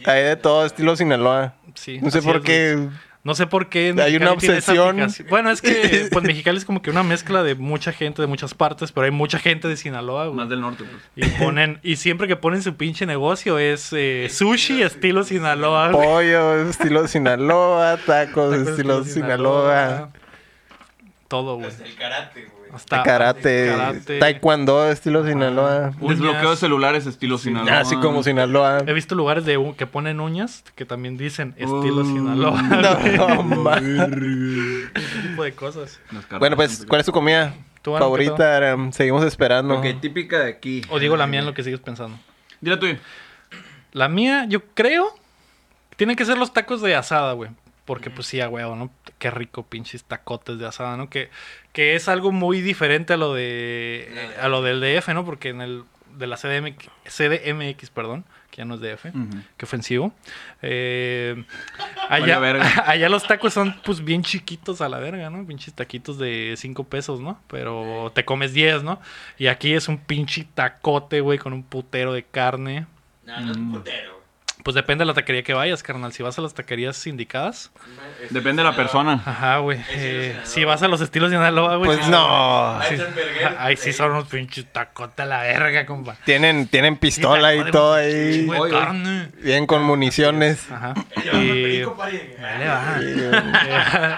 Speaker 2: hay de todo estilo Sinaloa.
Speaker 1: Sí.
Speaker 2: No sé
Speaker 1: así
Speaker 2: por
Speaker 1: es,
Speaker 2: qué.
Speaker 1: Luis. No sé por qué. en
Speaker 2: Hay una
Speaker 1: Mexicali tiene esa
Speaker 2: obsesión.
Speaker 1: fijación. Bueno, es que pues Mexicali es como que una mezcla de mucha gente de muchas partes, pero hay mucha gente de Sinaloa, güey.
Speaker 3: Más del norte, pues.
Speaker 1: Y ponen, y siempre que ponen su pinche negocio es eh, sushi estilo Sinaloa. güey.
Speaker 2: Pollo estilo Sinaloa, tacos,
Speaker 1: Tacos
Speaker 2: estilo Sinaloa,
Speaker 1: Todo, güey.
Speaker 4: Hasta el karate, güey.
Speaker 1: Hasta
Speaker 2: karate,
Speaker 1: karate.
Speaker 2: taekwondo estilo Sinaloa.
Speaker 1: Uñas.
Speaker 3: Desbloqueo de celulares estilo Sinaloa.
Speaker 2: Así Ah, como Sinaloa.
Speaker 1: He visto lugares de u- que ponen uñas que también dicen estilo
Speaker 3: Uh,
Speaker 1: Sinaloa.
Speaker 2: No,
Speaker 1: güey.
Speaker 2: no, ma.
Speaker 1: Ese tipo de cosas.
Speaker 3: Las cartas
Speaker 2: Bueno, pues,
Speaker 3: son
Speaker 2: ¿cuál es tu comida
Speaker 1: Tú, Ana, ¿qué
Speaker 2: favorita? Aram? Seguimos esperando.
Speaker 5: Ok, típica de aquí.
Speaker 1: O digo la mía en lo que sigues pensando.
Speaker 3: Dile tú.
Speaker 1: La mía, yo creo, tienen que ser los tacos de asada, güey. Porque, pues sí, a huevo, ¿no? Qué rico, pinches tacotes de asada, ¿no? Que, que es algo muy diferente a lo de. a lo del DF, ¿no? Porque en el. de la CDMX, CDMX, perdón, que ya no es DF.
Speaker 3: Ujú.
Speaker 1: Qué ofensivo. Eh,
Speaker 3: Vale,
Speaker 1: allá,
Speaker 3: verga.
Speaker 1: allá los tacos son pues bien chiquitos a la verga, ¿no? Pinches taquitos de 5 pesos, ¿no? Pero te comes 10, ¿no? Y aquí es un pinche tacote, güey, con un putero de carne.
Speaker 4: No, no es
Speaker 3: Mm.
Speaker 4: putero.
Speaker 1: Pues depende de la taquería que vayas, carnal. Si vas a las taquerías indicadas.
Speaker 3: Depende de la persona.
Speaker 1: Ajá, güey.
Speaker 4: Estilo
Speaker 1: Eh,
Speaker 4: Sinaloa.
Speaker 1: si vas a los estilos de Sinaloa, güey.
Speaker 2: Pues no.
Speaker 4: Ahí
Speaker 1: Sí.
Speaker 3: Ah,
Speaker 1: Ahí sí son unos pinches tacotes a la verga, compa.
Speaker 2: Tienen, tienen pistola y
Speaker 1: tacote,
Speaker 2: todo ahí.
Speaker 1: Chingo de
Speaker 5: Oye.
Speaker 1: carne.
Speaker 2: Bien con municiones.
Speaker 1: Ajá.
Speaker 4: Y...
Speaker 1: Y... Dale, va.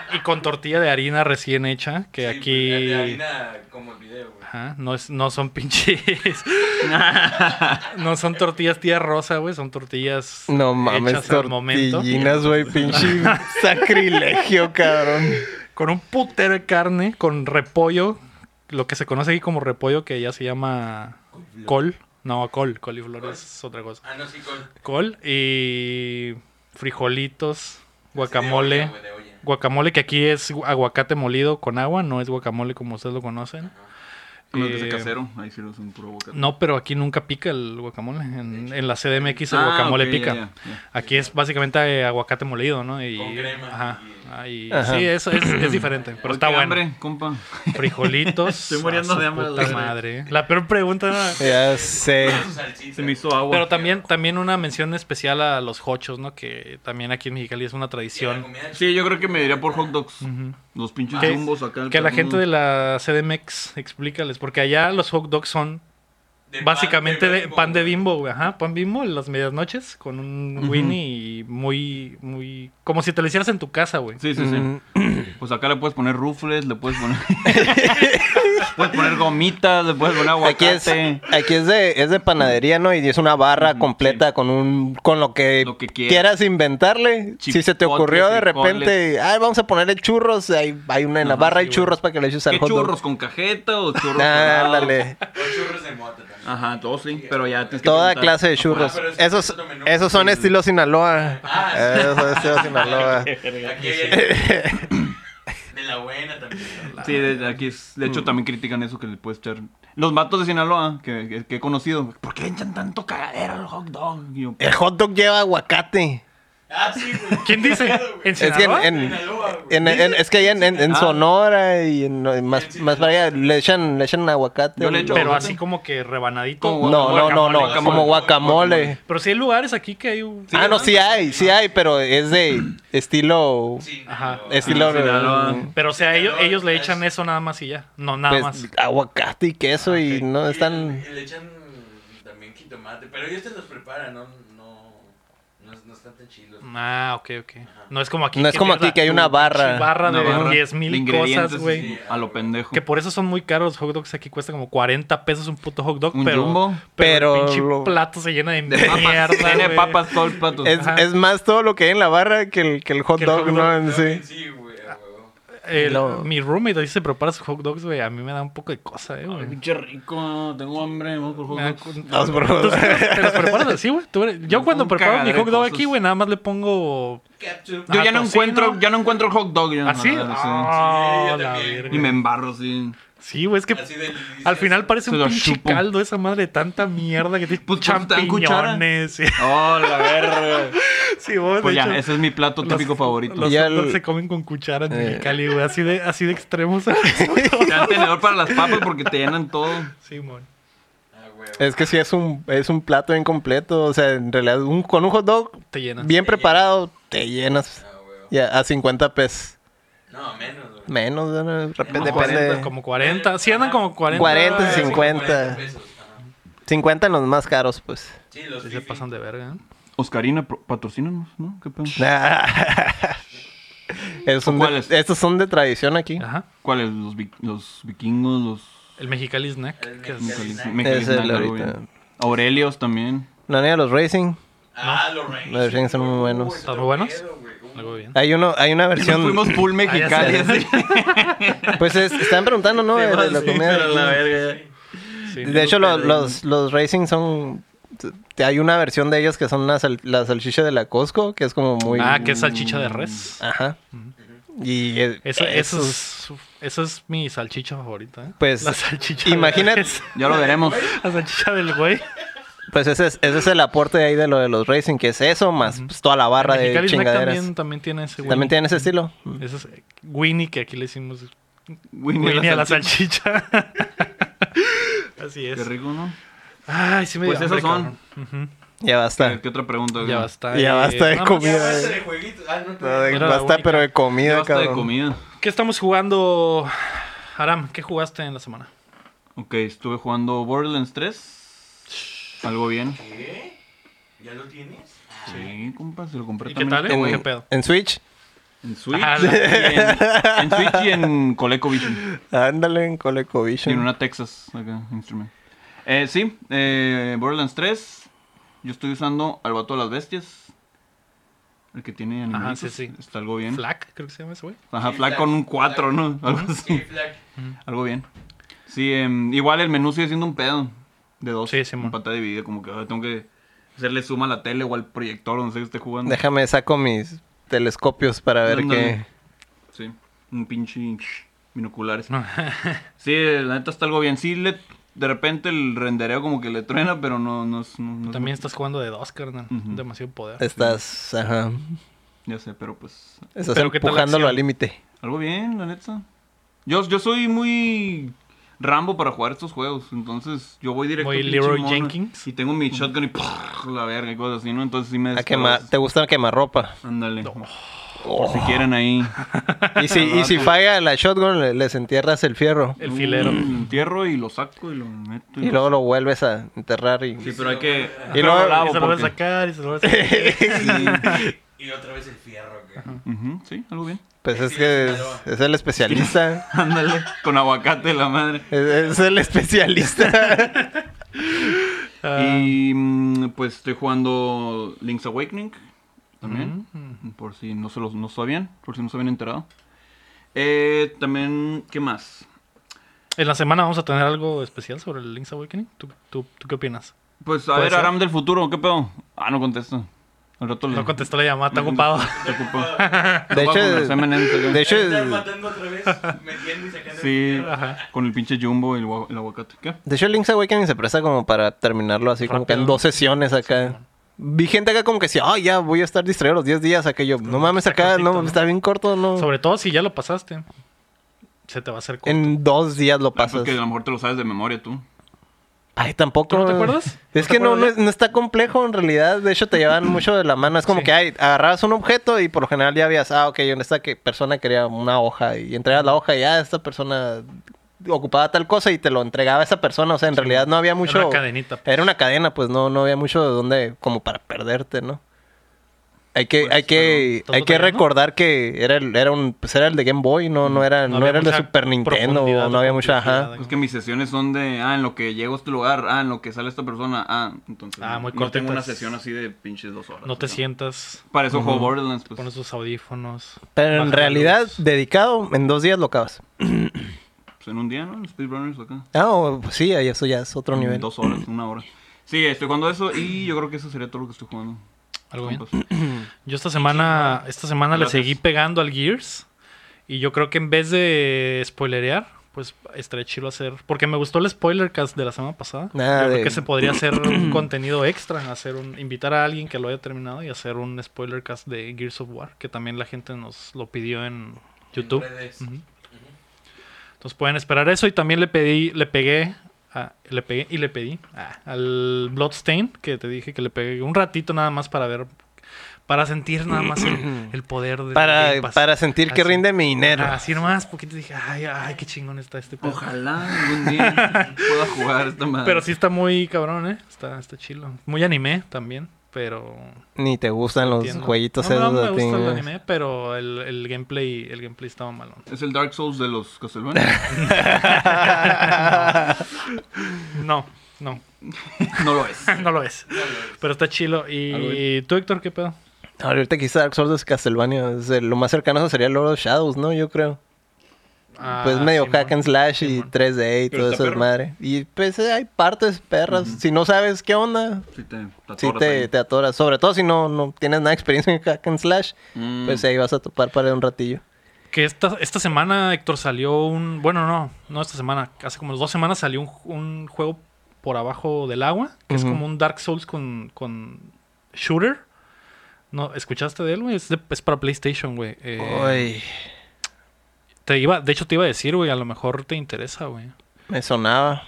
Speaker 1: Eh, y con tortilla de harina recién hecha, que
Speaker 4: pues,
Speaker 1: aquí
Speaker 4: Como el video, güey.
Speaker 1: Ajá, no, es, no son pinches. no son tortillas tía rosa, güey, son tortillas
Speaker 2: No mames,
Speaker 1: hechas al momento.
Speaker 2: tortillinas, güey, pinche sacrilegio, cabrón.
Speaker 1: Con un putero de carne, con repollo, lo que se conoce aquí como repollo, que ya se llama col. No, col, coliflor es otra cosa.
Speaker 4: Ah, no, sí, con.
Speaker 1: Col y frijolitos, guacamole.
Speaker 4: Sí, de olla, güey, de olla.
Speaker 1: Guacamole, que aquí es gu- aguacate molido con agua, no es guacamole como ustedes lo conocen.
Speaker 3: Con los que se
Speaker 1: Eh, mm,
Speaker 3: casero. Ahí sí lo son puro bocata.
Speaker 1: No, pero aquí nunca pica el guacamole. En, en la CDMX el
Speaker 3: Ah,
Speaker 1: guacamole
Speaker 3: ok,
Speaker 1: pica.
Speaker 3: ya, ya, ya.
Speaker 1: Aquí es básicamente eh, aguacate molido, ¿no? Y,
Speaker 4: Con crema.
Speaker 1: Ajá.
Speaker 4: Y-
Speaker 1: Ah, y-
Speaker 2: Ajá.
Speaker 1: Sí, eso es, es diferente, pero
Speaker 3: Oye,
Speaker 1: está
Speaker 3: qué
Speaker 1: bueno.
Speaker 3: hambre, compa.
Speaker 1: Frijolitos.
Speaker 5: Estoy muriendo
Speaker 1: a su
Speaker 5: de hambre, la
Speaker 1: puta
Speaker 5: verdad.
Speaker 1: madre. eh. La peor pregunta. ¿no?
Speaker 2: Ya sé.
Speaker 4: Su salsita.
Speaker 3: Se me hizo agua.
Speaker 1: Pero también, también una mención especial a los hochos, ¿no? Que también aquí en Mexicali es una
Speaker 4: Y la
Speaker 1: tradición.
Speaker 4: comida
Speaker 3: Sí, yo creo que me diría por hot dogs.
Speaker 1: Ujú.
Speaker 3: Los pinches
Speaker 1: Mm. Que-
Speaker 3: jumbos acá.
Speaker 1: Que la gente de la CDMX, explícales, porque allá los hot dogs son
Speaker 4: china. de pan-
Speaker 1: Básicamente de pan de
Speaker 4: güey.
Speaker 1: bimbo, güey. Ajá, pan bimbo en las medias noches con un
Speaker 3: Ujú.
Speaker 1: Winnie y muy, muy... Como si te lo hicieras en tu casa, güey.
Speaker 3: Sí, sí, sí. Pues acá le puedes poner rufles, le puedes poner. puedes poner gomitas, le puedes poner
Speaker 2: Aquí es,
Speaker 3: aguacate.
Speaker 2: aquí es de, es de panadería, ¿no? Y es una barra
Speaker 3: Ujú,
Speaker 2: completa con un con lo que,
Speaker 3: Lo que quieras.
Speaker 2: quieras. inventarle. si se te
Speaker 3: Chipotle,
Speaker 2: ocurrió de repente,
Speaker 3: frijoles.
Speaker 2: ay, vamos a ponerle churros, hay, hay una en la
Speaker 1: Ajá,
Speaker 2: barra
Speaker 1: sí,
Speaker 2: y
Speaker 1: güey.
Speaker 2: churros para que le eches al
Speaker 3: ¿Qué
Speaker 2: hot dog.
Speaker 3: churros con cajeta o churros?
Speaker 2: Ah,
Speaker 3: dorados?
Speaker 2: Ándale.
Speaker 4: O churros de mota también.
Speaker 3: Ajá, todos sí, pero ya tienes que
Speaker 2: Toda
Speaker 3: preguntar.
Speaker 2: clase de churros.
Speaker 4: pero es
Speaker 2: esos,
Speaker 4: otro menú.
Speaker 2: esos son estilo Sinaloa.
Speaker 4: Ah, sí.
Speaker 2: esos son estilo Sinaloa.
Speaker 4: Aquí hay de la buena también. ¿no?
Speaker 3: Sí, de, de aquí es. De hecho,
Speaker 2: Mm.
Speaker 3: también critican eso que le puedes echar. Los matos de Sinaloa, que, que- que he conocido, ¿por qué le echan tanto cagadero al hot dog? Y yo,
Speaker 2: El hot dog lleva aguacate.
Speaker 4: Ah, sí, güey.
Speaker 1: ¿Quién dice? ¿En
Speaker 2: Es que en,
Speaker 1: Sinaloa?
Speaker 2: en-
Speaker 4: Sinaloa, güey.
Speaker 2: en- en- es que ahí en, en- en
Speaker 3: Ah.
Speaker 2: Sonora y en- en más, más para allá le echan, le echan aguacate.
Speaker 3: Yo le echo-
Speaker 1: Pero
Speaker 3: Ojo.
Speaker 1: así como que rebanadito.
Speaker 3: Como
Speaker 2: No, no, no, no,
Speaker 3: Guacamole,
Speaker 2: como guacamole.
Speaker 3: guacamole.
Speaker 1: Pero sí hay lugares aquí que hay... un-
Speaker 2: ah, no, sí hay, sí hay, pero es de estilo...
Speaker 4: Sí,
Speaker 1: Ajá.
Speaker 4: no.
Speaker 2: Estilo...
Speaker 3: Sinaloa.
Speaker 2: mm,
Speaker 1: Pero o sea, ellos,
Speaker 4: Sinaloa
Speaker 1: ellos le
Speaker 4: es-
Speaker 1: echan eso nada más y ya. No, nada
Speaker 2: pues,
Speaker 1: más.
Speaker 2: aguacate y queso
Speaker 1: Ah, ok.
Speaker 2: y no
Speaker 4: Y
Speaker 2: están...
Speaker 4: le- Le echan también jitomate, pero ellos te los preparan, no, no, no, es- no están tan chilos.
Speaker 1: Ah, ok, ok. No es como aquí.
Speaker 2: No es como
Speaker 1: tienes
Speaker 2: aquí que
Speaker 1: la-
Speaker 2: hay una
Speaker 1: tu pinche
Speaker 2: barra.
Speaker 1: barra
Speaker 3: Una barra
Speaker 1: de diez
Speaker 3: de
Speaker 1: mil
Speaker 3: ingredientes,
Speaker 1: cosas, güey.
Speaker 3: sí, A lo pendejo.
Speaker 1: Que por eso son muy caros los hot dogs. Aquí cuesta como 40 pesos un puto hot dog.
Speaker 3: Un
Speaker 1: pero,
Speaker 3: jumbo.
Speaker 1: pero el
Speaker 2: Pero
Speaker 1: pinche
Speaker 2: lo-
Speaker 1: plato se llena de mierda.
Speaker 3: Papas, tiene
Speaker 1: güey.
Speaker 3: papas todo el plato.
Speaker 2: Es,
Speaker 1: Ajá.
Speaker 2: es más todo lo que hay en la barra que el, que el hot
Speaker 1: Que el
Speaker 2: dog,
Speaker 1: hot
Speaker 2: ¿no?
Speaker 1: dog,
Speaker 2: En
Speaker 4: No,
Speaker 2: sí.
Speaker 4: Sí, güey,
Speaker 1: Ah.
Speaker 4: a huevo.
Speaker 1: El-
Speaker 2: Lo-
Speaker 1: Mi roommate ahí se prepara sus hot dogs, güey. A mí me da un poco de cosa, eh,
Speaker 3: Ay,
Speaker 1: güey.
Speaker 3: pinche rico, tengo hambre, vamos por
Speaker 1: Me da
Speaker 3: hot dogs.
Speaker 1: cu-
Speaker 2: Vamos, bro.
Speaker 1: ¿Tú te los preparas así, güey? Tú eres- Yo
Speaker 3: Un-
Speaker 1: cuando
Speaker 3: un
Speaker 1: preparo mi
Speaker 3: cagadero
Speaker 1: hot dog
Speaker 3: de
Speaker 1: aquí,
Speaker 3: cosas.
Speaker 1: güey, nada más le pongo...
Speaker 4: Ketchup.
Speaker 3: Yo
Speaker 1: Ah,
Speaker 3: ya no
Speaker 1: tocino.
Speaker 3: encuentro, ya no encuentro el hot dog. ya,
Speaker 1: ¿Así?
Speaker 3: la verdad, sí.
Speaker 1: Ah,
Speaker 4: Sí, yo
Speaker 1: la
Speaker 4: también.
Speaker 1: verga.
Speaker 3: Y me embarro, sí.
Speaker 1: Sí, güey, es que
Speaker 4: Así de delicioso.
Speaker 1: al final parece
Speaker 3: Se
Speaker 1: un
Speaker 3: lo
Speaker 1: pinche
Speaker 3: chupo.
Speaker 1: caldo esa madre de tanta mierda que tiene
Speaker 3: Pues, pues, te dan cuchara.
Speaker 1: champiñones. Sí,
Speaker 3: Oh, la verga.
Speaker 1: sí, güey, de
Speaker 3: Pues
Speaker 1: hecho,
Speaker 3: ya, ese es mi plato
Speaker 1: los-
Speaker 3: típico favorito.
Speaker 1: Los
Speaker 2: Y
Speaker 1: hot
Speaker 2: el-
Speaker 1: dogs se comen con cuchara en
Speaker 2: Eh.
Speaker 1: Mexicali, güey. Así de, así de extremos.
Speaker 3: Te dan tenedor para las papas porque te llenan todo.
Speaker 1: Simón.
Speaker 4: Ah, huevo.
Speaker 2: Es que sí es un, es un plato bien completo. O sea, en realidad, un- con un hot dog
Speaker 1: te llenas.
Speaker 2: bien preparado, te llenas
Speaker 4: Ah, huevo.
Speaker 2: ya a 50 pesos.
Speaker 4: No, menos, güey.
Speaker 2: Menos, ¿no? Rep-
Speaker 4: Como
Speaker 2: depende.
Speaker 1: 40, como 40. Sí andan como 40.
Speaker 2: 40,
Speaker 4: Ah, Sí,
Speaker 2: 50.
Speaker 4: 40 pesos, ajá.
Speaker 2: 50 en los más caros, pues.
Speaker 4: Sí, los
Speaker 1: Sí se
Speaker 4: fifi.
Speaker 1: pasan de verga. ¿eh?
Speaker 3: Oscarina, pro- patrocínanos, ¿no? ¿Qué pedo?
Speaker 2: Esos son de-
Speaker 3: ¿Cuáles?
Speaker 2: estos son de tradición aquí.
Speaker 1: Ajá.
Speaker 3: ¿Cuáles? Los, vi- los vikingos, los...
Speaker 1: El Mexicali Snack.
Speaker 4: El
Speaker 1: que es-
Speaker 4: Mexicali.
Speaker 3: mecaliz-
Speaker 4: Snack.
Speaker 3: mecaliz-
Speaker 2: Ese es el
Speaker 3: algo
Speaker 2: ahorita.
Speaker 3: bien. Aurelios también.
Speaker 2: La niña de los Racing.
Speaker 4: Ah, los rings.
Speaker 2: Los rings son muy buenos.
Speaker 4: Uy,
Speaker 1: ¿Están muy buenos?
Speaker 4: pedo, güey. Uy.
Speaker 1: Algo bien.
Speaker 2: Hay uno, hay una
Speaker 3: Nos fuimos
Speaker 2: versión.
Speaker 3: full mexicali.
Speaker 1: Ah, ya
Speaker 3: así.
Speaker 2: Pues es- están preguntando, ¿no? De, de la
Speaker 3: Sí,
Speaker 2: comida.
Speaker 3: pero la verga.
Speaker 1: Sí.
Speaker 2: De hecho, lo- los, los Racing son. te- Hay una versión de ellos que son una sal- la salchicha de la Costco, que es como muy.
Speaker 1: Ah, que es salchicha de res.
Speaker 2: Ajá. Y eh,
Speaker 1: Eso, eso,
Speaker 2: esos-
Speaker 1: es, eso es mi salchicha favorita. ¿eh?
Speaker 2: Pues,
Speaker 1: la salchicha. de
Speaker 2: Imagínate.
Speaker 1: res.
Speaker 3: Ya lo veremos.
Speaker 1: La salchicha del güey.
Speaker 2: Pues ese es, ese es el aporte ahí de lo de los Racing, que es eso, más pues, toda la barra de
Speaker 1: Mexicali Snack
Speaker 2: chingaderas.
Speaker 1: también, también tiene ese Winnie.
Speaker 2: También tienen ese estilo.
Speaker 1: Ese es Winnie que aquí le hicimos
Speaker 3: Winnie,
Speaker 1: Winnie a la
Speaker 3: salchicha.
Speaker 1: salchicha. Así
Speaker 3: Qué
Speaker 1: es.
Speaker 3: rico, ¿no?
Speaker 1: Ay, sí me
Speaker 3: Pues
Speaker 1: dio
Speaker 3: esos
Speaker 1: hambre,
Speaker 3: son.
Speaker 1: cabrón.
Speaker 2: Ya
Speaker 3: ¿Qué
Speaker 2: basta.
Speaker 3: Eh, qué otra pregunta?
Speaker 1: Ujú.
Speaker 3: güey?
Speaker 1: Ya basta.
Speaker 2: Ya
Speaker 1: eh,
Speaker 2: basta
Speaker 1: nada
Speaker 2: de
Speaker 1: más.
Speaker 4: Ya
Speaker 2: comida.
Speaker 4: basta de jueguitos. Ah, no, todavía.
Speaker 1: Era la
Speaker 2: Basta,
Speaker 1: única.
Speaker 2: pero de
Speaker 3: Ya
Speaker 2: comida,
Speaker 3: basta de
Speaker 2: cabrón.
Speaker 3: comida.
Speaker 1: ¿Qué estamos jugando, Aram? ¿Qué jugaste en la semana?
Speaker 3: Ok, estuve jugando Borderlands 3. Algo bien.
Speaker 4: ¿Qué? ¿Ya lo tienes? Ah,
Speaker 3: Sí, compa, se lo compré
Speaker 1: ¿Y qué
Speaker 3: también.
Speaker 1: tal, eh?
Speaker 2: En,
Speaker 1: ¿Qué pedo?
Speaker 2: en Switch,
Speaker 3: En Switch.
Speaker 1: Ah,
Speaker 3: y
Speaker 1: la-
Speaker 3: en, en Switch y en ColecoVision.
Speaker 2: ándale en
Speaker 3: Y en
Speaker 2: ColecoVision.
Speaker 3: una Texas, acá, instrument. Eh, sí, eh, Borderlands 3. Yo estoy usando al vato de las bestias. El que tiene animalitos.
Speaker 1: sí, sí.
Speaker 3: Está algo bien.
Speaker 1: Flack, creo que se llama ese güey.
Speaker 3: Ajá,
Speaker 4: Sí,
Speaker 3: Flack
Speaker 4: Flack.
Speaker 3: con un 4, ¿no? Algo
Speaker 4: Sí,
Speaker 3: así.
Speaker 4: Flack.
Speaker 3: Algo bien. Sí, em, igual el menú sigue siendo un pedo. De dos.
Speaker 1: Sí, Simón.
Speaker 3: Con pantalla dividida, como que ah, tengo que hacerle suma a la tele o al proyector donde sea que esté jugando.
Speaker 2: Déjame saco mis telescopios para ver
Speaker 3: Ándale.
Speaker 2: qué.
Speaker 3: Sí, un pinche binoculares. Sí, la neta está algo bien. Sí, le- de repente el rendereo como que le truena, pero no, no es... no- no es-
Speaker 1: También estás jugando de dos, carnal.
Speaker 3: Ujú.
Speaker 1: Demasiado poder.
Speaker 2: Estás, ajá.
Speaker 3: Ya sé, pero pues...
Speaker 2: Estás
Speaker 1: Pero ¿qué tal la
Speaker 2: empujándolo
Speaker 1: acción?
Speaker 2: al límite.
Speaker 3: Algo bien, la neta. Yo, yo soy muy rambo para jugar estos juegos, entonces yo voy directo...
Speaker 1: Muy
Speaker 3: pinche
Speaker 1: Leroy
Speaker 3: mono,
Speaker 1: Jenkins.
Speaker 3: Y tengo mi shotgun y ¡pah! la verga y cosas así, ¿no? Entonces sí me...
Speaker 2: A quemar, ¿Te gusta quemar ropa?
Speaker 3: Ándale.
Speaker 1: No.
Speaker 3: Por si quieren ahí.
Speaker 2: Y si, y si falla la shotgun, le- les entierras el fierro.
Speaker 1: El filero.
Speaker 3: Lo entierro y lo saco y lo meto.
Speaker 2: Y luego lo vuelves a enterrar y...
Speaker 3: Sí, pero hay que.
Speaker 2: Y
Speaker 3: pero
Speaker 2: luego-
Speaker 3: lo lavo
Speaker 1: Y se lo van a
Speaker 3: porque-
Speaker 1: sacar y se lo van a sacar.
Speaker 4: Y otra vez el fierro, que
Speaker 3: Ujú, Sí, algo bien.
Speaker 2: Pues es que es, es el especialista.
Speaker 3: Ándale. Con aguacate la madre.
Speaker 2: Es, es el especialista.
Speaker 1: Ah,
Speaker 3: Y mm, pues estoy jugando Link's Awakening también. Por si no se los no sabían, por si no se habían enterado. Eh, también, ¿qué más?
Speaker 1: En la semana vamos a tener algo especial sobre el Link's Awakening. ¿Tú, tú, tú qué opinas?
Speaker 3: Pues a
Speaker 1: ¿Puede
Speaker 3: ver,
Speaker 1: ser?
Speaker 3: Aram del futuro, ¿qué pedo? Ah, no contesto. Al rato le-
Speaker 1: No contestó la llamada, está ocupado.
Speaker 3: Está ocupado.
Speaker 2: De
Speaker 3: Voy a conversarme
Speaker 2: hecho,
Speaker 3: en Instagram
Speaker 2: de hecho,
Speaker 4: Están matando otra vez, metiendo y sacando el
Speaker 3: Sí,
Speaker 4: fierro.
Speaker 1: Ajá.
Speaker 3: con el pinche jumbo y el, gua- el aguacate. ¿Qué? Ah,
Speaker 2: de hecho, Link's Awakening se presta como para terminarlo así, como que en
Speaker 1: Rápido.
Speaker 2: dos sesiones acá. Vi gente acá como que decía, ay, ya voy a estar distraído los 10 días. Acá yo, no mames, acá,
Speaker 1: cortito,
Speaker 2: no,
Speaker 1: ¿no?
Speaker 2: está bien corto, no.
Speaker 1: Sobre todo si ya lo pasaste. Se te va a hacer corto.
Speaker 2: En dos días lo
Speaker 3: Ah, pues
Speaker 2: pasas.
Speaker 3: que a lo mejor te lo sabes de memoria tú.
Speaker 2: Ay, tampoco.
Speaker 1: ¿Tú no te acuerdas?
Speaker 2: Es
Speaker 1: ¿No te
Speaker 2: que no, no,
Speaker 1: acuerdas
Speaker 2: es- no está complejo en realidad. De hecho, te llevan mucho de la mano. Es como
Speaker 1: Sí.
Speaker 2: que ay, agarrabas un objeto y por lo general ya habías, ah, ok, esta que persona quería una hoja y entregabas la hoja y ah, esta persona ocupaba tal cosa y te lo entregaba esa persona. O sea, en realidad no había mucho.
Speaker 1: una cadenita, pues.
Speaker 2: Era una cadena, pues no, no había mucho de dónde, como para perderte, ¿no? Hay que, hay que,
Speaker 1: Pues, pero,
Speaker 2: hay
Speaker 1: ¿todo
Speaker 2: que
Speaker 1: bien, no?
Speaker 2: recordar que era el, era un, pues era el de Game Boy, no, no era, no,
Speaker 1: había
Speaker 2: era el de
Speaker 1: mucha
Speaker 2: Super Nintendo,
Speaker 1: profundidad,
Speaker 2: o no había mucha, ajá.
Speaker 1: profundidad.
Speaker 3: Es que mis sesiones son de, ah, en lo que llego a este lugar, ah, en lo que sale esta persona, ah, entonces.
Speaker 1: Ah, muy
Speaker 3: no tengo
Speaker 1: cortitas.
Speaker 3: una sesión así de pinches dos horas.
Speaker 1: No te
Speaker 2: Pues,
Speaker 3: o sea.
Speaker 1: sientas,
Speaker 3: Para eso juego Borderlands, pues.
Speaker 1: pones tus audífonos.
Speaker 2: Pero en
Speaker 1: bajas la
Speaker 2: realidad,
Speaker 1: luz.
Speaker 2: dedicado, en dos días lo acabas.
Speaker 3: Pues en un día, ¿no? Los speedrunners acá.
Speaker 2: Ah, o- pues sí, ahí eso ya es otro
Speaker 3: En
Speaker 2: nivel.
Speaker 3: Dos horas, una hora. Sí, estoy jugando eso y yo creo que eso sería todo lo que estoy jugando.
Speaker 1: Algo bien.
Speaker 2: Pues,
Speaker 3: Compas.
Speaker 1: Yo esta semana, esta semana le
Speaker 3: Gracias.
Speaker 1: seguí pegando al Gears. Y yo creo que en vez de spoilerear, pues estaría chido hacer. Porque me gustó el spoiler cast de la semana pasada.
Speaker 2: Ah,
Speaker 1: yo
Speaker 2: de-
Speaker 1: creo que se podría hacer un contenido extra, hacer un, invitar a alguien que lo haya terminado y hacer un spoiler cast de Gears of War, que también la gente nos lo pidió en YouTube.
Speaker 4: En redes.
Speaker 1: Ujú. Entonces pueden esperar eso. Y también le pedí, le pegué, a- le pegué y le pedí ah, al Bloodstain, que te dije que le pegué un ratito nada más para ver, para sentir nada más el, el poder de
Speaker 2: Para, para sentir
Speaker 1: Ah,
Speaker 2: que rinde mi dinero.
Speaker 1: Así nomás, porque te dije, ay, ay, qué chingón está este pedo.
Speaker 3: Ojalá algún día pueda jugar esta madre.
Speaker 1: Pero sí está muy cabrón, ¿eh? Está, está chilo. Muy anime también, pero...
Speaker 2: Ni te gustan los
Speaker 1: entiendo.
Speaker 2: jueguitos
Speaker 1: no, no,
Speaker 2: esos
Speaker 1: me
Speaker 2: de ti,
Speaker 1: gusta el
Speaker 2: ¿no?
Speaker 1: anime, pero el, el gameplay el gameplay estaba malo.
Speaker 3: Es el Dark Souls de los Castlevania.
Speaker 1: No, no,
Speaker 3: No lo es.
Speaker 1: no lo es. Pero está chilo. ¿Y tú, Héctor, qué pedo?
Speaker 2: Ahorita quizá Dark Souls de Castlevania. es el- lo más cercano eso sería Lord of Shadows, ¿no? Yo creo.
Speaker 1: Ah,
Speaker 2: pues medio
Speaker 1: Simón.
Speaker 2: hack and slash y
Speaker 1: Simón.
Speaker 2: 3D y
Speaker 3: Pero
Speaker 2: todo
Speaker 3: está
Speaker 2: eso es
Speaker 3: perro.
Speaker 2: madre. Y pues eh, hay partes perras. Si no sabes qué onda,
Speaker 3: Sí te, te
Speaker 2: si
Speaker 3: atoras
Speaker 2: te,
Speaker 3: ahí.
Speaker 2: te atoras. Sobre todo si no, no tienes nada de experiencia en hack and slash,
Speaker 3: Mm.
Speaker 2: pues ahí vas a topar para un ratillo.
Speaker 1: Que esta, esta semana, Héctor, salió un. Bueno, no, no esta semana. Hace como dos semanas salió un, un juego por abajo del agua. Que es
Speaker 2: Ujú.
Speaker 1: como un Dark Souls con, con shooter. No, ¿Escuchaste de él, güey? Es, de- es para PlayStation, güey. Eh,
Speaker 2: Uy,
Speaker 1: te iba, de hecho, te iba a decir, güey, a lo mejor te interesa, güey.
Speaker 2: me sonaba.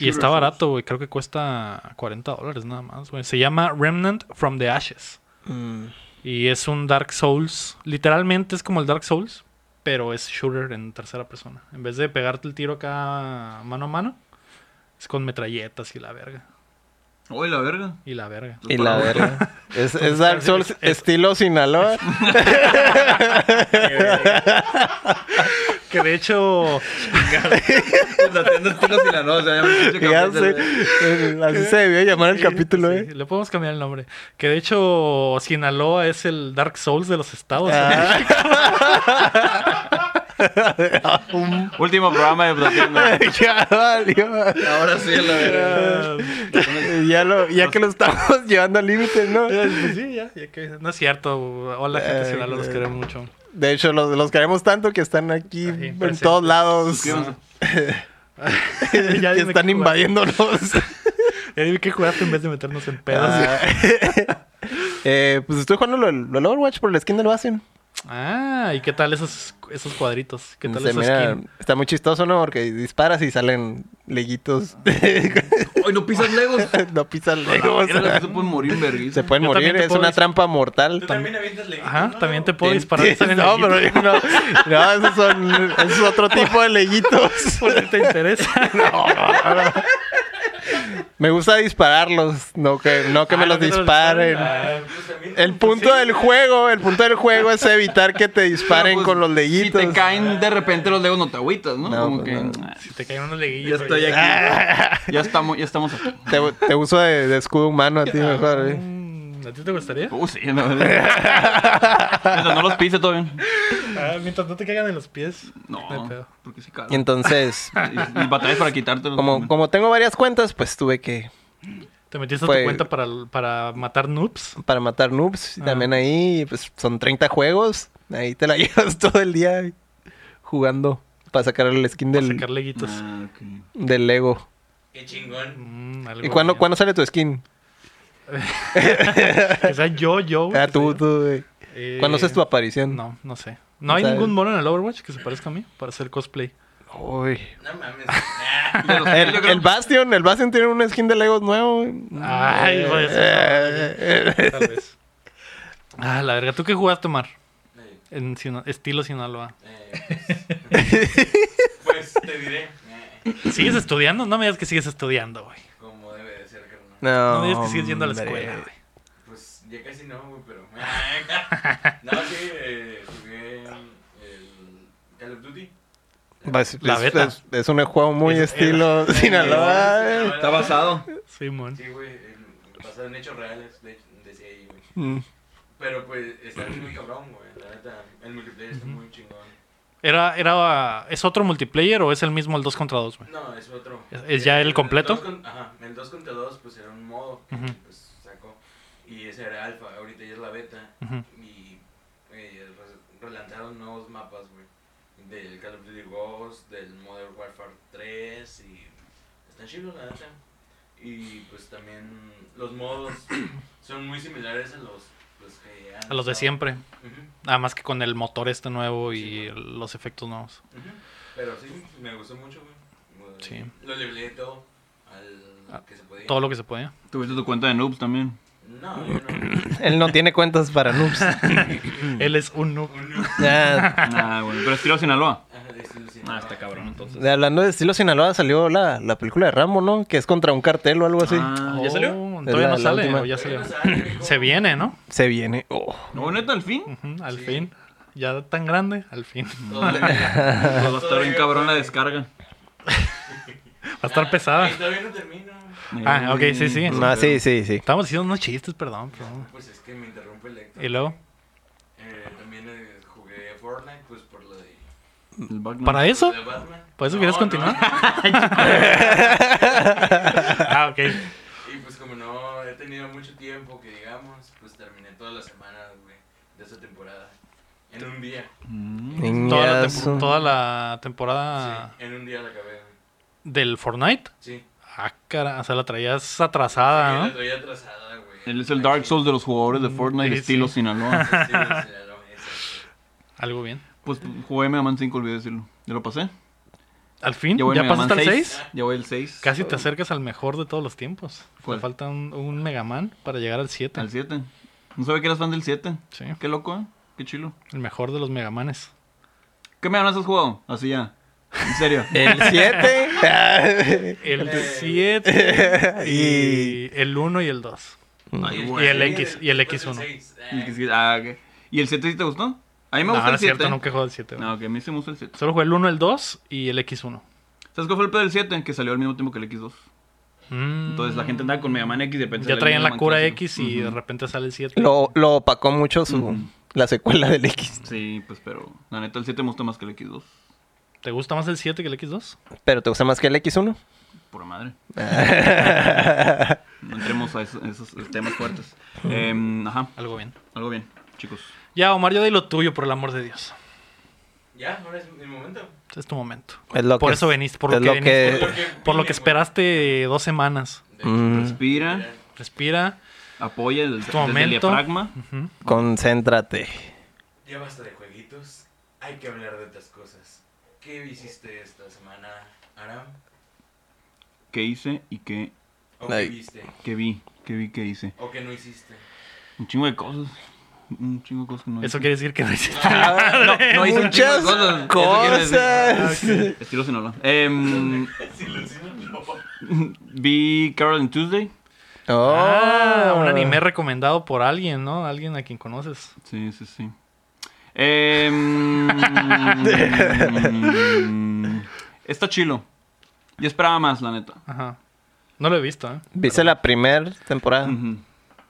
Speaker 1: Y está
Speaker 3: Shooter
Speaker 1: barato, güey. Creo que cuesta 40 dólares nada más, güey. Se llama Remnant from the Ashes.
Speaker 2: Mm.
Speaker 1: Y es un Dark Souls. Literalmente es como el Dark Souls, pero es shooter en tercera persona. En vez de pegarte el tiro acá mano a mano, es con metralletas y la verga.
Speaker 3: Souls. Uy, la verga.
Speaker 1: Y la verga.
Speaker 2: Y la verga. Es, es Dark Souls
Speaker 1: es- es-
Speaker 2: estilo Sinaloa.
Speaker 1: Que de hecho,
Speaker 3: La tienda estilo Sinaloa, o sea, ya me he dicho que
Speaker 2: Ya
Speaker 3: aprende,
Speaker 2: sé.
Speaker 3: güey.
Speaker 2: El- Así se debió llamar el capítulo,
Speaker 1: sí,
Speaker 2: ¿eh?
Speaker 1: le podemos cambiar el nombre. Que de hecho, Sinaloa es el Dark Souls de los estados.
Speaker 2: Ah.
Speaker 3: Último programa de Platinum.
Speaker 2: Ah. ya valió.
Speaker 3: Ahora sí, la verga.
Speaker 2: Ah. Ya, lo, ya que lo estamos llevando al límite, ¿no?
Speaker 1: Pues sí, ya, ya que- no es cierto. Hola, gente de Sinaloa, los queremos mucho.
Speaker 2: De hecho, los, los queremos tanto que están aquí
Speaker 1: Ahí,
Speaker 2: en
Speaker 1: presentes.
Speaker 2: todos lados.
Speaker 3: Suscríbanse.
Speaker 1: Ya
Speaker 2: que
Speaker 1: dime
Speaker 2: están
Speaker 1: qué jugaste.
Speaker 2: invadiéndonos.
Speaker 1: Ya dime que jugaste en vez de meternos en pedos.
Speaker 2: Ah. Eh, pues estoy jugando lo, lo del Overwatch por la skin del Bastion.
Speaker 1: Ah, ¿y qué tal esos, esos cuadritos? ¿Qué tal
Speaker 2: Se
Speaker 1: esos
Speaker 2: mira,
Speaker 1: skin?
Speaker 2: Está muy chistoso, ¿no? Porque disparas y salen leguitos.
Speaker 3: ¡Ay, no pisas legos!
Speaker 2: no pisan legos.
Speaker 3: Era la que se pueden morir, vergüenza.
Speaker 2: Se pueden
Speaker 1: Yo también
Speaker 2: morir,
Speaker 1: te
Speaker 2: es
Speaker 1: puedo
Speaker 2: una
Speaker 1: dis-
Speaker 2: trampa mortal.
Speaker 4: Tú también avientas leguitos,
Speaker 1: Ajá,
Speaker 4: ¿no?
Speaker 1: también te puedo disparar.
Speaker 2: Sí,
Speaker 1: también
Speaker 2: no,
Speaker 1: leguitos,
Speaker 2: pero yo no. No, esos son. Esos es otro tipo de leguitos.
Speaker 1: Por si te interesa.
Speaker 2: No, no, no. Me gusta dispararlos, no que, no que me
Speaker 1: Ah,
Speaker 2: los
Speaker 1: no que los
Speaker 2: disparen.
Speaker 4: Ah, pues también-
Speaker 2: El punto del juego, el punto del juego es evitar que te disparen
Speaker 3: Pues,
Speaker 2: con los leguitos.
Speaker 3: Si te caen de repente los legos, no te agüitas, ¿no?
Speaker 2: No,
Speaker 3: Como
Speaker 2: pues,
Speaker 3: que.
Speaker 2: no.
Speaker 3: "Ah,
Speaker 1: Si te caen unos leguillos.
Speaker 3: Ya estoy
Speaker 1: ahí.
Speaker 2: Ah,
Speaker 3: Ya estamos, ya estamos aquí.
Speaker 2: te, te uso de, de escudo humano a ti
Speaker 1: Ah,
Speaker 2: mejor. ¿eh?
Speaker 1: Mm, ¿A ti te gustaría?
Speaker 3: Uh, sí, la verdad. Mientras no los pise todo bien.
Speaker 1: Ah, mientras no te caigan en los pies. hay
Speaker 3: No,
Speaker 1: pedo.
Speaker 3: porque sí, cara.
Speaker 2: Y
Speaker 3: Y,
Speaker 2: entonces,
Speaker 3: y batallas para quitártelos.
Speaker 2: como, como tengo varias cuentas, pues tuve que
Speaker 1: Te metiste a
Speaker 2: Pues-
Speaker 1: tu cuenta para, para matar noobs.
Speaker 2: para matar noobs. y
Speaker 1: Ah.
Speaker 2: También ahí, pues son 30 juegos. Ahí te la llevas todo el día jugando para sacar el skin
Speaker 1: Para
Speaker 2: del,
Speaker 1: sacar leguitos.
Speaker 3: Ah, ok.
Speaker 2: del Lego.
Speaker 4: Qué chingón.
Speaker 1: Mm, algo
Speaker 2: ¿Y cuándo,
Speaker 1: bien.
Speaker 2: cuándo sale tu skin?
Speaker 1: Que sea yo, yo.
Speaker 2: Ah,
Speaker 1: que
Speaker 2: tú,
Speaker 1: sea-
Speaker 2: tú, güey.
Speaker 1: Eh,
Speaker 2: ¿Cuándo haces tu aparición?
Speaker 1: No, no sé. No hay
Speaker 2: O sea,
Speaker 1: ningún mono en el Overwatch que se parezca a mí para hacer cosplay.
Speaker 2: Uy.
Speaker 4: No mames. Ah,
Speaker 3: De los-
Speaker 2: El,
Speaker 3: yo creo-
Speaker 2: el Bastion, el Bastion tiene un skin de Legos nuevo. güey.
Speaker 1: Ay,
Speaker 2: Eh,
Speaker 1: pues,
Speaker 2: eh, eh,
Speaker 1: Tal vez. Ah, la verga. ¿Tú qué jugaste, Mar?
Speaker 4: eh,
Speaker 1: En Sina- estilo Sinaloa.
Speaker 4: eh, pues, pues, te diré. eh,
Speaker 1: ¿Sigues estudiando? No me digas que sigues estudiando, güey.
Speaker 4: como debe de ser, carnal.
Speaker 1: No
Speaker 2: No,
Speaker 1: me digas que sigues yendo a la
Speaker 2: hombre.
Speaker 1: escuela, güey.
Speaker 4: Pues ya casi no, güey, pero. no, sí, eh, jugué el Call of Duty.
Speaker 2: Pues,
Speaker 1: La
Speaker 2: es,
Speaker 1: beta.
Speaker 2: es- es un juego muy
Speaker 1: Es-
Speaker 2: estilo Sinaloa. eh.
Speaker 3: Está basado.
Speaker 1: Simón.
Speaker 4: Sí, güey, eh, basado en hechos reales, de hecho, decía ahí, güey.
Speaker 2: Mm.
Speaker 4: Pero pues está muy cabrón, güey, la neta. El multiplayer está muy chingón.
Speaker 1: Era, era, ¿Es otro multiplayer o es el mismo el 2 contra 2, güey?
Speaker 4: No, es otro.
Speaker 1: ¿Es- es ya el completo?
Speaker 4: dos con- ajá, el 2 contra 2 pues era un modo que
Speaker 1: Ujú.
Speaker 4: pues, sacó. Y ese era alfa, ahorita ya es la beta.
Speaker 1: Ujú.
Speaker 4: Y eh, re- relanzaron nuevos mapas, güey. Del Call of Duty Ghost, del Modern Warfare 3 y... Están chidos, la neta. Y pues también los modos son muy similares a los, pues, que han
Speaker 1: A los de
Speaker 4: estado.
Speaker 1: siempre.
Speaker 4: Ujú,
Speaker 1: Nada más que con el motor este nuevo y
Speaker 4: Sí,
Speaker 1: los efectos nuevos.
Speaker 4: ujú. Pero sí, me gustó mucho, güey. Lo-
Speaker 1: Sí.
Speaker 4: Lo levelé todo al
Speaker 1: Ah,
Speaker 4: que se podía.
Speaker 1: Todo lo que se podía.
Speaker 3: Tuviste tu cuenta de noobs también.
Speaker 4: No, yo no.
Speaker 2: Él no tiene cuentas para noobs. Mm.
Speaker 1: Él es un noob.
Speaker 4: Un-
Speaker 2: Ya,
Speaker 3: Ah, bueno. Pero estilo Sinaloa.
Speaker 4: Ajá, de estilo sin-
Speaker 3: Ah, está cabrón, entonces.
Speaker 2: hablando de estilo Sinaloa, salió la, la película de Rambo, ¿no? Que es contra un cartel o algo así.
Speaker 3: Ah, ¿Ya
Speaker 1: Oh,
Speaker 3: salió?
Speaker 1: Todavía
Speaker 2: la-
Speaker 1: no
Speaker 2: la
Speaker 1: sale,
Speaker 2: última.
Speaker 1: o ya salió.
Speaker 4: Todavía no sale, hijo.
Speaker 1: Se viene, ¿no?
Speaker 2: Se viene. Oh.
Speaker 3: No, neta, al fin.
Speaker 1: Ujú, al
Speaker 4: Sí.
Speaker 1: fin. Ya tan grande, al fin.
Speaker 4: Todo bien.
Speaker 3: Pues va a estar bien
Speaker 4: Todavía
Speaker 3: cabrón la
Speaker 4: puede.
Speaker 3: descarga.
Speaker 1: Va a
Speaker 3: Ah,
Speaker 1: estar pesada.
Speaker 4: Ay, Ah, Todavía no termino.
Speaker 3: Eh,
Speaker 1: Ah, ok, sí, sí.
Speaker 2: No, sí, sí, sí.
Speaker 1: Estamos haciendo unos chistes, perdón. perdón.
Speaker 4: Pues es que me interrumpe el Héctor.
Speaker 1: Y luego,
Speaker 4: Eh, también eh, jugué Fortnite, pues por lo de.
Speaker 3: El Batman.
Speaker 1: ¿para eso?
Speaker 4: por lo de Batman.
Speaker 1: ¿Por eso
Speaker 4: No,
Speaker 1: quieres
Speaker 4: no.
Speaker 1: continuar? ah, ok.
Speaker 4: Y pues como no he tenido mucho tiempo, que digamos, pues terminé todas las semanas, güey, de esa temporada. En un día.
Speaker 3: Mm.
Speaker 1: Toda la,
Speaker 2: Niñazo.
Speaker 1: tempo- toda la temporada
Speaker 4: Sí, en un día la acabé, güey.
Speaker 1: del Fortnite.
Speaker 4: Sí.
Speaker 1: Ah, cara, o sea, la traías
Speaker 4: Sí,
Speaker 1: atrasada,
Speaker 4: la
Speaker 1: ¿no?
Speaker 4: traía atrasada, güey.
Speaker 3: Él es el Dark Souls de los jugadores de Fortnite
Speaker 1: Mm, Sí, sí.
Speaker 3: estilo Sinaloa.
Speaker 4: Sí, sí, claro, esa, güey.
Speaker 1: Algo bien.
Speaker 3: Pues jugué Mega Man 5, olvidé decirlo. Ya lo pasé.
Speaker 1: Al fin,
Speaker 3: Ya voy a
Speaker 1: ya
Speaker 3: Mega
Speaker 1: pasaste
Speaker 3: Man
Speaker 1: al
Speaker 3: 6.
Speaker 1: 6.
Speaker 3: Ya voy al 6.
Speaker 1: Casi te acercas al mejor de todos los tiempos.
Speaker 3: ¿Cuál?
Speaker 1: Te falta un, un Mega Man para llegar al 7.
Speaker 3: Al 7. No sabía que eras fan del 7.
Speaker 1: Sí,
Speaker 3: Qué loco, ¿eh? Qué chilo.
Speaker 1: el mejor de los Megamanes.
Speaker 3: ¿Qué Mega Man has jugado? Así ya. En serio.
Speaker 1: Eh, El
Speaker 2: El 7.
Speaker 4: Eh.
Speaker 1: 7
Speaker 2: Y-
Speaker 1: y el 1 y el 2.
Speaker 4: Ay,
Speaker 1: Y
Speaker 4: güey,
Speaker 1: el
Speaker 4: sí,
Speaker 1: X, y el
Speaker 4: después del
Speaker 1: X1.
Speaker 4: seis.
Speaker 3: El que
Speaker 4: Eh,
Speaker 3: sí- ah, ok. ¿Y el 7 sí te gustó? A mí me
Speaker 1: No,
Speaker 3: gusta
Speaker 1: no
Speaker 3: el
Speaker 1: es
Speaker 3: 7.
Speaker 1: cierto, nunca he jugado el 7.
Speaker 3: No, que a mí sí me gusta el 7.
Speaker 1: Solo jugué el 1, el 2 y el X1.
Speaker 3: ¿Sabes cuál fue el pedo del 7? Que salió al mismo tiempo que el X2.
Speaker 1: Mm.
Speaker 3: Entonces la gente andaba con Mega Man X y de repente
Speaker 1: Ya
Speaker 3: sale
Speaker 1: traían la
Speaker 3: Mega Man
Speaker 1: cura
Speaker 3: clásico.
Speaker 1: X y de
Speaker 3: Ujú.
Speaker 1: repente sale el 7.
Speaker 2: Lo, lo opacó mucho su, la secuela del X.
Speaker 3: Sí, pues pero la neta el 7 me gusta más que el X2.
Speaker 1: ¿Te gusta más el 7 que el X2?
Speaker 2: ¿Pero te gusta más que el X1?
Speaker 3: Pura madre. No entremos a esos, esos temas fuertes. Em, ajá,
Speaker 1: Algo bien.
Speaker 3: algo bien, chicos.
Speaker 1: Ya, Omar, ya di lo tuyo, por el amor de Dios. Este
Speaker 4: Ya, ahora es mi momento.
Speaker 1: Es tu momento.
Speaker 2: Es lo
Speaker 1: Por
Speaker 2: que-
Speaker 1: eso veniste, por lo
Speaker 2: es
Speaker 1: que
Speaker 2: lo
Speaker 1: veniste.
Speaker 2: que-
Speaker 1: Por lo que esperaste dos semanas.
Speaker 4: De-
Speaker 2: Mm,
Speaker 3: Respira,
Speaker 1: Respira.
Speaker 3: apoya el, desde el
Speaker 1: momento.
Speaker 3: diafragma.
Speaker 1: Ujú.
Speaker 2: concéntrate.
Speaker 4: Ya basta de jueguitos. Hay que hablar de otras cosas. ¿Qué hiciste esta semana, Aram?
Speaker 3: que hice y que,
Speaker 4: O que
Speaker 2: Ay.
Speaker 4: viste.
Speaker 3: que vi, que vi que hice.
Speaker 4: O que no hiciste.
Speaker 3: Un chingo de cosas. Un chingo de cosas que no
Speaker 1: Eso
Speaker 3: hice.
Speaker 1: quiere decir que no hiciste. Ah,
Speaker 2: No, no hice un chingo de cosas.
Speaker 3: Muchas cosas.
Speaker 2: Eso quiere decir-
Speaker 3: Ah, Estilo Sinaloa. Em,
Speaker 4: Si lo hicieron, no.
Speaker 3: vi Caroline Tuesday.
Speaker 2: Oh.
Speaker 1: Ah, un anime recomendado por alguien, ¿no? Alguien a quien conoces.
Speaker 3: Sí, sí, sí. Em, está chilo. Yo esperaba más, la neta.
Speaker 1: Ajá. No lo he visto, ¿eh?
Speaker 2: ¿Viste la primera temporada?
Speaker 3: Ujú.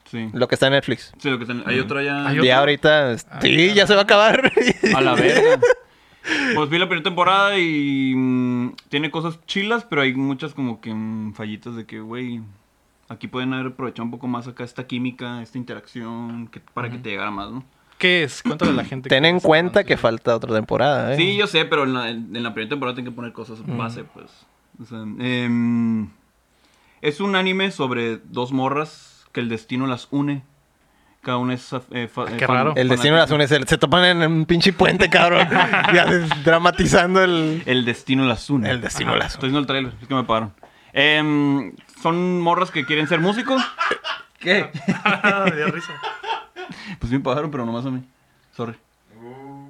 Speaker 3: Sí.
Speaker 2: Lo que está en Netflix.
Speaker 3: Sí, lo que ten- Hay otra ya.
Speaker 1: Hay
Speaker 2: Y
Speaker 1: otra?
Speaker 2: ahorita, sí, ya se va a acabar.
Speaker 3: Ah, A la verga. Pues vi la primera temporada y mm, tiene cosas chilas, pero hay muchas como que mm, fallitas de que, güey, aquí pueden haber aprovechado un poco más acá esta química, esta interacción, que- para que te llegara más, ¿no?
Speaker 1: ¿Qué es? Cuéntale a la gente.
Speaker 2: Ten
Speaker 1: qué
Speaker 2: en
Speaker 1: es.
Speaker 2: cuenta que falta otra temporada. ¿eh?
Speaker 3: Sí, yo sé, pero en la, en la primera temporada tienen que poner cosas
Speaker 2: Mm.
Speaker 3: base, pues. O sea, em, es un anime sobre dos morras que el destino las une. Cada una es...
Speaker 2: Ah,
Speaker 3: eh, fa- eh,
Speaker 1: qué
Speaker 3: fan-
Speaker 1: raro.
Speaker 2: El destino de las une, se, se topan en un pinche puente, cabrón. ya es- dramatizando el.
Speaker 3: El destino las une.
Speaker 2: El destino las une.
Speaker 3: Estoy viendo el trailer, es que me pagaron. Em, son morras que quieren ser músicos. pues, ¿Qué?
Speaker 1: Ah, me dio risa.
Speaker 3: Pues sí me pagaron, pero nomás a mí. Sorry.
Speaker 4: Uh,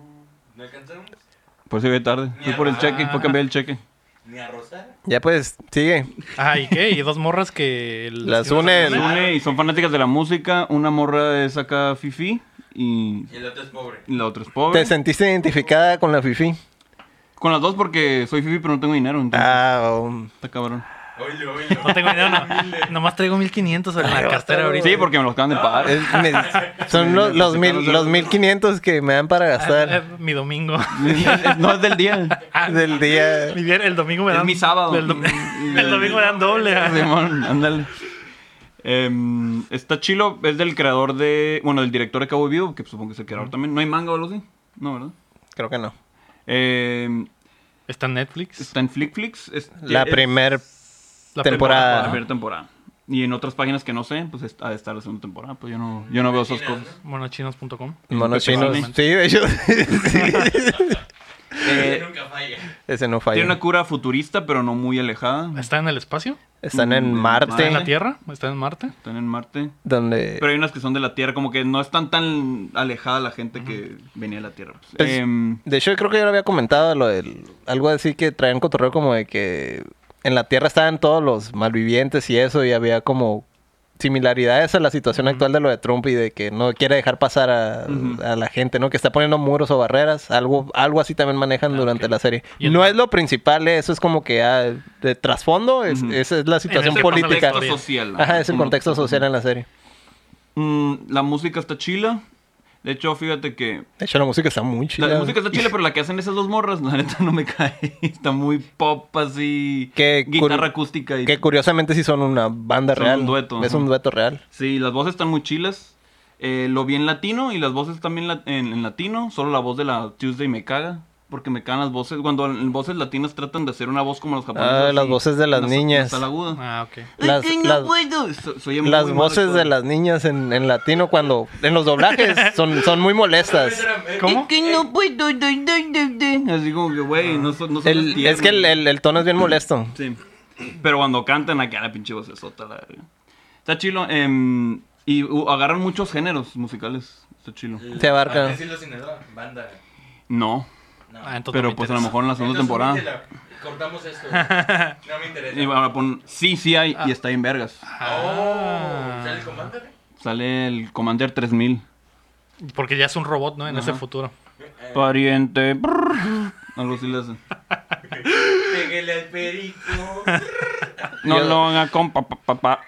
Speaker 4: ¿No alcanzamos?
Speaker 3: Por eso llegué tarde. Fui por el cheque, fue a cambiar el cheque.
Speaker 4: ¿Ni a Rosa?
Speaker 2: Ya pues, sigue.
Speaker 1: Ah, ¿y qué? ¿Y dos morras que... el-
Speaker 2: Las une
Speaker 3: Se
Speaker 2: el-
Speaker 3: une y son fanáticas de la música. Una morra es acá fifi y
Speaker 4: Y el otro es pobre.
Speaker 3: la otra es
Speaker 2: ¿Te
Speaker 3: pobre.
Speaker 2: sentiste identificada con la fifi?
Speaker 3: Con las dos porque soy fifi pero no tengo dinero. Entonces,
Speaker 2: Ah, um,
Speaker 3: está cabrón.
Speaker 4: Oye, oye.
Speaker 1: No tengo dinero, no. Nomás traigo 1500 en la cartera ahorita.
Speaker 3: Sí, porque me los acaban de pagar.
Speaker 2: es- me- son lo- los, mil, los 1500 que me dan para
Speaker 1: Ah, es
Speaker 2: gastar
Speaker 1: mi domingo.
Speaker 3: no es del día.
Speaker 2: del día.
Speaker 1: Mi vier- el domingo me
Speaker 3: Es
Speaker 1: dan...
Speaker 3: mi sábado. Mm,
Speaker 1: El, dom- el domingo me dan doble. ah.
Speaker 3: Simón, ándale. Em, está chilo, es del creador de. Bueno, del director de Cabo Vivo, que supongo que es el creador también. ¿No hay manga o algo así? No, ¿verdad?
Speaker 2: Creo que no.
Speaker 3: Em,
Speaker 1: Está en Netflix.
Speaker 3: está en Flickflix. es-
Speaker 2: La
Speaker 3: es-
Speaker 2: primer
Speaker 1: La
Speaker 2: Temporada.
Speaker 3: La primera temporada. Y en otras páginas que no sé, pues est- ha de estar la segunda temporada. Pues yo no, yo no veo esas cosas.
Speaker 1: Monochinos.com.
Speaker 2: mono chino.
Speaker 3: Impresionante.
Speaker 2: Sí, de hecho.
Speaker 3: Eh,
Speaker 4: Ella nunca falla.
Speaker 2: Ese no
Speaker 3: Tiene una
Speaker 2: falla.
Speaker 3: cura futurista, pero no muy alejada.
Speaker 1: ¿Está en el espacio?
Speaker 2: Están en
Speaker 3: Mm,
Speaker 1: ¿Está en la
Speaker 2: Marte,
Speaker 1: Tierra? ¿Está en Marte?
Speaker 3: Están en Marte.
Speaker 2: donde
Speaker 3: Pero hay unas que son de la Tierra, como que no están tan alejada la gente que venía de la Tierra. pues.
Speaker 2: Es-
Speaker 3: Em,
Speaker 2: De hecho, creo que yo lo había comentado, lo del, algo así que traían cotorreo como de que en la Tierra estaban todos los malvivientes y eso, y había como similaridades a la situación actual de lo de Trump y de que no quiere dejar pasar a,
Speaker 3: Ujú.
Speaker 2: a la gente, ¿no? Que está poniendo muros o barreras, algo, algo así también manejan
Speaker 3: Ah,
Speaker 2: durante la serie.
Speaker 1: Y el-
Speaker 2: No es lo principal, eso es como que ah, de trasfondo, es-
Speaker 3: Ujú.
Speaker 2: esa es la situación
Speaker 1: ese
Speaker 2: política.
Speaker 1: contexto
Speaker 3: Contexto social.
Speaker 2: Ajá, es el
Speaker 3: Como-
Speaker 2: contexto social en la serie.
Speaker 3: Mm, la música está chila. De hecho, fíjate que.
Speaker 2: De hecho, la música está muy chida.
Speaker 3: La música está chila, pero la que hacen esas dos morras, la neta no me cae. Está muy pop así.
Speaker 2: Qué cur-
Speaker 3: guitarra acústica y.
Speaker 2: Que curiosamente sí son una banda
Speaker 3: Son
Speaker 2: real.
Speaker 3: un dueto,
Speaker 2: Es
Speaker 3: ajá.
Speaker 2: un dueto real.
Speaker 3: Sí, las voces están muy chilas. Eh, lo vi en latino y las voces también la- en, en latino. Solo la voz de la Tuesday me caga. Porque me cagan las voces. Cuando en voces latinas tratan de hacer una voz como los japoneses.
Speaker 2: Ah, las
Speaker 3: así,
Speaker 2: voces de las
Speaker 3: nasal-
Speaker 2: niñas.
Speaker 3: nasal aguda.
Speaker 1: Ah, ok.
Speaker 2: Las-
Speaker 3: Ay, no
Speaker 2: las-
Speaker 3: puedo. So- soy muy
Speaker 2: Las
Speaker 3: mal
Speaker 2: voces de
Speaker 3: actor.
Speaker 2: las niñas en, en latino cuando en los doblajes son, son muy molestas.
Speaker 4: eh,
Speaker 1: ¿Cómo?
Speaker 3: que no puedo. doy, doy, doy, doy. Así como que, güey, no son, no son las
Speaker 2: El-
Speaker 3: tiernas.
Speaker 2: es que el, el- el tono es bien molesto.
Speaker 3: Sí. Pero cuando cantan, acá la pinche vocesota, la verga. Está chilo. em, y uh, agarran muchos géneros musicales. Está chilo.
Speaker 2: Se abarca.
Speaker 4: Ah, decirlo sin edad, Banda.
Speaker 3: No.
Speaker 4: No.
Speaker 1: Ah, entonces no
Speaker 3: Pero
Speaker 1: me
Speaker 3: pues a lo
Speaker 1: interesa.
Speaker 3: mejor en la segunda
Speaker 4: Entonces,
Speaker 3: temporada.
Speaker 4: omítela. Cortamos esto. No me interesa.
Speaker 3: Y ahora pon, sí, sí hay, y está en vergas. Ah.
Speaker 4: Oh,
Speaker 1: Ah,
Speaker 4: ¿sale el comandante?
Speaker 3: Sale el Commander 3000.
Speaker 1: Porque ya es un robot, ¿no? En ese futuro. Eh.
Speaker 3: Pariente. brr. Algo así le hacen.
Speaker 4: Pégale al perico.
Speaker 3: No
Speaker 2: Yo-
Speaker 3: lo haga con pa, pa, pa, pa.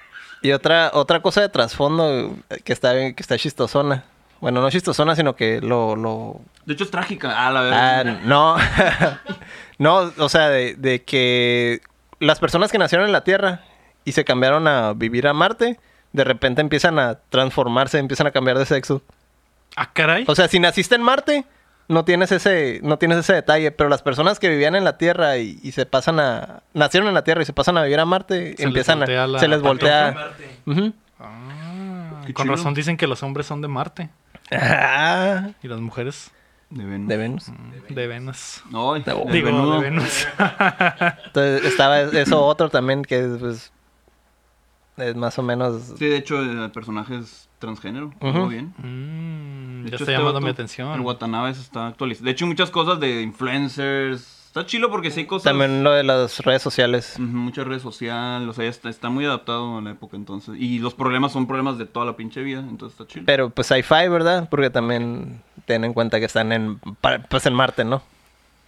Speaker 2: Y otra, otra cosa de trasfondo que está, bien- que está chistosona. Bueno, no chistosona, sino que lo... lo
Speaker 3: De hecho es trágica. Ah, la
Speaker 2: ah,
Speaker 3: verdad.
Speaker 2: no. no, o sea, de, de que las personas que nacieron en la Tierra y se cambiaron a vivir a Marte, de repente empiezan a transformarse, empiezan a cambiar de sexo.
Speaker 1: Ah, caray.
Speaker 3: Pues,
Speaker 2: O sea, si naciste en Marte, no tienes ese, no tienes ese detalle, pero las personas que vivían en la Tierra y, y se pasan a, nacieron en la Tierra y se pasan a vivir a Marte,
Speaker 1: Se
Speaker 2: empiezan
Speaker 1: les voltea
Speaker 2: a,
Speaker 1: la
Speaker 2: se les voltea.
Speaker 4: Marte.
Speaker 2: Ujú.
Speaker 1: Ah,
Speaker 3: Qué
Speaker 1: con
Speaker 3: chido.
Speaker 1: razón dicen que los hombres son de Marte
Speaker 2: Ah,
Speaker 1: y las mujeres
Speaker 3: De Venus.
Speaker 2: de Venus.
Speaker 1: De venas.
Speaker 3: No,
Speaker 2: De-
Speaker 3: del
Speaker 1: Digo,
Speaker 3: venudo.
Speaker 1: de venas.
Speaker 2: Entonces estaba eso otro también que es, pues, es más o menos...
Speaker 3: Sí, de hecho, el personaje es transgénero.
Speaker 2: Ujú.
Speaker 3: Muy bien.
Speaker 1: Mm,
Speaker 3: De
Speaker 1: ya
Speaker 3: hecho,
Speaker 1: está
Speaker 3: este
Speaker 1: llamando
Speaker 3: vato,
Speaker 1: mi
Speaker 3: El
Speaker 1: atención.
Speaker 3: Watanabe se está actualizando. De hecho, muchas cosas de influencers. Está chilo porque sí hay cosas.
Speaker 2: Pues También lo de las redes sociales.
Speaker 3: Ujú, Mucha red social. O sea, ya está, está muy adaptado a la época entonces. Y los problemas son problemas de toda la pinche vida. Entonces está chilo.
Speaker 2: Pero pues sci-fi, ¿verdad? Porque también ten en cuenta que están en, pa- pues, en Marte, ¿no?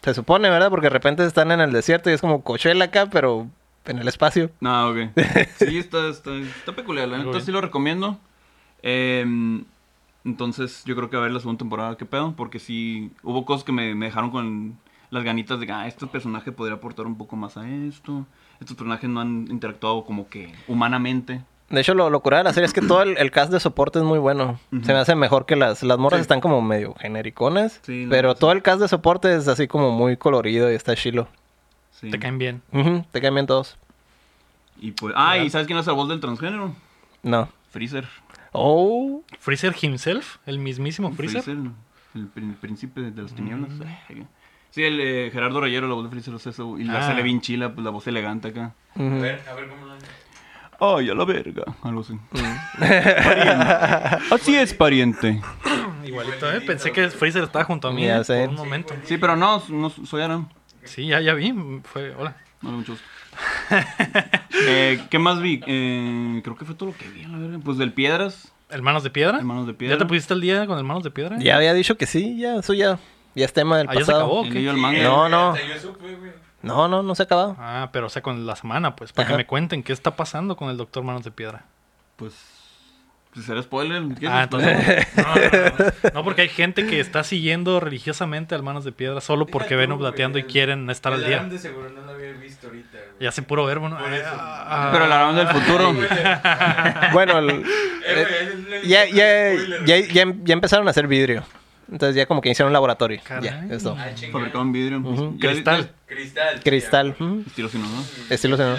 Speaker 2: Se supone, ¿verdad? Porque de repente están en el desierto y es como Coachella acá, pero en el espacio.
Speaker 3: No, ok. Sí, está, está, está peculiar. La
Speaker 1: Algo
Speaker 3: neta
Speaker 1: bien.
Speaker 3: sí lo recomiendo. Em, entonces, yo creo que a ver la segunda temporada, qué pedo. Porque sí, hubo cosas que me, me dejaron con las ganitas de que ah, este personaje podría aportar un poco más a esto. Estos personajes no han interactuado como que humanamente.
Speaker 2: De hecho, lo, lo curado de la serie es que todo el, el cast de soporte es muy bueno.
Speaker 3: Ujú.
Speaker 2: Se me hace mejor que las, las morras
Speaker 3: Sí.
Speaker 2: están como medio genericones.
Speaker 3: Sí, la
Speaker 2: pero
Speaker 3: neta, sí.
Speaker 2: todo el cast de soporte es así como muy colorido y está chilo.
Speaker 3: Sí.
Speaker 1: Te caen bien.
Speaker 2: Ujú, ¿Te caen bien todos?
Speaker 3: Y pues, ah, ¿y sabes quién es la voz del transgénero?
Speaker 2: No.
Speaker 3: Freezer.
Speaker 2: Oh,
Speaker 1: Freezer himself, el mismísimo Freezer.
Speaker 3: el, prin- príncipe de las tinieblas. Sí, el eh, Gerardo Rayero, la voz de Freezer es eso. Y la
Speaker 1: Ah.
Speaker 3: sale bien chila, pues la voz elegante acá.
Speaker 4: A
Speaker 2: ujú.
Speaker 4: ver, a ver cómo lo hacen.
Speaker 3: Ay, a la verga. Algo así. Pariente. Así es, pariente.
Speaker 1: Igualito, ¿eh? Pensé que Freezer estaba junto a mí
Speaker 2: Ya
Speaker 1: eh,
Speaker 2: sé.
Speaker 1: por un momento.
Speaker 3: Sí, pero no, no soy Aram.
Speaker 1: Sí, ya, ya vi. Fue, hola.
Speaker 3: No, mucho gusto. Eh, ¿Qué más vi? Eh, creo que fue todo lo que vi, a la verga. Pues del Piedras,
Speaker 1: ¿Hermanos de piedra?
Speaker 3: Hermanos de Piedra.
Speaker 1: ¿Ya te pusiste al día con Hermanos de piedra?
Speaker 2: Ya había dicho que sí, ya, eso ya, ya es tema del
Speaker 1: Ah, ya se
Speaker 2: pasado.
Speaker 1: acabó.
Speaker 3: El niño del manga.
Speaker 2: No, no.
Speaker 4: Hasta yo supe, güey.
Speaker 2: No, no, no se ha acabado.
Speaker 1: Ah, pero o sea, con la semana, pues, para
Speaker 2: Ajá.
Speaker 1: que me cuenten qué está pasando con el Doctor Manos de Piedra.
Speaker 3: Pues. Pues será spoiler. ¿qué es
Speaker 1: Ah,
Speaker 3: esto?
Speaker 1: entonces. No, no, no. No, porque hay gente que está siguiendo religiosamente al Manos de Piedra solo porque
Speaker 4: Deja
Speaker 1: ven
Speaker 4: tú,
Speaker 1: oblateando y
Speaker 4: güey.
Speaker 1: quieren estar
Speaker 4: El
Speaker 1: al
Speaker 4: Adam
Speaker 1: día.
Speaker 4: de seguro no lo había visto ahorita, güey.
Speaker 1: Y hacen puro verbo, ¿no?
Speaker 4: Por eso.
Speaker 1: Ah,
Speaker 3: Pero el Aram del futuro.
Speaker 4: Spoiler.
Speaker 2: Bueno, el-
Speaker 4: Eh, güey, es el-
Speaker 2: ya, ya,
Speaker 4: spoiler.
Speaker 2: ya, ya, ya empezaron a hacer vidrio. Entonces ya como que hicieron un laboratorio.
Speaker 1: Caray.
Speaker 2: Ya, eso.
Speaker 4: Ah, chinga.
Speaker 3: Fabricado en vidrio.
Speaker 2: Ujú.
Speaker 3: Ya-
Speaker 1: ah, Cristal.
Speaker 4: Cristal.
Speaker 2: Cristal. ujú.
Speaker 3: ya- Estilo Sinaloa.
Speaker 2: Estilo Sinaloa.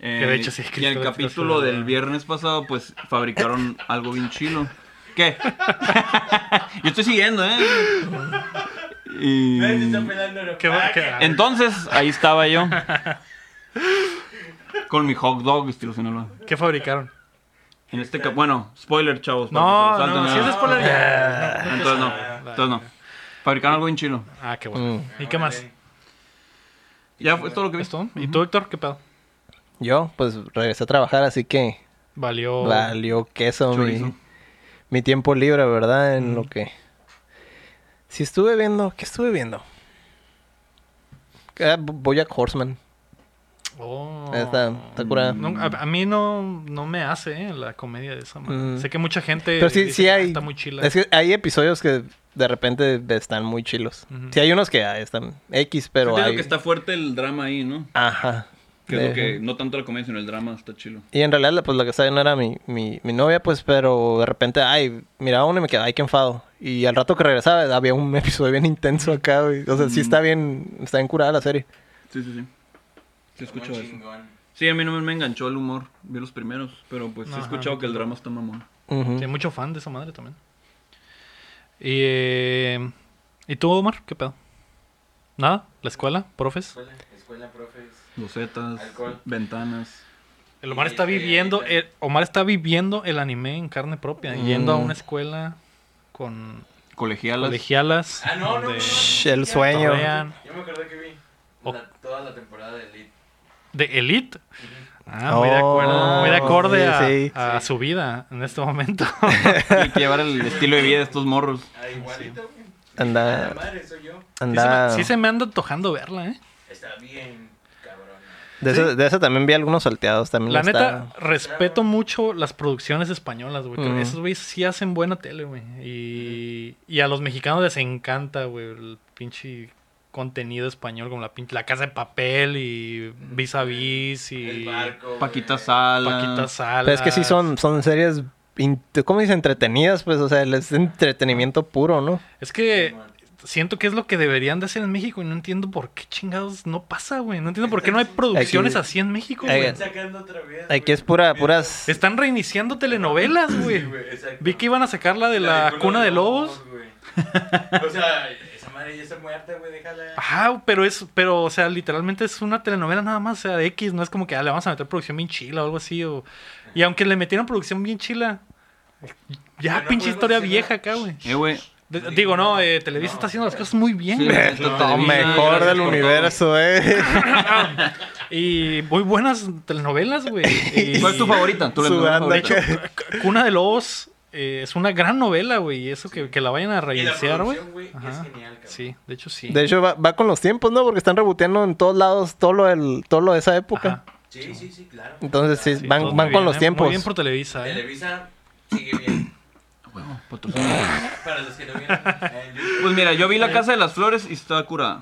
Speaker 3: Eh,
Speaker 1: Que de hecho sí,
Speaker 3: Y
Speaker 1: Cristal
Speaker 3: el
Speaker 1: de
Speaker 3: capítulo
Speaker 1: Cristal.
Speaker 3: del viernes pasado, pues fabricaron algo bien chilo. ¿Qué? Yo estoy siguiendo, ¿eh? Y-
Speaker 4: Nadie se está pelando, ah, no.
Speaker 1: qué va- qué-
Speaker 3: Entonces, ahí estaba yo. Con mi hot dog estilo Sinaloa.
Speaker 1: ¿Qué fabricaron?
Speaker 3: En este cap- bueno, spoiler, chavos. para
Speaker 1: No,
Speaker 3: que se lo
Speaker 1: no,
Speaker 3: salten,
Speaker 1: si
Speaker 3: ¿eh?
Speaker 1: es spoiler
Speaker 2: Ah,
Speaker 1: ya. No, no,
Speaker 3: Entonces
Speaker 1: pasa
Speaker 3: no,
Speaker 1: nada.
Speaker 3: entonces no. Fabricaron algo bien chilo.
Speaker 1: Ah, qué bueno.
Speaker 2: Mm.
Speaker 1: ¿Y qué más?
Speaker 3: Ya fue todo lo que vi.
Speaker 1: ¿Es todo? ¿Y tú, Héctor? ¿Qué pedo?
Speaker 2: Yo, pues regresé a trabajar, así que
Speaker 1: Valió.
Speaker 2: valió queso mi,
Speaker 3: Chorizo.
Speaker 2: mi tiempo libre, ¿verdad? En lo que. Si estuve viendo, ¿qué estuve viendo? Ah, Bo- Bojack Horseman.
Speaker 1: Oh.
Speaker 2: Está, está curada.
Speaker 1: No, a, a mí no, no me hace eh, la comedia de esa manera.
Speaker 2: Mm.
Speaker 1: Sé que mucha gente.
Speaker 2: Pero sí,
Speaker 1: dice,
Speaker 2: sí
Speaker 1: "Ah,
Speaker 2: hay.
Speaker 1: Está muy chila.
Speaker 2: Es que hay episodios que de repente están muy chilos.
Speaker 1: Ujú.
Speaker 2: Sí, hay unos que ah, están X, pero
Speaker 3: Entiendo
Speaker 2: hay.
Speaker 3: que está fuerte el drama ahí, ¿no?
Speaker 2: Ajá.
Speaker 3: Que es lo
Speaker 2: De-
Speaker 3: que, no tanto la comedia, sino el drama, está chilo.
Speaker 2: Y en realidad, la- pues la que estaba viendo era mi, mi, mi novia, pues, pero de repente, ay, miraba uno y me quedaba, ay, qué enfado. Y al rato que regresaba, había un episodio bien intenso acá, güey. O sea, sí
Speaker 3: Mm.
Speaker 2: está bien, está bien curada la serie.
Speaker 3: Sí, sí, sí. Sí, escucho
Speaker 4: Muy
Speaker 3: eso.
Speaker 4: chingón.
Speaker 3: Sí, a mí no me- me enganchó el humor. Vi los primeros, pero pues he
Speaker 1: Ajá.
Speaker 3: escuchado que el drama está mamón.
Speaker 2: Ujú.
Speaker 1: Sí, hay mucho fan de esa madre también. Y, eh, ¿Y tú, Omar? ¿Qué pedo? ¿Nada? ¿La escuela? ¿Profes?
Speaker 4: Escuela, escuela, profes.
Speaker 3: Losetas,
Speaker 4: Alcohol.
Speaker 3: ventanas.
Speaker 1: El Omar está viviendo. el- Omar está viviendo el anime en carne propia.
Speaker 2: Mm.
Speaker 1: Yendo a una escuela con
Speaker 3: Colegialas.
Speaker 1: colegialas.
Speaker 4: Ah, no, no, no,
Speaker 1: donde
Speaker 4: no.
Speaker 2: Shh, el sueño.
Speaker 1: Torrean.
Speaker 4: Yo me acordé que vi
Speaker 1: Oh.
Speaker 4: la- toda la temporada de Elite.
Speaker 1: De Elite. Ah, muy de acuerdo.
Speaker 2: Oh,
Speaker 1: Muy de acorde a,
Speaker 2: sí, sí.
Speaker 1: a su vida en este momento.
Speaker 3: Hay que llevar el estilo de vida de estos morros.
Speaker 4: Ah, igualito, güey. A la
Speaker 2: Anda,
Speaker 4: madre, soy yo.
Speaker 2: anda.
Speaker 1: Sí, se me, sí se me anda antojando verla, ¿eh?
Speaker 4: Está bien, cabrón.
Speaker 2: De, eso, de eso también vi algunos salteados, también
Speaker 1: La
Speaker 2: está-
Speaker 1: neta, respeto mucho las producciones españolas, güey. Creo que
Speaker 2: Ujú.
Speaker 1: Esos güeyes sí hacen buena tele, güey. Y, y a los mexicanos les encanta, güey, el pinche contenido español, como la pinche La Casa de Papel y Vis a Vis
Speaker 4: El
Speaker 1: y
Speaker 4: barco. güey.
Speaker 3: Paquita Sala.
Speaker 1: Paquita Salas.
Speaker 2: Pero es que sí son, son series, in- ¿cómo dice? Entretenidas, pues, o sea, es entretenimiento puro, ¿no?
Speaker 1: Es que siento que es lo que deberían de hacer en México y no entiendo por qué chingados no pasa, güey. No entiendo por qué no hay producciones así en México, güey.
Speaker 2: Hay-
Speaker 4: Están sacando otra vez, güey.
Speaker 2: Aquí eh, es pura, puras...
Speaker 1: Están reiniciando telenovelas,
Speaker 4: Sí,
Speaker 1: güey.
Speaker 4: güey, exacto.
Speaker 1: Vi que iban a sacar la de la Cuna de Lobos.
Speaker 4: güey. O sea, esa madre ya está muerta, güey, déjala.
Speaker 1: Ajá, pero es, pero, o sea, literalmente es una telenovela nada más, o sea, de X, no es como que ah, le vamos a meter producción bien chila o algo así. O... Y aunque le metieron producción bien chila, ya
Speaker 4: Pero
Speaker 1: pinche
Speaker 4: no podemos
Speaker 1: historia
Speaker 4: decirlo.
Speaker 1: vieja acá, güey.
Speaker 3: Eh, güey.
Speaker 1: De- digo, no, eh, Televisa está haciendo las cosas muy bien,
Speaker 3: Sí,
Speaker 1: güey.
Speaker 3: neta,
Speaker 4: Lo
Speaker 3: Televisa,
Speaker 2: mejor
Speaker 3: gracias
Speaker 2: del
Speaker 3: por
Speaker 2: universo, eh.
Speaker 1: Y muy buenas telenovelas, güey. Y-
Speaker 3: todo. ¿Cuál es tu favorita? ¿Tu
Speaker 2: Su
Speaker 3: telenovela
Speaker 2: banda,
Speaker 3: favorita?
Speaker 2: que-
Speaker 1: Cuna de Lobos eh, es una gran novela, güey. y Eso que, que la vayan a
Speaker 4: Y la
Speaker 1: reiniciar, güey.
Speaker 4: producción, güey,
Speaker 1: Ajá.
Speaker 4: es genial, cabrón.
Speaker 1: Sí, de hecho sí.
Speaker 2: De hecho, va, va con los tiempos, ¿no? Porque están reboteando en todos lados todo lo, del- todo lo de esa época.
Speaker 1: Ajá.
Speaker 4: Sí, sí, sí, claro.
Speaker 2: Entonces, sí,
Speaker 1: Sí,
Speaker 2: van,
Speaker 1: todo
Speaker 2: van
Speaker 1: muy
Speaker 2: con
Speaker 1: bien,
Speaker 2: los
Speaker 1: eh,
Speaker 2: tiempos.
Speaker 1: Muy bien por Televisa, eh.
Speaker 4: Televisa sigue bien.
Speaker 3: Ah, Huevo, patrocinio.
Speaker 4: Para los que no vieron en YouTube.
Speaker 3: Pues mira, yo vi La Casa de las Flores y está curada.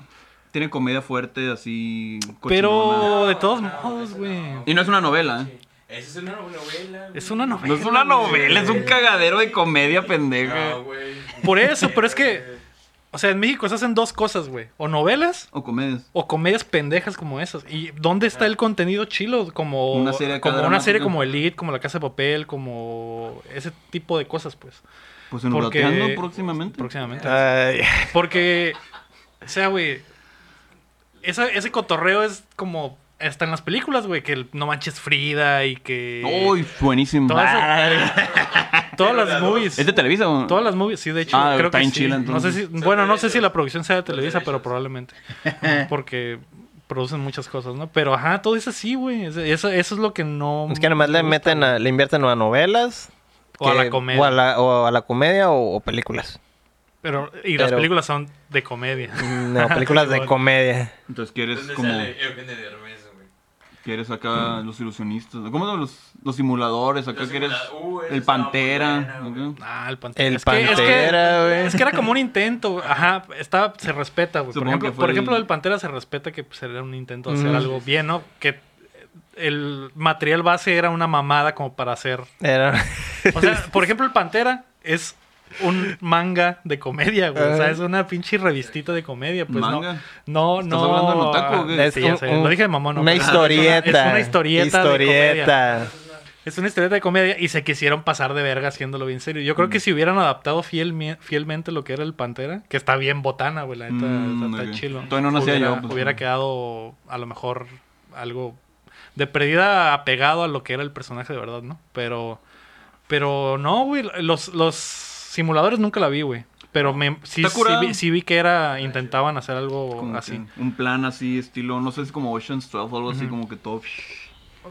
Speaker 3: Tiene comedia fuerte, así. cochinona.
Speaker 1: Pero de todos
Speaker 4: No,
Speaker 1: modos,
Speaker 4: eso
Speaker 1: güey.
Speaker 4: Ah, no.
Speaker 3: Y no es una novela, ¿eh?
Speaker 4: Sí. Esa es una novela.
Speaker 1: Es una novela.
Speaker 3: No es una novela, es un cagadero de comedia pendeja.
Speaker 4: No, güey. Eh,
Speaker 1: Por eso, pero es que- O sea, en México se hacen dos cosas, güey. O novelas
Speaker 3: O comedias.
Speaker 1: o comedias pendejas como esas. ¿Y dónde está el contenido chilo? Como
Speaker 3: Una serie acá
Speaker 1: como, una serie
Speaker 3: dramática.
Speaker 1: como Elite, como La Casa de Papel, como ese tipo de cosas, pues.
Speaker 3: Pues en
Speaker 1: Porque-
Speaker 3: Urateando próximamente.
Speaker 1: Próximamente.
Speaker 3: Ah.
Speaker 2: Ay,
Speaker 1: Porque, o sea, güey, esa- ese cotorreo es como hasta en las películas, güey, que el No Manches Frida y que...
Speaker 3: Uy, buenísimo. Ah,
Speaker 1: Todas todas las
Speaker 4: Pero la
Speaker 1: movies.
Speaker 3: ¿Es de Televisa o no?
Speaker 1: Todas las movies, sí, de hecho,
Speaker 3: Ah,
Speaker 1: creo
Speaker 3: está
Speaker 1: que
Speaker 3: en
Speaker 1: sí.
Speaker 3: Chile,
Speaker 1: no sé
Speaker 3: entonces.
Speaker 1: si,
Speaker 4: Son
Speaker 1: bueno, no sé
Speaker 4: derechos.
Speaker 1: si la producción sea de Televisa,
Speaker 4: derechos.
Speaker 1: pero probablemente. Porque producen muchas cosas, ¿no? Pero ajá, todo es así, güey. Es- Eso, eso es lo que no.
Speaker 2: es que nomás le
Speaker 1: me gusta,
Speaker 2: meten, a- le invierten a novelas.
Speaker 1: O a
Speaker 2: que-
Speaker 1: la comedia.
Speaker 2: O a la, o a la comedia o, o películas.
Speaker 1: Pero, y las
Speaker 2: Pero-
Speaker 1: películas son de comedia.
Speaker 2: No, películas de
Speaker 1: Simón.
Speaker 2: comedia.
Speaker 3: Entonces quieres
Speaker 4: ¿Dónde
Speaker 3: como.
Speaker 4: sale Eugenio Derbez, güey?
Speaker 3: Quieres acá los ilusionistas. ¿Cómo son los, los simuladores? Acá
Speaker 4: Los
Speaker 3: quieres.
Speaker 4: simula- Uh, esa
Speaker 3: el
Speaker 4: estaba muy
Speaker 3: Pantera.
Speaker 4: buena, güey.
Speaker 3: acá.
Speaker 1: Ah, el Pantera.
Speaker 2: El
Speaker 1: es que- es que-
Speaker 2: Pantera, güey.
Speaker 1: Es que era como un intento, güey. ajá, está, se respeta, güey. Por
Speaker 3: Supongo
Speaker 1: ejemplo,
Speaker 3: que fue
Speaker 1: por ejemplo,
Speaker 3: el-
Speaker 1: el Pantera se respeta que pues, era un intento de hacer
Speaker 2: Ujú.
Speaker 1: algo bien, ¿no? Que el material base era una mamada como para hacer.
Speaker 2: Era-
Speaker 1: O sea, por ejemplo, el Pantera es un manga de comedia, güey. O sea, es una pinche revistita de comedia, pues
Speaker 3: Ah. ¿Manga?
Speaker 1: no. No,
Speaker 3: ¿Estás
Speaker 1: no.
Speaker 3: hablando del otaku o qué?
Speaker 1: Sí, ya sé. Lo dije de mamón, no,
Speaker 2: Una
Speaker 1: pero-
Speaker 2: historieta.
Speaker 1: Es una historieta. de comedia.
Speaker 2: Historieta.
Speaker 1: Es una historieta de comedia y se quisieron pasar de verga haciéndolo bien serio. Yo
Speaker 3: Mm.
Speaker 1: creo que si hubieran adaptado fielmi- fielmente lo que era el Pantera, que está bien botana, güey, la neta,
Speaker 3: Mm,
Speaker 1: está-
Speaker 3: muy
Speaker 1: está,
Speaker 3: bien.
Speaker 1: chilo.
Speaker 3: Todavía no nacía
Speaker 1: hubiera,
Speaker 3: yo, pues,
Speaker 1: hubiera
Speaker 3: no.
Speaker 1: quedado a lo mejor algo de perdida apegado a lo que era el personaje de verdad, ¿no? Pero, pero no, güey, los, los simuladores nunca la vi, güey. Pero me, sí,
Speaker 3: Está
Speaker 1: sí
Speaker 3: curada.
Speaker 1: vi, sí vi que era intentaban hacer algo
Speaker 3: Como
Speaker 1: así,
Speaker 3: que Un plan así, estilo. No sé, es como Ocean's 12 o algo así,
Speaker 1: Ujú.
Speaker 3: como que todo.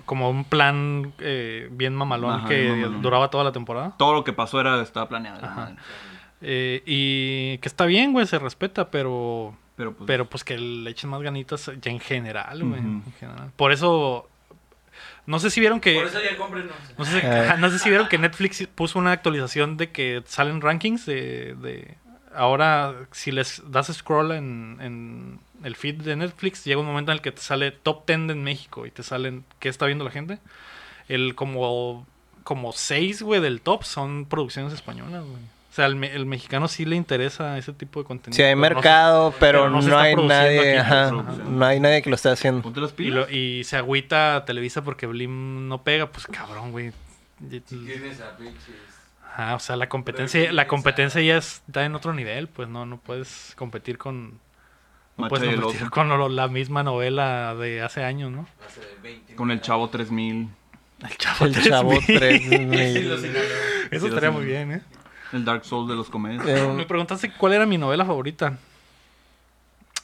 Speaker 1: como un plan eh, bien mamalón
Speaker 3: Ajá,
Speaker 1: que
Speaker 3: bien mamalón.
Speaker 1: duraba toda la temporada.
Speaker 3: Todo lo que pasó era estaba planeado.
Speaker 1: Ajá.
Speaker 3: madre.
Speaker 1: Eh, y que está bien, güey, se respeta, pero,
Speaker 3: Pero pues.
Speaker 1: pero pues que le echen más ganitas ya en general, güey.
Speaker 3: Ujú.
Speaker 1: en general. Por eso, no sé si vieron que...
Speaker 4: Por eso ya cómprenos.
Speaker 1: No sé, si-
Speaker 2: Eh.
Speaker 1: no sé si vieron que Netflix puso una actualización de que salen rankings de... de- ahora, si les das scroll en, en el feed de Netflix, llega un momento en el que te sale top 10 en México y te salen qué está viendo la gente. El como... Como 6, güey, del top son producciones españolas, güey. O sea, el, me- el mexicano sí le interesa ese tipo de contenido.
Speaker 2: Si hay
Speaker 1: pero no se-
Speaker 2: mercado, pero,
Speaker 1: pero no
Speaker 2: no,
Speaker 1: se está
Speaker 2: hay
Speaker 1: produciendo aquí,
Speaker 2: nadie. ajá,
Speaker 3: pues,
Speaker 2: no hay nadie que lo esté haciendo.
Speaker 3: Ponte las
Speaker 1: y,
Speaker 3: pilas.
Speaker 1: lo- y se agüita Televisa porque Blim no pega, pues cabrón, güey.
Speaker 4: Si tienes a pinches.
Speaker 1: Ah, o sea, la competencia,
Speaker 4: Pero,
Speaker 1: la competencia ya está en otro nivel, pues no, no puedes competir con, no
Speaker 3: Macho
Speaker 1: puedes
Speaker 3: y el
Speaker 1: competir
Speaker 3: oso.
Speaker 1: con lo- la misma novela de hace años, ¿no?
Speaker 4: Hace 20
Speaker 3: Con el chavo 3000.
Speaker 1: El chavo,
Speaker 2: El chavo 3000.
Speaker 4: Sí, lo señaló.
Speaker 1: Eso
Speaker 3: Sí,
Speaker 1: estaría
Speaker 3: los-
Speaker 1: muy bien, ¿eh?
Speaker 3: El Dark Souls de los comedias.
Speaker 1: Me
Speaker 2: Eh,
Speaker 1: preguntaste cuál era mi novela favorita.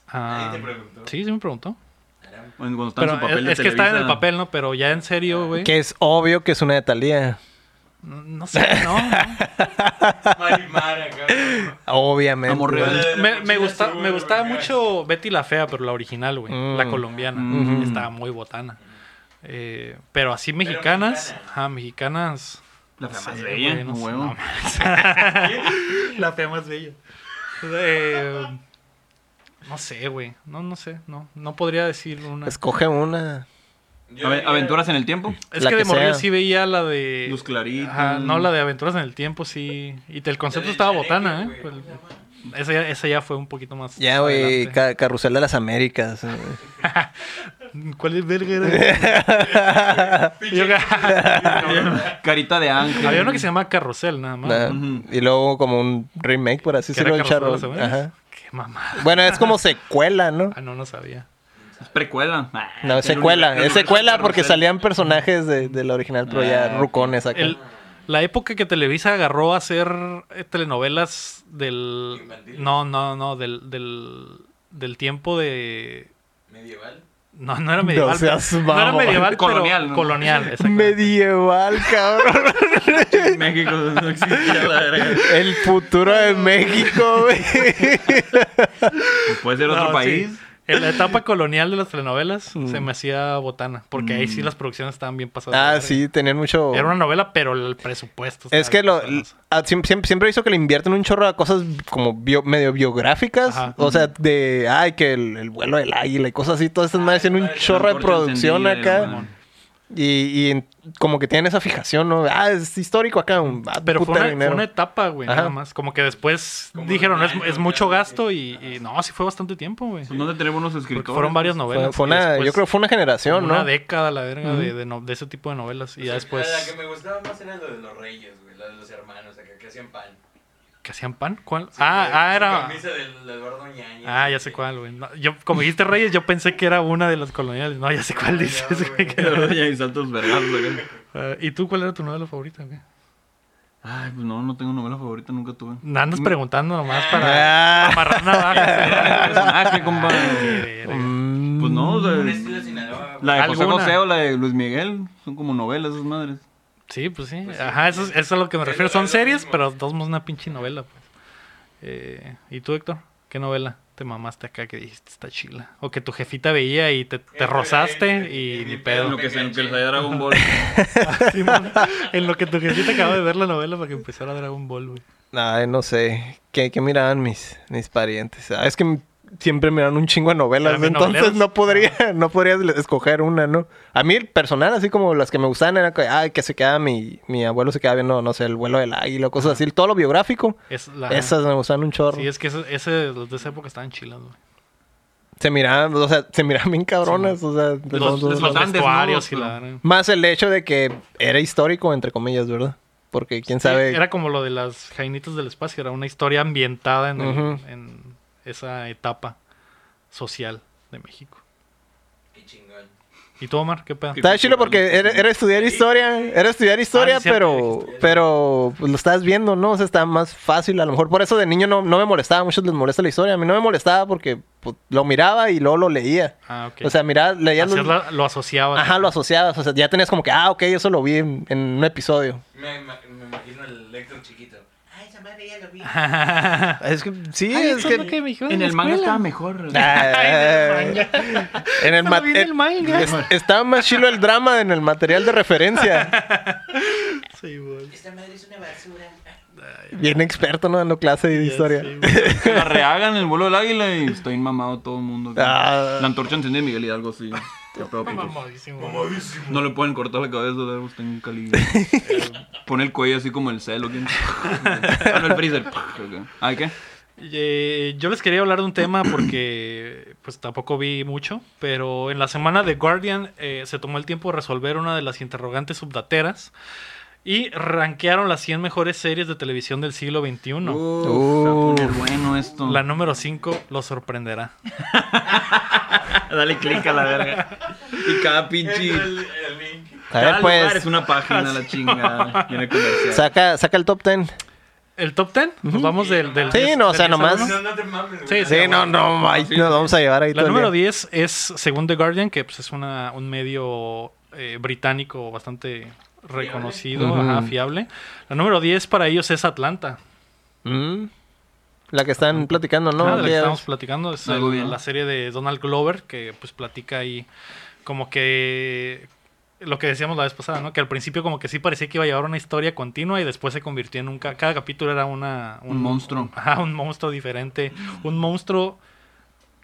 Speaker 1: Ah,
Speaker 4: Nadie te preguntó.
Speaker 1: sí, sí me preguntó.
Speaker 4: Caramba.
Speaker 3: Bueno, Cuando está en
Speaker 1: Pero
Speaker 3: su papel
Speaker 1: es,
Speaker 3: de
Speaker 1: es que está en
Speaker 3: Televisa.
Speaker 1: el papel, ¿no? Pero ya en serio, güey.
Speaker 2: que es obvio que es una de Talía.
Speaker 1: No, no sé, no.
Speaker 4: Marimara, cabrón.
Speaker 2: Obviamente.
Speaker 3: Amor real.
Speaker 4: Eh,
Speaker 2: güey.
Speaker 1: me, me, gusta, me gustaba mucho Betty la Fea, pero la original, güey.
Speaker 2: Mm.
Speaker 1: La colombiana.
Speaker 3: Mm.
Speaker 1: Estaba muy botana. Eh, pero así
Speaker 4: Pero
Speaker 1: mexicanas.
Speaker 4: mexicana.
Speaker 1: ajá, mexicanas.
Speaker 3: La
Speaker 1: no
Speaker 3: fea más
Speaker 1: sé,
Speaker 3: bella.
Speaker 1: güey, no sé,
Speaker 3: huevo.
Speaker 1: no mames. la fea más bella. Eh, no sé, güey. No, no sé. No, no podría decir una. Es,
Speaker 2: Escoge una.
Speaker 4: Yo
Speaker 3: Ave-
Speaker 4: diría-
Speaker 3: Aventuras en el tiempo.
Speaker 2: la
Speaker 1: que de
Speaker 2: que
Speaker 1: morrillo
Speaker 2: sea.
Speaker 1: sí veía la de.
Speaker 3: Luz Clarita.
Speaker 1: Ajá, no, la de Aventuras en el Tiempo, sí. Y te- el concepto
Speaker 4: del
Speaker 1: estaba
Speaker 4: chaneque,
Speaker 1: botana, ¿eh?
Speaker 4: güey,
Speaker 1: Pues,
Speaker 4: ¿cómo se llama?
Speaker 1: Esa ya, esa ya fue un poquito más.
Speaker 2: Ya, güey.
Speaker 1: adelante.
Speaker 2: ca- carrusel de las Américas. eh.
Speaker 1: ¿Cuál es verga? era? Y yo-
Speaker 3: Carita de ángel.
Speaker 1: Había uno que se llama Carrusel, nada más.
Speaker 2: Nah,
Speaker 3: Ujú.
Speaker 2: Y luego como un remake, por así
Speaker 1: Que era
Speaker 2: decirlo, de
Speaker 1: Carrusel,
Speaker 2: Charro.
Speaker 1: ¿sabes?
Speaker 2: Ajá.
Speaker 1: Qué mamada.
Speaker 2: Bueno, es como secuela, ¿no?
Speaker 1: Ah, no, no sabía.
Speaker 3: Es precuela. Ah,
Speaker 2: No, es
Speaker 3: el
Speaker 2: secuela.
Speaker 3: universo-
Speaker 2: Es secuela porque
Speaker 3: Carrusel.
Speaker 2: salían personajes de, de la original, pero
Speaker 3: Ah,
Speaker 2: ya
Speaker 3: ok.
Speaker 2: rucones acá.
Speaker 1: El- la época que Televisa agarró a hacer eh, telenovelas del...
Speaker 4: Infantil.
Speaker 1: No, no, no, del, del, del tiempo de...
Speaker 4: Medieval.
Speaker 1: No, no era medieval.
Speaker 2: seas
Speaker 1: pero- no era
Speaker 2: mamón.
Speaker 1: medieval, colonial.
Speaker 3: Colonial, ¿no?
Speaker 1: Colonial, exactamente.
Speaker 2: Medieval, cabrón.
Speaker 3: México no existía, la verga.
Speaker 2: El futuro de México, güey.
Speaker 3: Pues Puede ser otro
Speaker 1: No,
Speaker 3: país.
Speaker 1: sí. En la etapa colonial de las telenovelas se me hacía botana, porque ahí sí las producciones estaban bien pasadas. de
Speaker 2: Mm. Ah,
Speaker 1: verga.
Speaker 2: sí, tenían mucho.
Speaker 1: Era una novela, pero el presupuesto.
Speaker 2: Es
Speaker 1: estaba
Speaker 2: que lo,
Speaker 1: bien penoso.
Speaker 2: a- siem- siempre, siempre he visto que le invierten un chorro a cosas como bio- medio biográficas.
Speaker 1: Ajá.
Speaker 2: O sea, de, ay, que el, el vuelo del águila y cosas así. Todas estas madres tienen un
Speaker 4: claro,
Speaker 2: chorro de
Speaker 3: Torcha
Speaker 2: producción
Speaker 3: encendida y la
Speaker 2: acá.
Speaker 3: mamón.
Speaker 2: Y, y en- como que tienen esa fijación, ¿no? Ah, es histórico acá. Un, ah,
Speaker 1: Pero fue
Speaker 2: puta
Speaker 1: una,
Speaker 2: dinero.
Speaker 1: fue una etapa, güey,
Speaker 2: Ajá.
Speaker 1: nada más. Como que después
Speaker 4: Como
Speaker 1: dijeron,
Speaker 4: un
Speaker 1: es,
Speaker 4: año,
Speaker 1: es mucho
Speaker 4: claro,
Speaker 1: gasto y, y no, sí fue bastante tiempo, güey.
Speaker 3: Pues, ¿Dónde tenemos unos
Speaker 1: Porque
Speaker 3: escritores?
Speaker 1: fueron varias
Speaker 2: Fue-
Speaker 1: novelas.
Speaker 2: fue
Speaker 1: y
Speaker 2: una-
Speaker 1: después
Speaker 2: yo creo que fue una generación,
Speaker 1: Una
Speaker 2: ¿no?
Speaker 1: década, la verga, de, de no- de ese tipo de novelas. Y ya
Speaker 4: O sea, La
Speaker 1: después,
Speaker 4: que me gustaba más era lo de los reyes, güey. La de los hermanos, acá que hacían pan.
Speaker 1: ¿que hacían pan? ¿Cuál?
Speaker 4: Sí,
Speaker 1: ah,
Speaker 4: güey,
Speaker 1: ah,
Speaker 4: su
Speaker 1: era...
Speaker 4: Camisa del del Eduardo Ñañez.
Speaker 1: Ah, ya sé cuál, güey. No, yo, como dijiste Reyes, yo pensé que era una de las coloniales. No, ya sé cuál
Speaker 4: ya,
Speaker 1: dices, güey.
Speaker 4: güey.
Speaker 3: Ya hay saltos vergazos acá.
Speaker 1: Ah, ¿Y tú cuál era tu novela favorita, güey?
Speaker 3: Ay, pues no, no tengo novela favorita, nunca tuve.
Speaker 1: Andas preguntando nomás para
Speaker 2: Ah,
Speaker 1: amarrar navajas.
Speaker 3: personaje, compa.
Speaker 1: Ay, verga.
Speaker 2: mm,
Speaker 3: Pues no, o sea,
Speaker 4: Un estilo Sinaloa, güey.
Speaker 3: la de José
Speaker 1: Mm. Alguna.
Speaker 3: José o la de Luis Miguel son como novelas esas madres.
Speaker 1: Sí, pues sí.
Speaker 4: Pues sí.
Speaker 1: Ajá, eso, es- eso es a lo que me
Speaker 4: Es
Speaker 1: refiero.
Speaker 4: lo-
Speaker 1: Son
Speaker 4: es lo
Speaker 1: series,
Speaker 4: mismo.
Speaker 1: pero de todos modos una pinche novela. Pues. Eh, ¿Y tú, Héctor? ¿Qué novela te mamaste acá que dijiste está chila? O que tu jefita veía y te, te
Speaker 4: Eh,
Speaker 1: rozaste
Speaker 4: eh,
Speaker 1: y
Speaker 4: eh,
Speaker 1: ni
Speaker 4: eh,
Speaker 1: pedo.
Speaker 4: En
Speaker 3: lo
Speaker 4: lo
Speaker 3: que
Speaker 4: que se- en que
Speaker 3: les
Speaker 4: les haya
Speaker 3: haya Dragon Ball.
Speaker 1: Sí, man. en lo que tu jefita acaba de ver la novela para que empezara Dragon Ball, güey.
Speaker 2: Ay, no sé. ¿Qué, qué miraban mis, mis parientes? Ah, es que m- siempre miraban un chingo de novelas.
Speaker 1: Eran bien
Speaker 2: Entonces
Speaker 1: noveleros.
Speaker 2: no podría, no podría le- escoger una, ¿no? A mí, el personal, así como las que me gustaban, era que, ay, que se queda mi, mi abuelo se queda viendo, no sé, el vuelo del águila, cosas así. Todo lo biográfico.
Speaker 1: Es la...
Speaker 2: Esas me gustaban un chorro.
Speaker 1: Sí, es que ese, ese- los de esa época estaban chilas, güey.
Speaker 2: Se miraban, o sea, se miraban bien cabronas. O sea, de
Speaker 1: Los,
Speaker 2: todos-
Speaker 1: los,
Speaker 3: desbotantes, ¿no?
Speaker 1: vestuarios y
Speaker 3: Pero-
Speaker 1: la... verga.
Speaker 2: Más el hecho de que era histórico, entre comillas, ¿verdad? Porque quién sabe.
Speaker 1: Sí, Era como lo de las Jainitas del Espacio, era una historia ambientada en, el-
Speaker 2: Ujú.
Speaker 1: en esa etapa social de México.
Speaker 4: Qué chingón.
Speaker 1: ¿Y tú, Omar? ¿Qué pedo?
Speaker 3: ¿Qué
Speaker 2: Estaba chilo porque era, era estudiar historia, era estudiar historia,
Speaker 1: Ah, sí, cierto,
Speaker 2: pero, pero pues, lo estabas viendo, ¿no? O sea, estaba más fácil. A lo mejor por eso de niño no, no me molestaba, a muchos les molesta la historia. A mí no me molestaba porque pues, lo miraba y luego lo leía.
Speaker 1: Ah, ok.
Speaker 2: O sea, miraba, leía los...
Speaker 1: Hacías la- lo asociabas.
Speaker 2: Ajá, lo asociabas. O sea, ya tenías como que, ah, ok, eso lo vi en, en un episodio.
Speaker 4: Me, ima- me imagino el Héctor chiquito. Ay, esa madre ya lo vi.
Speaker 1: Ah,
Speaker 2: Ah, Es que, sí,
Speaker 1: Ay,
Speaker 2: es
Speaker 1: eso
Speaker 2: que...
Speaker 1: es lo me dijeron
Speaker 3: En
Speaker 1: la
Speaker 3: el manga
Speaker 1: escuela.
Speaker 3: estaba mejor.
Speaker 2: Ah, en el,
Speaker 1: Eso lo
Speaker 2: ma-
Speaker 1: vi en el manga.
Speaker 2: es- estaba más chilo el drama en el material de referencia.
Speaker 1: Sí, güey.
Speaker 4: Esta madre es una basura.
Speaker 2: Bien experto, ¿no? Dando clase de historia.
Speaker 1: Sí, güey.
Speaker 3: Que la rehagan el vuelo del águila y estoy mamado todo el mundo.
Speaker 2: Ah.
Speaker 3: La antorcha encendida de Miguel Hidalgo, sí. Qué pedo, putos.
Speaker 1: Mamadísimo.
Speaker 3: No le pueden cortar la cabeza, de está en Cali. Pone el cuello así como el celo. ¿quién? Ah, no, el freezer. ¿Ah, qué?
Speaker 1: Eh, yo les quería hablar de un tema porque pues tampoco vi mucho, pero en la semana de Guardian eh, se tomó el tiempo de resolver una de las interrogantes subdateras y rankearon las 100 mejores series de televisión del siglo XXI.
Speaker 3: Uf,
Speaker 2: Uh.
Speaker 3: se va a poner bueno esto.
Speaker 1: La número 5 lo sorprenderá.
Speaker 3: Dale clic a la verga. Y cada pinche.
Speaker 4: El, el link.
Speaker 2: A
Speaker 3: Cada
Speaker 2: ver,
Speaker 3: lugar es
Speaker 2: pues,
Speaker 3: una página, la chingada. Viene comercial.
Speaker 2: saca, saca el top 10.
Speaker 1: ¿El top 10? Nos vamos del... del
Speaker 2: Sí,
Speaker 1: 10
Speaker 2: no, o
Speaker 1: del
Speaker 2: sea,
Speaker 1: 10 al
Speaker 2: nomás-
Speaker 1: uno.
Speaker 4: No, no te mames, güey.
Speaker 1: Sí,
Speaker 2: Sí, no, no, ahí nos vamos a llevar ahí
Speaker 1: La
Speaker 2: todo el
Speaker 1: número
Speaker 2: día.
Speaker 1: 10 es, según The Guardian, que pues, es una, un medio eh, británico bastante reconocido,
Speaker 2: Ujú.
Speaker 1: ajá, fiable. La número 10 para ellos es Atlanta.
Speaker 2: Mm. La que están platicando, ¿no?
Speaker 1: Ah, de la que
Speaker 2: Ya-
Speaker 1: estábamos platicando es
Speaker 3: Algo
Speaker 1: el-
Speaker 3: bien.
Speaker 1: la serie de Donald Glover que pues platica ahí como que lo que decíamos la vez pasada, ¿no? Que al principio como que sí parecía que iba a llevar una historia continua y después se convirtió en un ca- cada capítulo era una
Speaker 3: Un monstruo.
Speaker 1: ajá, un monstruo diferente, un monstruo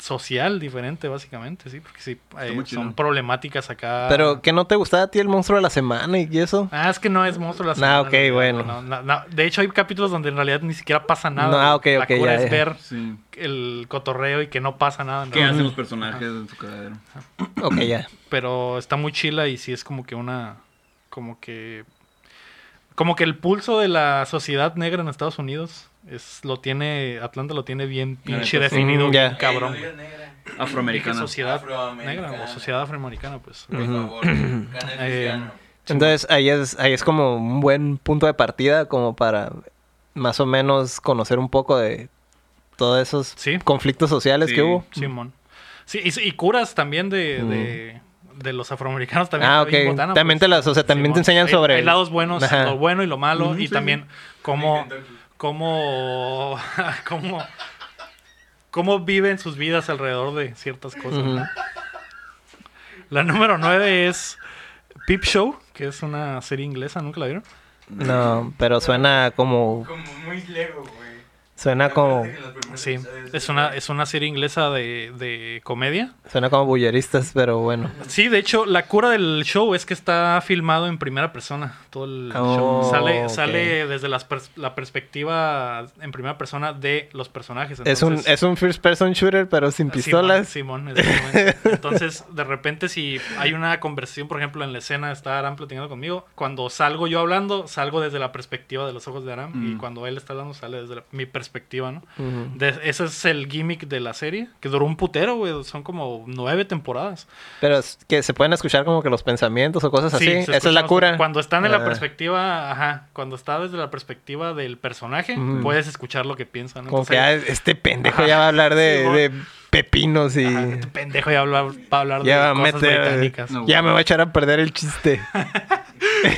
Speaker 1: social diferente, básicamente, sí, porque sí, eh,
Speaker 3: muy chido.
Speaker 1: son problemáticas acá.
Speaker 2: Pero que no te gustaba a ti el monstruo de la semana y eso.
Speaker 1: Ah, es que no es monstruo de la
Speaker 2: Nah,
Speaker 1: semana.
Speaker 2: Ah, ok,
Speaker 1: güey.
Speaker 2: bueno.
Speaker 1: No, no, no. De hecho, hay capítulos donde en realidad ni siquiera pasa nada.
Speaker 2: No, ah,
Speaker 1: güey.
Speaker 2: ok,
Speaker 1: La
Speaker 2: ok,
Speaker 1: cura es
Speaker 2: ya, ya.
Speaker 1: ver
Speaker 3: Sí.
Speaker 1: el cotorreo y que no pasa nada. en
Speaker 3: ¿Qué
Speaker 1: realidad.
Speaker 3: hacen los personajes en su cadadero?
Speaker 2: Ok, ya.
Speaker 1: Pero está muy chila y sí es como que una. Como que. Como que el pulso de la sociedad negra en Estados Unidos es lo tiene. Atlanta lo tiene bien pinche
Speaker 3: neta,
Speaker 2: sí.
Speaker 1: definido,
Speaker 2: Mm, ya.
Speaker 1: bien cabrón.
Speaker 4: Ey,
Speaker 1: güey.
Speaker 4: no digas negra.
Speaker 1: Dije
Speaker 3: Afroamericana.
Speaker 1: sociedad
Speaker 4: Afroamericana.
Speaker 1: negra o sociedad afroamericana, pues.
Speaker 2: Mm.
Speaker 4: Por favor,
Speaker 1: Eh,
Speaker 4: canal cristiano.
Speaker 2: Entonces ahí es, ahí es como un buen punto de partida como para más o menos conocer un poco de todos esos
Speaker 1: Sí.
Speaker 2: conflictos sociales
Speaker 3: Sí.
Speaker 2: que hubo.
Speaker 1: Simón. Sí, y, y curas también de,
Speaker 2: Mm.
Speaker 1: de, de los afroamericanos también.
Speaker 2: Ah,
Speaker 1: está bien
Speaker 2: ok.
Speaker 1: botana,
Speaker 2: También
Speaker 1: pues.
Speaker 2: te las, o sea, también te
Speaker 1: Simón.
Speaker 2: enseñan
Speaker 1: Hay-
Speaker 2: sobre...
Speaker 1: Hay lados buenos,
Speaker 2: Ajá.
Speaker 1: lo bueno y lo malo,
Speaker 3: Ujú,
Speaker 1: y
Speaker 3: sí,
Speaker 1: también cómo,
Speaker 4: De Kentucky.
Speaker 1: cómo, cómo, cómo viven sus vidas alrededor de ciertas cosas.
Speaker 2: Ujú.
Speaker 1: ¿no? La número nueve es Peep Show, que es una serie inglesa, ¿nunca la vieron?
Speaker 2: No, pero suena como...
Speaker 4: Como muy lego, güey.
Speaker 2: Suena como...
Speaker 4: Acuérdate que los primeros
Speaker 1: Sí,
Speaker 4: episodios
Speaker 1: es una, es una serie inglesa de, de comedia.
Speaker 2: Suena como bulleristas, pero bueno.
Speaker 1: Sí, de hecho, la cura del show es que está filmado en primera persona. Todo el
Speaker 2: Oh,
Speaker 1: show sale,
Speaker 2: ok.
Speaker 1: sale desde las pers- la perspectiva en primera persona de los personajes.
Speaker 2: es, un,
Speaker 1: entonces-
Speaker 2: es un first person shooter, pero sin pistolas.
Speaker 1: Simón, Simón, exactamente. Entonces, de repente, si hay una conversación, por ejemplo, en la escena, está Aram platicando conmigo. Cuando salgo yo hablando, salgo desde la perspectiva de los ojos de Aram. Y
Speaker 3: Mm.
Speaker 1: cuando él está hablando, sale desde la- mi perspectiva, ¿no?
Speaker 2: Ujú.
Speaker 1: De- ese es el gimmick de la serie, que duró un putero, güey. Son como nueve temporadas.
Speaker 2: Pero es que se pueden escuchar como que los pensamientos o cosas
Speaker 1: Sí,
Speaker 2: así.
Speaker 1: se
Speaker 2: Esa
Speaker 1: escucha
Speaker 2: es la
Speaker 1: bastante.
Speaker 2: cura.
Speaker 1: Cuando están en la
Speaker 2: Ah.
Speaker 1: perspectiva, ajá, cuando está desde la perspectiva del personaje,
Speaker 2: Ujú.
Speaker 1: puedes escuchar lo que piensan. ¿no?
Speaker 2: Mm. Como
Speaker 1: Entonces,
Speaker 2: que ah, este pendejo ya va a hablar de,
Speaker 1: Simón.
Speaker 2: de pepinos y
Speaker 1: ajá, este pendejo ya habla- va a hablar de
Speaker 2: Ya eh, va a
Speaker 1: cosas
Speaker 2: meter-
Speaker 1: británicas.
Speaker 3: No.
Speaker 2: ya me va a echar a perder el chiste.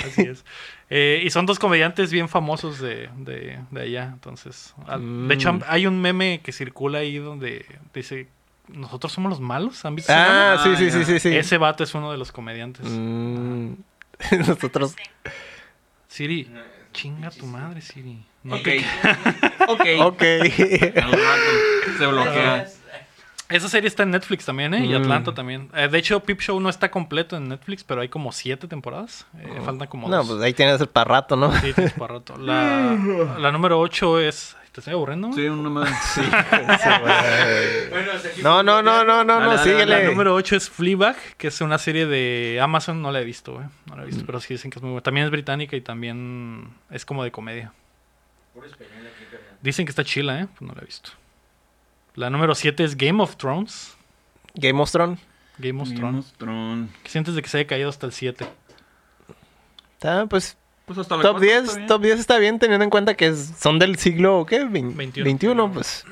Speaker 1: Así es. Eh, y son dos comediantes bien famosos de, de, de allá. Entonces, ah,
Speaker 2: Mm.
Speaker 1: de hecho, hay un meme que circula ahí donde dice: Nosotros somos los malos. ¿Han visto? ese
Speaker 2: ah,
Speaker 3: Ah,
Speaker 2: sí, sí, sí,
Speaker 3: ya.
Speaker 2: sí, sí.
Speaker 1: meme? Ese vato es uno de los comediantes.
Speaker 2: Mm, Nosotros.
Speaker 1: Siri,
Speaker 3: Ah,
Speaker 4: No, es-
Speaker 1: chinga tu madre, Siri. No
Speaker 3: Ok.
Speaker 1: te
Speaker 3: Ok.
Speaker 2: Ok.
Speaker 3: Al rato se bloquea.
Speaker 1: Esa serie está en Netflix también, ¿eh? Y
Speaker 2: Mm.
Speaker 1: Atlanta también. Eh, de hecho, Peep Show no está completo en Netflix, pero hay como siete temporadas. Eh, Faltan como
Speaker 2: no,
Speaker 1: dos.
Speaker 2: pues ahí tienes el parrato, ¿no?
Speaker 1: Sí, tienes para rato. La, la número ocho es... ¿Te estoy aburriendo?
Speaker 3: Sí, una más.
Speaker 4: Bueno, o sea, aquí-
Speaker 2: No, no, no, no, no,
Speaker 3: Dale,
Speaker 2: no,
Speaker 3: dale,
Speaker 1: La
Speaker 2: síguele.
Speaker 1: número ocho es Fleabag, que es una serie de Amazon. No la he visto, güey. No la he
Speaker 2: Mm.
Speaker 1: visto, pero sí dicen que es muy buena. También es británica y también es como de comedia.
Speaker 4: Puro español aquí, carnal.
Speaker 1: Dicen que está chila, ¿eh? Pues no la he visto. La número siete es Game of Thrones.
Speaker 2: Game of Thrones.
Speaker 1: Game of Thrones.
Speaker 3: Mostrón.
Speaker 1: ¿Qué sientes de que se haya caído hasta el 7?
Speaker 2: Está, pues
Speaker 3: Pues hasta la
Speaker 2: top
Speaker 3: cuarta
Speaker 2: 10,
Speaker 3: está bien.
Speaker 2: top 10 está bien teniendo en cuenta que es- son del siglo ¿qué? Vein-
Speaker 1: 21.
Speaker 2: 21, pues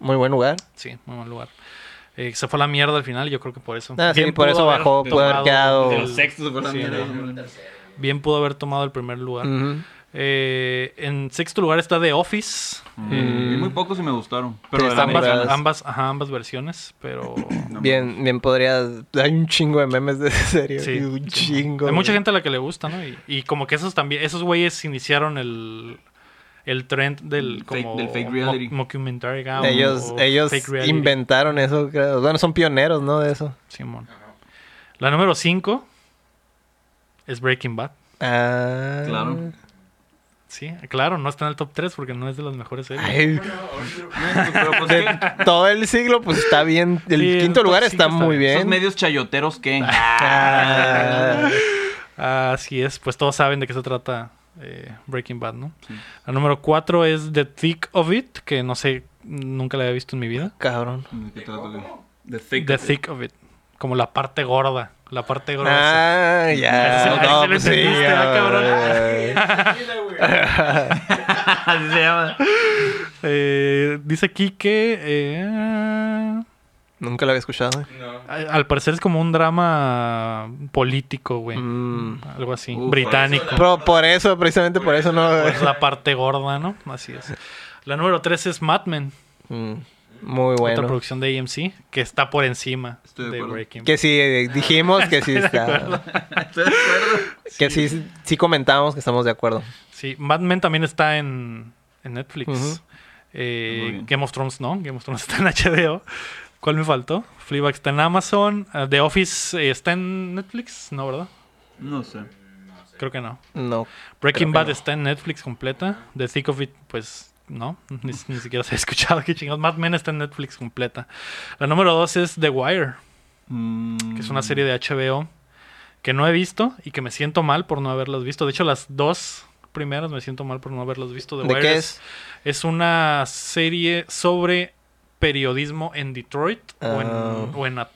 Speaker 2: muy buen lugar.
Speaker 1: Sí, muy mal lugar. Eh, se fue a la mierda al final, yo creo que por eso.
Speaker 2: Ah, sí,
Speaker 1: Bien
Speaker 2: por
Speaker 1: pudo
Speaker 2: eso
Speaker 1: haber
Speaker 2: bajó, pudo haber
Speaker 1: tomado
Speaker 2: quedado-
Speaker 1: el-
Speaker 3: El sexto se fue a la
Speaker 1: Sí,
Speaker 3: mierda.
Speaker 1: no.
Speaker 3: hombre.
Speaker 1: bien pudo haber tomado el primer lugar.
Speaker 2: Ujú.
Speaker 1: Eh, en sexto lugar está The Office.
Speaker 3: Eh,
Speaker 2: Mm.
Speaker 3: Muy pocos y me gustaron.
Speaker 2: Sí,
Speaker 3: Pero de la
Speaker 2: están
Speaker 1: Ambas,
Speaker 3: neta,
Speaker 2: buenas.
Speaker 1: ambas, ajá, ambas versiones, pero...
Speaker 3: no me-
Speaker 2: Bien, bien podría hay un chingo de memes de esa serie,
Speaker 1: Sí,
Speaker 2: y un
Speaker 1: sí.
Speaker 2: chingo.
Speaker 1: Hay mucha gente a la que le gusta, ¿no? Y, y como que esos también, esos güeyes iniciaron el, el trend del
Speaker 3: Fake-
Speaker 1: como
Speaker 3: del fake reality.
Speaker 1: mo- mockumentary, ah,
Speaker 2: Ellos
Speaker 1: o
Speaker 2: ellos
Speaker 1: fake reality.
Speaker 2: inventaron eso, creo. bueno, son pioneros, ¿no? de eso.
Speaker 1: Simón. La número 5 es Breaking Bad.
Speaker 2: Ah.
Speaker 3: Claro.
Speaker 1: Sí, claro, no está en el top 3 porque no es de las mejores series.
Speaker 2: Ay,
Speaker 3: Pero pues ¿qué?
Speaker 2: todo el siglo pues está bien, el
Speaker 1: Sí, el
Speaker 2: quinto
Speaker 1: top
Speaker 2: lugar
Speaker 1: cinco
Speaker 2: está
Speaker 1: está
Speaker 2: muy
Speaker 3: Esos
Speaker 2: bien.
Speaker 3: medios chayoteros que.
Speaker 2: Ah.
Speaker 1: Así es, pues todos saben de qué se trata eh, Breaking Bad, ¿no? La número 4 es The Thick of It, que no sé, nunca la había visto en mi vida.
Speaker 2: Cabrón.
Speaker 3: The
Speaker 1: The Thick of It, como la parte gorda, la parte gruesa.
Speaker 2: Ah,
Speaker 1: Ese es
Speaker 2: ya.
Speaker 1: el- ese
Speaker 2: No,
Speaker 1: lo
Speaker 2: pues sí.
Speaker 1: entendiste, ¿verdad,
Speaker 2: ya,
Speaker 1: cabrón?
Speaker 2: ya, ya.
Speaker 4: Tranquila, güey.
Speaker 3: Así se llama.
Speaker 1: Eh, dice aquí que eh,
Speaker 2: Nunca lo había escuchado. eh.
Speaker 4: No.
Speaker 1: al parecer es como un drama político, güey.
Speaker 2: Mm.
Speaker 1: Algo así,
Speaker 3: Uf,
Speaker 1: británico.
Speaker 2: Pero por eso, precisamente por eso no.
Speaker 1: Pues la parte gorda, ¿no? Así es. La número 3 es Mad Men,
Speaker 2: Mm. Muy
Speaker 1: otra
Speaker 2: bueno.
Speaker 1: producción de AMC, que está por encima
Speaker 3: Estoy de
Speaker 1: de
Speaker 3: acuerdo.
Speaker 1: Breaking Bad.
Speaker 2: Que sí, eh, dijimos que sí está.
Speaker 3: Estoy de acuerdo.
Speaker 2: Que sí, sí comentamos que estamos de acuerdo.
Speaker 1: Sí, Mad Men también está en, en Netflix.
Speaker 2: Ujú.
Speaker 1: Eh,
Speaker 3: Muy bien.
Speaker 1: Game of Thrones no, Game of Thrones está en HBO. ¿Cuál me faltó? Fleabag está en Amazon. eh, The Office eh, está en Netflix. No, ¿verdad?
Speaker 3: No sé.
Speaker 1: Creo que no.
Speaker 2: No.
Speaker 1: Breaking
Speaker 2: Creo que
Speaker 1: Bad
Speaker 2: no.
Speaker 1: está en Netflix completa. The Thick of It, pues no. Ni, ni siquiera se ha escuchado. Qué chingados. Mad Men está en Netflix completa. La número dos es The Wire,
Speaker 2: Mm.
Speaker 1: que es una serie de HBO que no he visto y que me siento mal por no haberlas visto. De hecho, las dos primeras me siento mal por no haberlas visto. The
Speaker 2: ¿De
Speaker 1: Wire
Speaker 2: qué es?
Speaker 1: es una serie sobre periodismo en Detroit o en,
Speaker 2: Ah.
Speaker 1: o en At-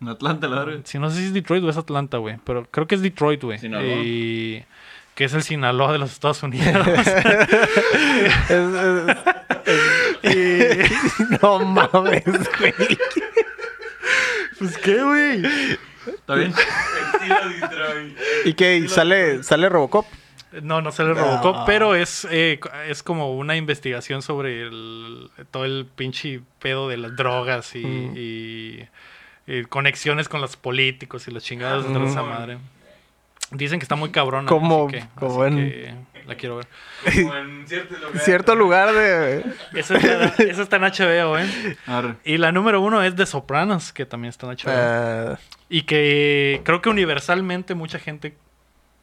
Speaker 3: En Atlanta, la verga.
Speaker 1: si no sé si es Detroit o es Atlanta, güey. Pero creo que es Detroit, güey.
Speaker 3: Sinaloa.
Speaker 1: Y que es el Sinaloa de los Estados Unidos.
Speaker 2: Es- es- es- no mames, güey.
Speaker 1: pues qué, güey.
Speaker 3: ¿Está bien?
Speaker 4: Estilo Detroit.
Speaker 2: ¿Y qué? ¿Y ¿Sale, sale Robocop?
Speaker 1: No, no se le robocó, pero es, eh, es como una investigación sobre el- todo el pinche pedo de las drogas y,
Speaker 2: Mm.
Speaker 1: y- y conexiones con los políticos y las chingadas de
Speaker 2: Mm.
Speaker 1: esa madre. Dicen que está muy cabrona.
Speaker 2: Como-
Speaker 1: así que-
Speaker 2: como
Speaker 1: así
Speaker 2: en-
Speaker 1: que la quiero ver.
Speaker 4: Como en cierto lugar.
Speaker 2: Cierto lugar de...
Speaker 1: Esa está, esa está en HBO, ¿eh?
Speaker 3: Arre.
Speaker 1: Y la número uno es de Sopranos, que también está en HBO.
Speaker 2: Ah,
Speaker 1: Y que creo que universalmente mucha gente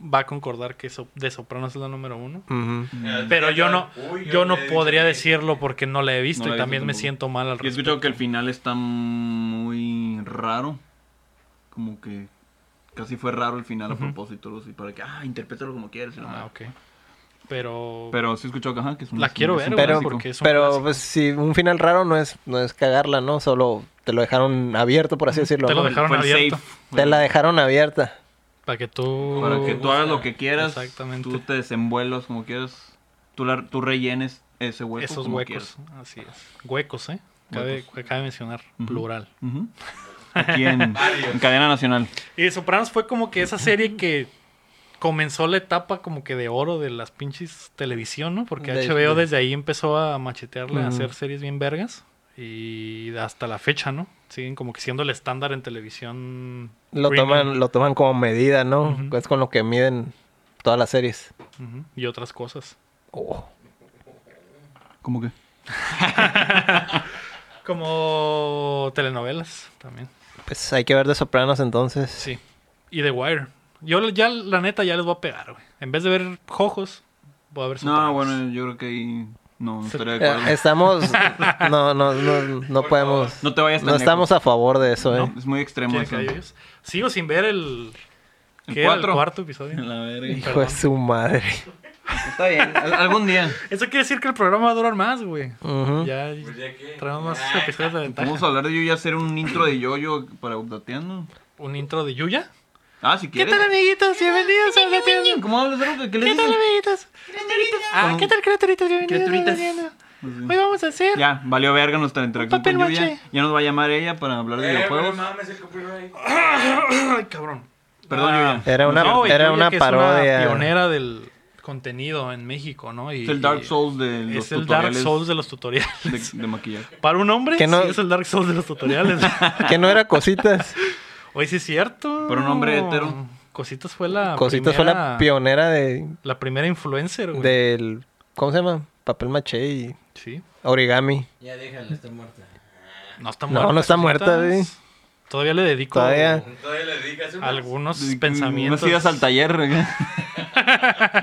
Speaker 1: va a concordar que so- de Sopranos es la número uno.
Speaker 2: ujú.
Speaker 3: Eh,
Speaker 1: Pero yo no,
Speaker 4: Uy,
Speaker 1: yo no
Speaker 4: le he dicho
Speaker 1: podría
Speaker 4: que-
Speaker 1: decirlo porque no la he visto
Speaker 3: No
Speaker 1: y
Speaker 3: la he visto
Speaker 1: también me
Speaker 3: tampoco.
Speaker 1: siento mal al
Speaker 3: Y he
Speaker 1: respecto.
Speaker 3: escuchado que el final está muy raro. Como que casi fue raro el final a propósito. algo así, para que, ah, interprétalo como quieras. y la
Speaker 1: Ah,
Speaker 3: madre.
Speaker 1: ok. Pero,
Speaker 3: Pero sí he escuchado que, ajá, que es un
Speaker 1: La
Speaker 3: es un-
Speaker 1: quiero
Speaker 3: es
Speaker 1: ver,
Speaker 3: un
Speaker 1: güey,
Speaker 2: Pero,
Speaker 3: clásico.
Speaker 1: porque- es un
Speaker 2: pero
Speaker 1: clásico.
Speaker 2: pues, si un final raro no es, no es cagarla, ¿no? Solo te lo dejaron abierto, por así decirlo.
Speaker 1: te lo
Speaker 2: ¿no?
Speaker 1: dejaron
Speaker 3: fue el
Speaker 1: abierto
Speaker 3: safe.
Speaker 2: Te la dejaron abierta.
Speaker 1: para que tú...
Speaker 3: Para que tú hagas lo que quieras.
Speaker 1: Exactamente.
Speaker 3: Tú te desenvuelvas como quieras. Tú, la- tú rellenes ese hueco.
Speaker 1: Esos
Speaker 3: como
Speaker 1: huecos.
Speaker 3: quieras.
Speaker 1: Así es. Huecos, ¿eh? Cabe, cabe mencionar.
Speaker 3: Ujú.
Speaker 1: Plural.
Speaker 3: Ujú. Aquí en,
Speaker 4: Varios.
Speaker 3: en cadena nacional.
Speaker 1: Y Sopranos fue como que esa serie que comenzó la etapa como que de oro de las pinches televisión, ¿no? Porque
Speaker 2: De-
Speaker 1: HBO
Speaker 2: de-
Speaker 1: desde ahí empezó a machetearle a
Speaker 2: Ujú.
Speaker 1: hacer series bien vergas. Y hasta la fecha, ¿no? Siguen como que siendo el estándar en televisión.
Speaker 2: Lo
Speaker 1: premium.
Speaker 2: toman, lo toman como medida, ¿no?
Speaker 1: Ujú.
Speaker 2: Es con lo que miden todas las series.
Speaker 1: Ujú, Y otras cosas.
Speaker 2: Oh.
Speaker 3: ¿Cómo que?
Speaker 1: Como telenovelas también.
Speaker 2: Pues hay que ver de Sopranos entonces.
Speaker 1: Sí. Y The Wire. Yo ya, la neta, ya les voy a pegar, güey. En vez de ver Jojos, voy a ver
Speaker 3: No,
Speaker 1: Sopranos.
Speaker 3: bueno, yo creo que ahí no no
Speaker 1: Se-
Speaker 3: estaría de
Speaker 2: Eh,
Speaker 3: acuerdo.
Speaker 2: Estamos. No, no, no, no
Speaker 4: Por
Speaker 2: podemos.
Speaker 3: No te vayas tan
Speaker 2: No estamos a favor de eso,
Speaker 3: lejos.
Speaker 2: ¿eh?
Speaker 3: No, es muy extremo
Speaker 1: ¿Quieren
Speaker 3: eso.
Speaker 1: que haya ellos? Sigo sin ver el...
Speaker 3: El
Speaker 1: ¿qué era?
Speaker 3: cuatro.
Speaker 1: cuarto episodio.
Speaker 3: La verga.
Speaker 2: Hijo de su madre.
Speaker 3: Está bien. al- Algún día.
Speaker 1: Eso quiere decir que el programa va a durar más, güey.
Speaker 2: Ujú.
Speaker 1: Ya
Speaker 4: Pues ya que-
Speaker 1: traemos más
Speaker 4: Ah,
Speaker 1: episodios de ventaja.
Speaker 3: Vamos a hablar de yo y hacer un intro de yo-yo para updateando.
Speaker 1: ¿Un intro de Yuya?
Speaker 3: Ah, si
Speaker 1: ¿Qué
Speaker 3: quieres.
Speaker 1: tal, amiguitos? Bienvenidos a la tienda.
Speaker 3: ¿Cómo hablas de algo? ¿Qué le
Speaker 1: ¿Qué tal,
Speaker 3: dices?
Speaker 1: amiguitos? Ah, ¿qué tal, criaturitas? Bienvenidos a la
Speaker 3: Criaturitas.
Speaker 1: tienda.
Speaker 3: Pues sí.
Speaker 1: Hoy vamos a hacer...
Speaker 3: Ya, valió verga nuestra interacción
Speaker 1: papel
Speaker 3: con Yuya.
Speaker 1: maché.
Speaker 3: Ya nos va a llamar ella para hablar de
Speaker 4: Eh, pero
Speaker 3: videojuegos.
Speaker 4: mames, el copyright.
Speaker 1: Ay, cabrón.
Speaker 3: Perdón,
Speaker 1: Ah,
Speaker 3: Yuya.
Speaker 2: Era una,
Speaker 1: No, güey,
Speaker 2: era
Speaker 1: Yuya,
Speaker 2: una
Speaker 1: que es
Speaker 2: parodia.
Speaker 1: pionera del contenido en México, ¿no? Y-
Speaker 3: Es el Dark Souls de los
Speaker 1: Es el Dark
Speaker 3: tutoriales
Speaker 1: Souls de los tutoriales.
Speaker 3: de, de maquillaje.
Speaker 1: Para un hombre,
Speaker 2: Que no-
Speaker 1: sí es el Dark Souls de los tutoriales.
Speaker 2: Que no era cositas.
Speaker 1: Hoy sí es cierto.
Speaker 3: Para un hombre hetero.
Speaker 1: Cositas fue la
Speaker 2: cositas fue la
Speaker 1: primera-
Speaker 2: pionera de,
Speaker 1: la primera influencer, güey.
Speaker 2: del. ¿Cómo se llama? Papel maché y
Speaker 1: Sí.
Speaker 2: origami.
Speaker 4: Ya déjala, está muerta.
Speaker 1: No está
Speaker 2: No,
Speaker 1: muerta.
Speaker 2: no está
Speaker 1: cositas.
Speaker 2: muerta, güey.
Speaker 1: Todavía le dedico
Speaker 2: Todavía.
Speaker 4: Todavía le dedicas unos-
Speaker 1: algunos
Speaker 3: De-
Speaker 1: pensamientos.
Speaker 3: No sigas al taller. güey.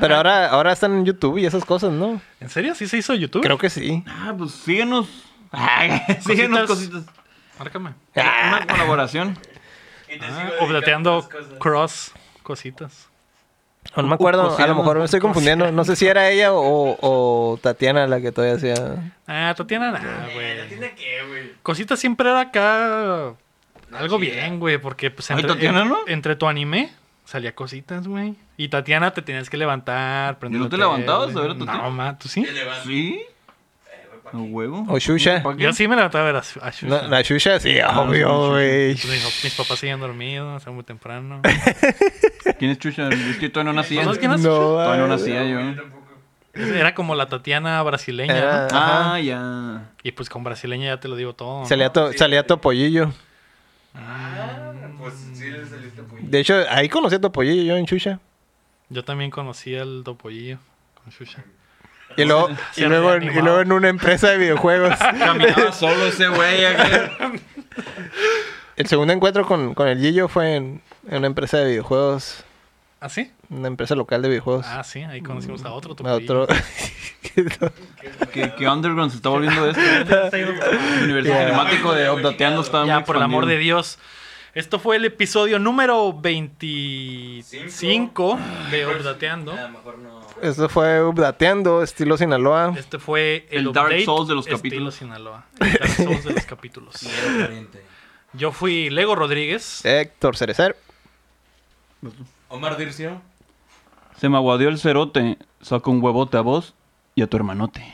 Speaker 2: Pero ahora, ahora están en YouTube y esas cosas, ¿no?
Speaker 1: ¿En serio? ¿Sí se hizo YouTube?
Speaker 2: Creo que sí.
Speaker 3: Ah, pues síguenos. Ay, síguenos
Speaker 1: Cositas.
Speaker 3: cositas. Ah,
Speaker 1: Márcame.
Speaker 3: Una colaboración.
Speaker 4: Y te
Speaker 1: Ah,
Speaker 4: sigo
Speaker 1: o plateando
Speaker 4: dedicando otras cosas.
Speaker 1: cross cositas.
Speaker 2: Ah, No me acuerdo, a
Speaker 3: Cosiendo.
Speaker 2: lo mejor me estoy confundiendo. No sé si era ella o, o Tatiana la que todavía hacía.
Speaker 1: Ah, Tatiana, nada,
Speaker 4: Eh, ¿la
Speaker 1: güey.
Speaker 4: tienda qué, güey?
Speaker 1: Cositas siempre era acá algo
Speaker 4: chida.
Speaker 1: bien, güey, porque pues
Speaker 3: Ay,
Speaker 1: entre,
Speaker 3: Tatiana,
Speaker 1: en-
Speaker 3: ¿no?
Speaker 1: entre tu anime salía cositas, güey. Y Tatiana te tenías que levantar, prender
Speaker 3: no
Speaker 1: la
Speaker 3: te
Speaker 1: tele.
Speaker 3: levantabas a ver a Tatiana?
Speaker 1: No, ma, tú sí.
Speaker 4: Te levantas.
Speaker 3: ¿Sí?
Speaker 4: Eh, güey, pa'
Speaker 3: ¿A huevo?
Speaker 2: O Xuxa.
Speaker 3: ¿Para qué?
Speaker 1: Yo sí me levantaba a ver a, Shu- a
Speaker 2: No,
Speaker 1: Shusha.
Speaker 2: la Xuxa, sí,
Speaker 3: Ah, sí,
Speaker 2: obvio,
Speaker 3: Xuxa.
Speaker 2: güey.
Speaker 1: Mis- mis, papás siguen dormidos, era muy temprano.
Speaker 3: ¿Quién es Chucha? Es que todavía no nacía.
Speaker 1: ¿Sabes quién es
Speaker 2: No,
Speaker 1: Shusha?
Speaker 3: Todavía no
Speaker 2: ay,
Speaker 3: nacía yo.
Speaker 4: Yo tampoco.
Speaker 1: Era como la Tatiana brasileña, ¿no?
Speaker 2: Era- Ajá.
Speaker 3: Ah, ya.
Speaker 1: Y pues con brasileña ya te lo digo todo. ¿no?
Speaker 2: Salía, to,
Speaker 4: Sí.
Speaker 2: salía Topollillo.
Speaker 4: Ah, pues sí le saliste pues.
Speaker 2: De hecho, ahí conocí a Topollillo yo en Xuxa.
Speaker 1: Yo también conocí al Topollillo con Shusha.
Speaker 2: Y luego, y
Speaker 1: Se
Speaker 2: luego, en- y
Speaker 1: reanimaba.
Speaker 2: luego en una empresa de videojuegos.
Speaker 3: Caminaba solo ese güey. acá.
Speaker 2: El segundo encuentro con, con el Gillo fue en, en una empresa de videojuegos,
Speaker 1: ¿Ah, sí?
Speaker 2: una empresa local de videojuegos.
Speaker 1: Ah, sí, ahí conocimos a otro.
Speaker 2: Pues, A
Speaker 1: topillo.
Speaker 2: otro-
Speaker 3: ¿Qué, qué underground se está volviendo esto? El universo cinemático de Obdateando está
Speaker 1: Ya,
Speaker 3: muy
Speaker 1: por el amor de
Speaker 3: expandido.
Speaker 1: Dios. Esto fue el episodio número 25 de Obdateando.
Speaker 4: A lo mejor no.
Speaker 2: Esto fue Updateando, estilo Sinaloa.
Speaker 1: Este fue el,
Speaker 3: El Dark
Speaker 1: update
Speaker 3: Souls de los
Speaker 1: estilo
Speaker 3: capítulos.
Speaker 1: Sinaloa. El Dark Souls de los capítulos.
Speaker 4: Quiero pariente.
Speaker 1: Yo fui Lego Rodríguez.
Speaker 2: Héctor Cerecer.
Speaker 4: Omar Dircio.
Speaker 3: Se me aguadeó el cerote. Saca un huevote a vos y a tu hermanote.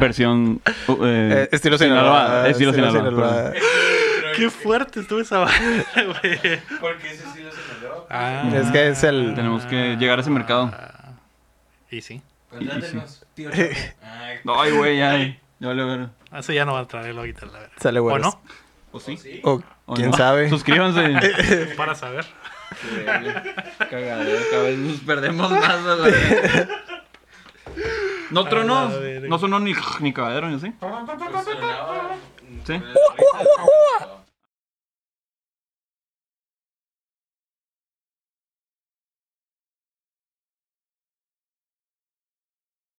Speaker 3: Versión. uh, eh,
Speaker 2: Eh, estilo Sinaloa.
Speaker 3: Estilo Sinaloa. pues. perdón.
Speaker 1: Qué fuerte estuvo esa barra, güey.
Speaker 4: Porque ese sí lo señaló.
Speaker 1: Ah.
Speaker 2: Es que es el-
Speaker 3: Tenemos que llegar a ese mercado.
Speaker 1: Y sí.
Speaker 4: Contrátenos, tío. Ay,
Speaker 3: No, Ay, güey, ay. Ya vale, ver.
Speaker 1: Eso ya no va a traerlo ahorita, la verdad.
Speaker 2: Sale,
Speaker 1: ¿O
Speaker 2: güey.
Speaker 1: no?
Speaker 3: ¿O sí?
Speaker 4: sí.
Speaker 2: O
Speaker 3: ¿O
Speaker 2: quién
Speaker 3: no?
Speaker 2: sabe.
Speaker 3: Suscríbanse.
Speaker 1: Para saber.
Speaker 3: Cagadero, cada vez nos perdemos más. a la
Speaker 4: pues,
Speaker 3: verga. No tronó.
Speaker 1: A la verga.
Speaker 3: No sonó ni, ni cagadero ni así.
Speaker 4: Pues sonaba-
Speaker 3: Sí.
Speaker 4: Pues,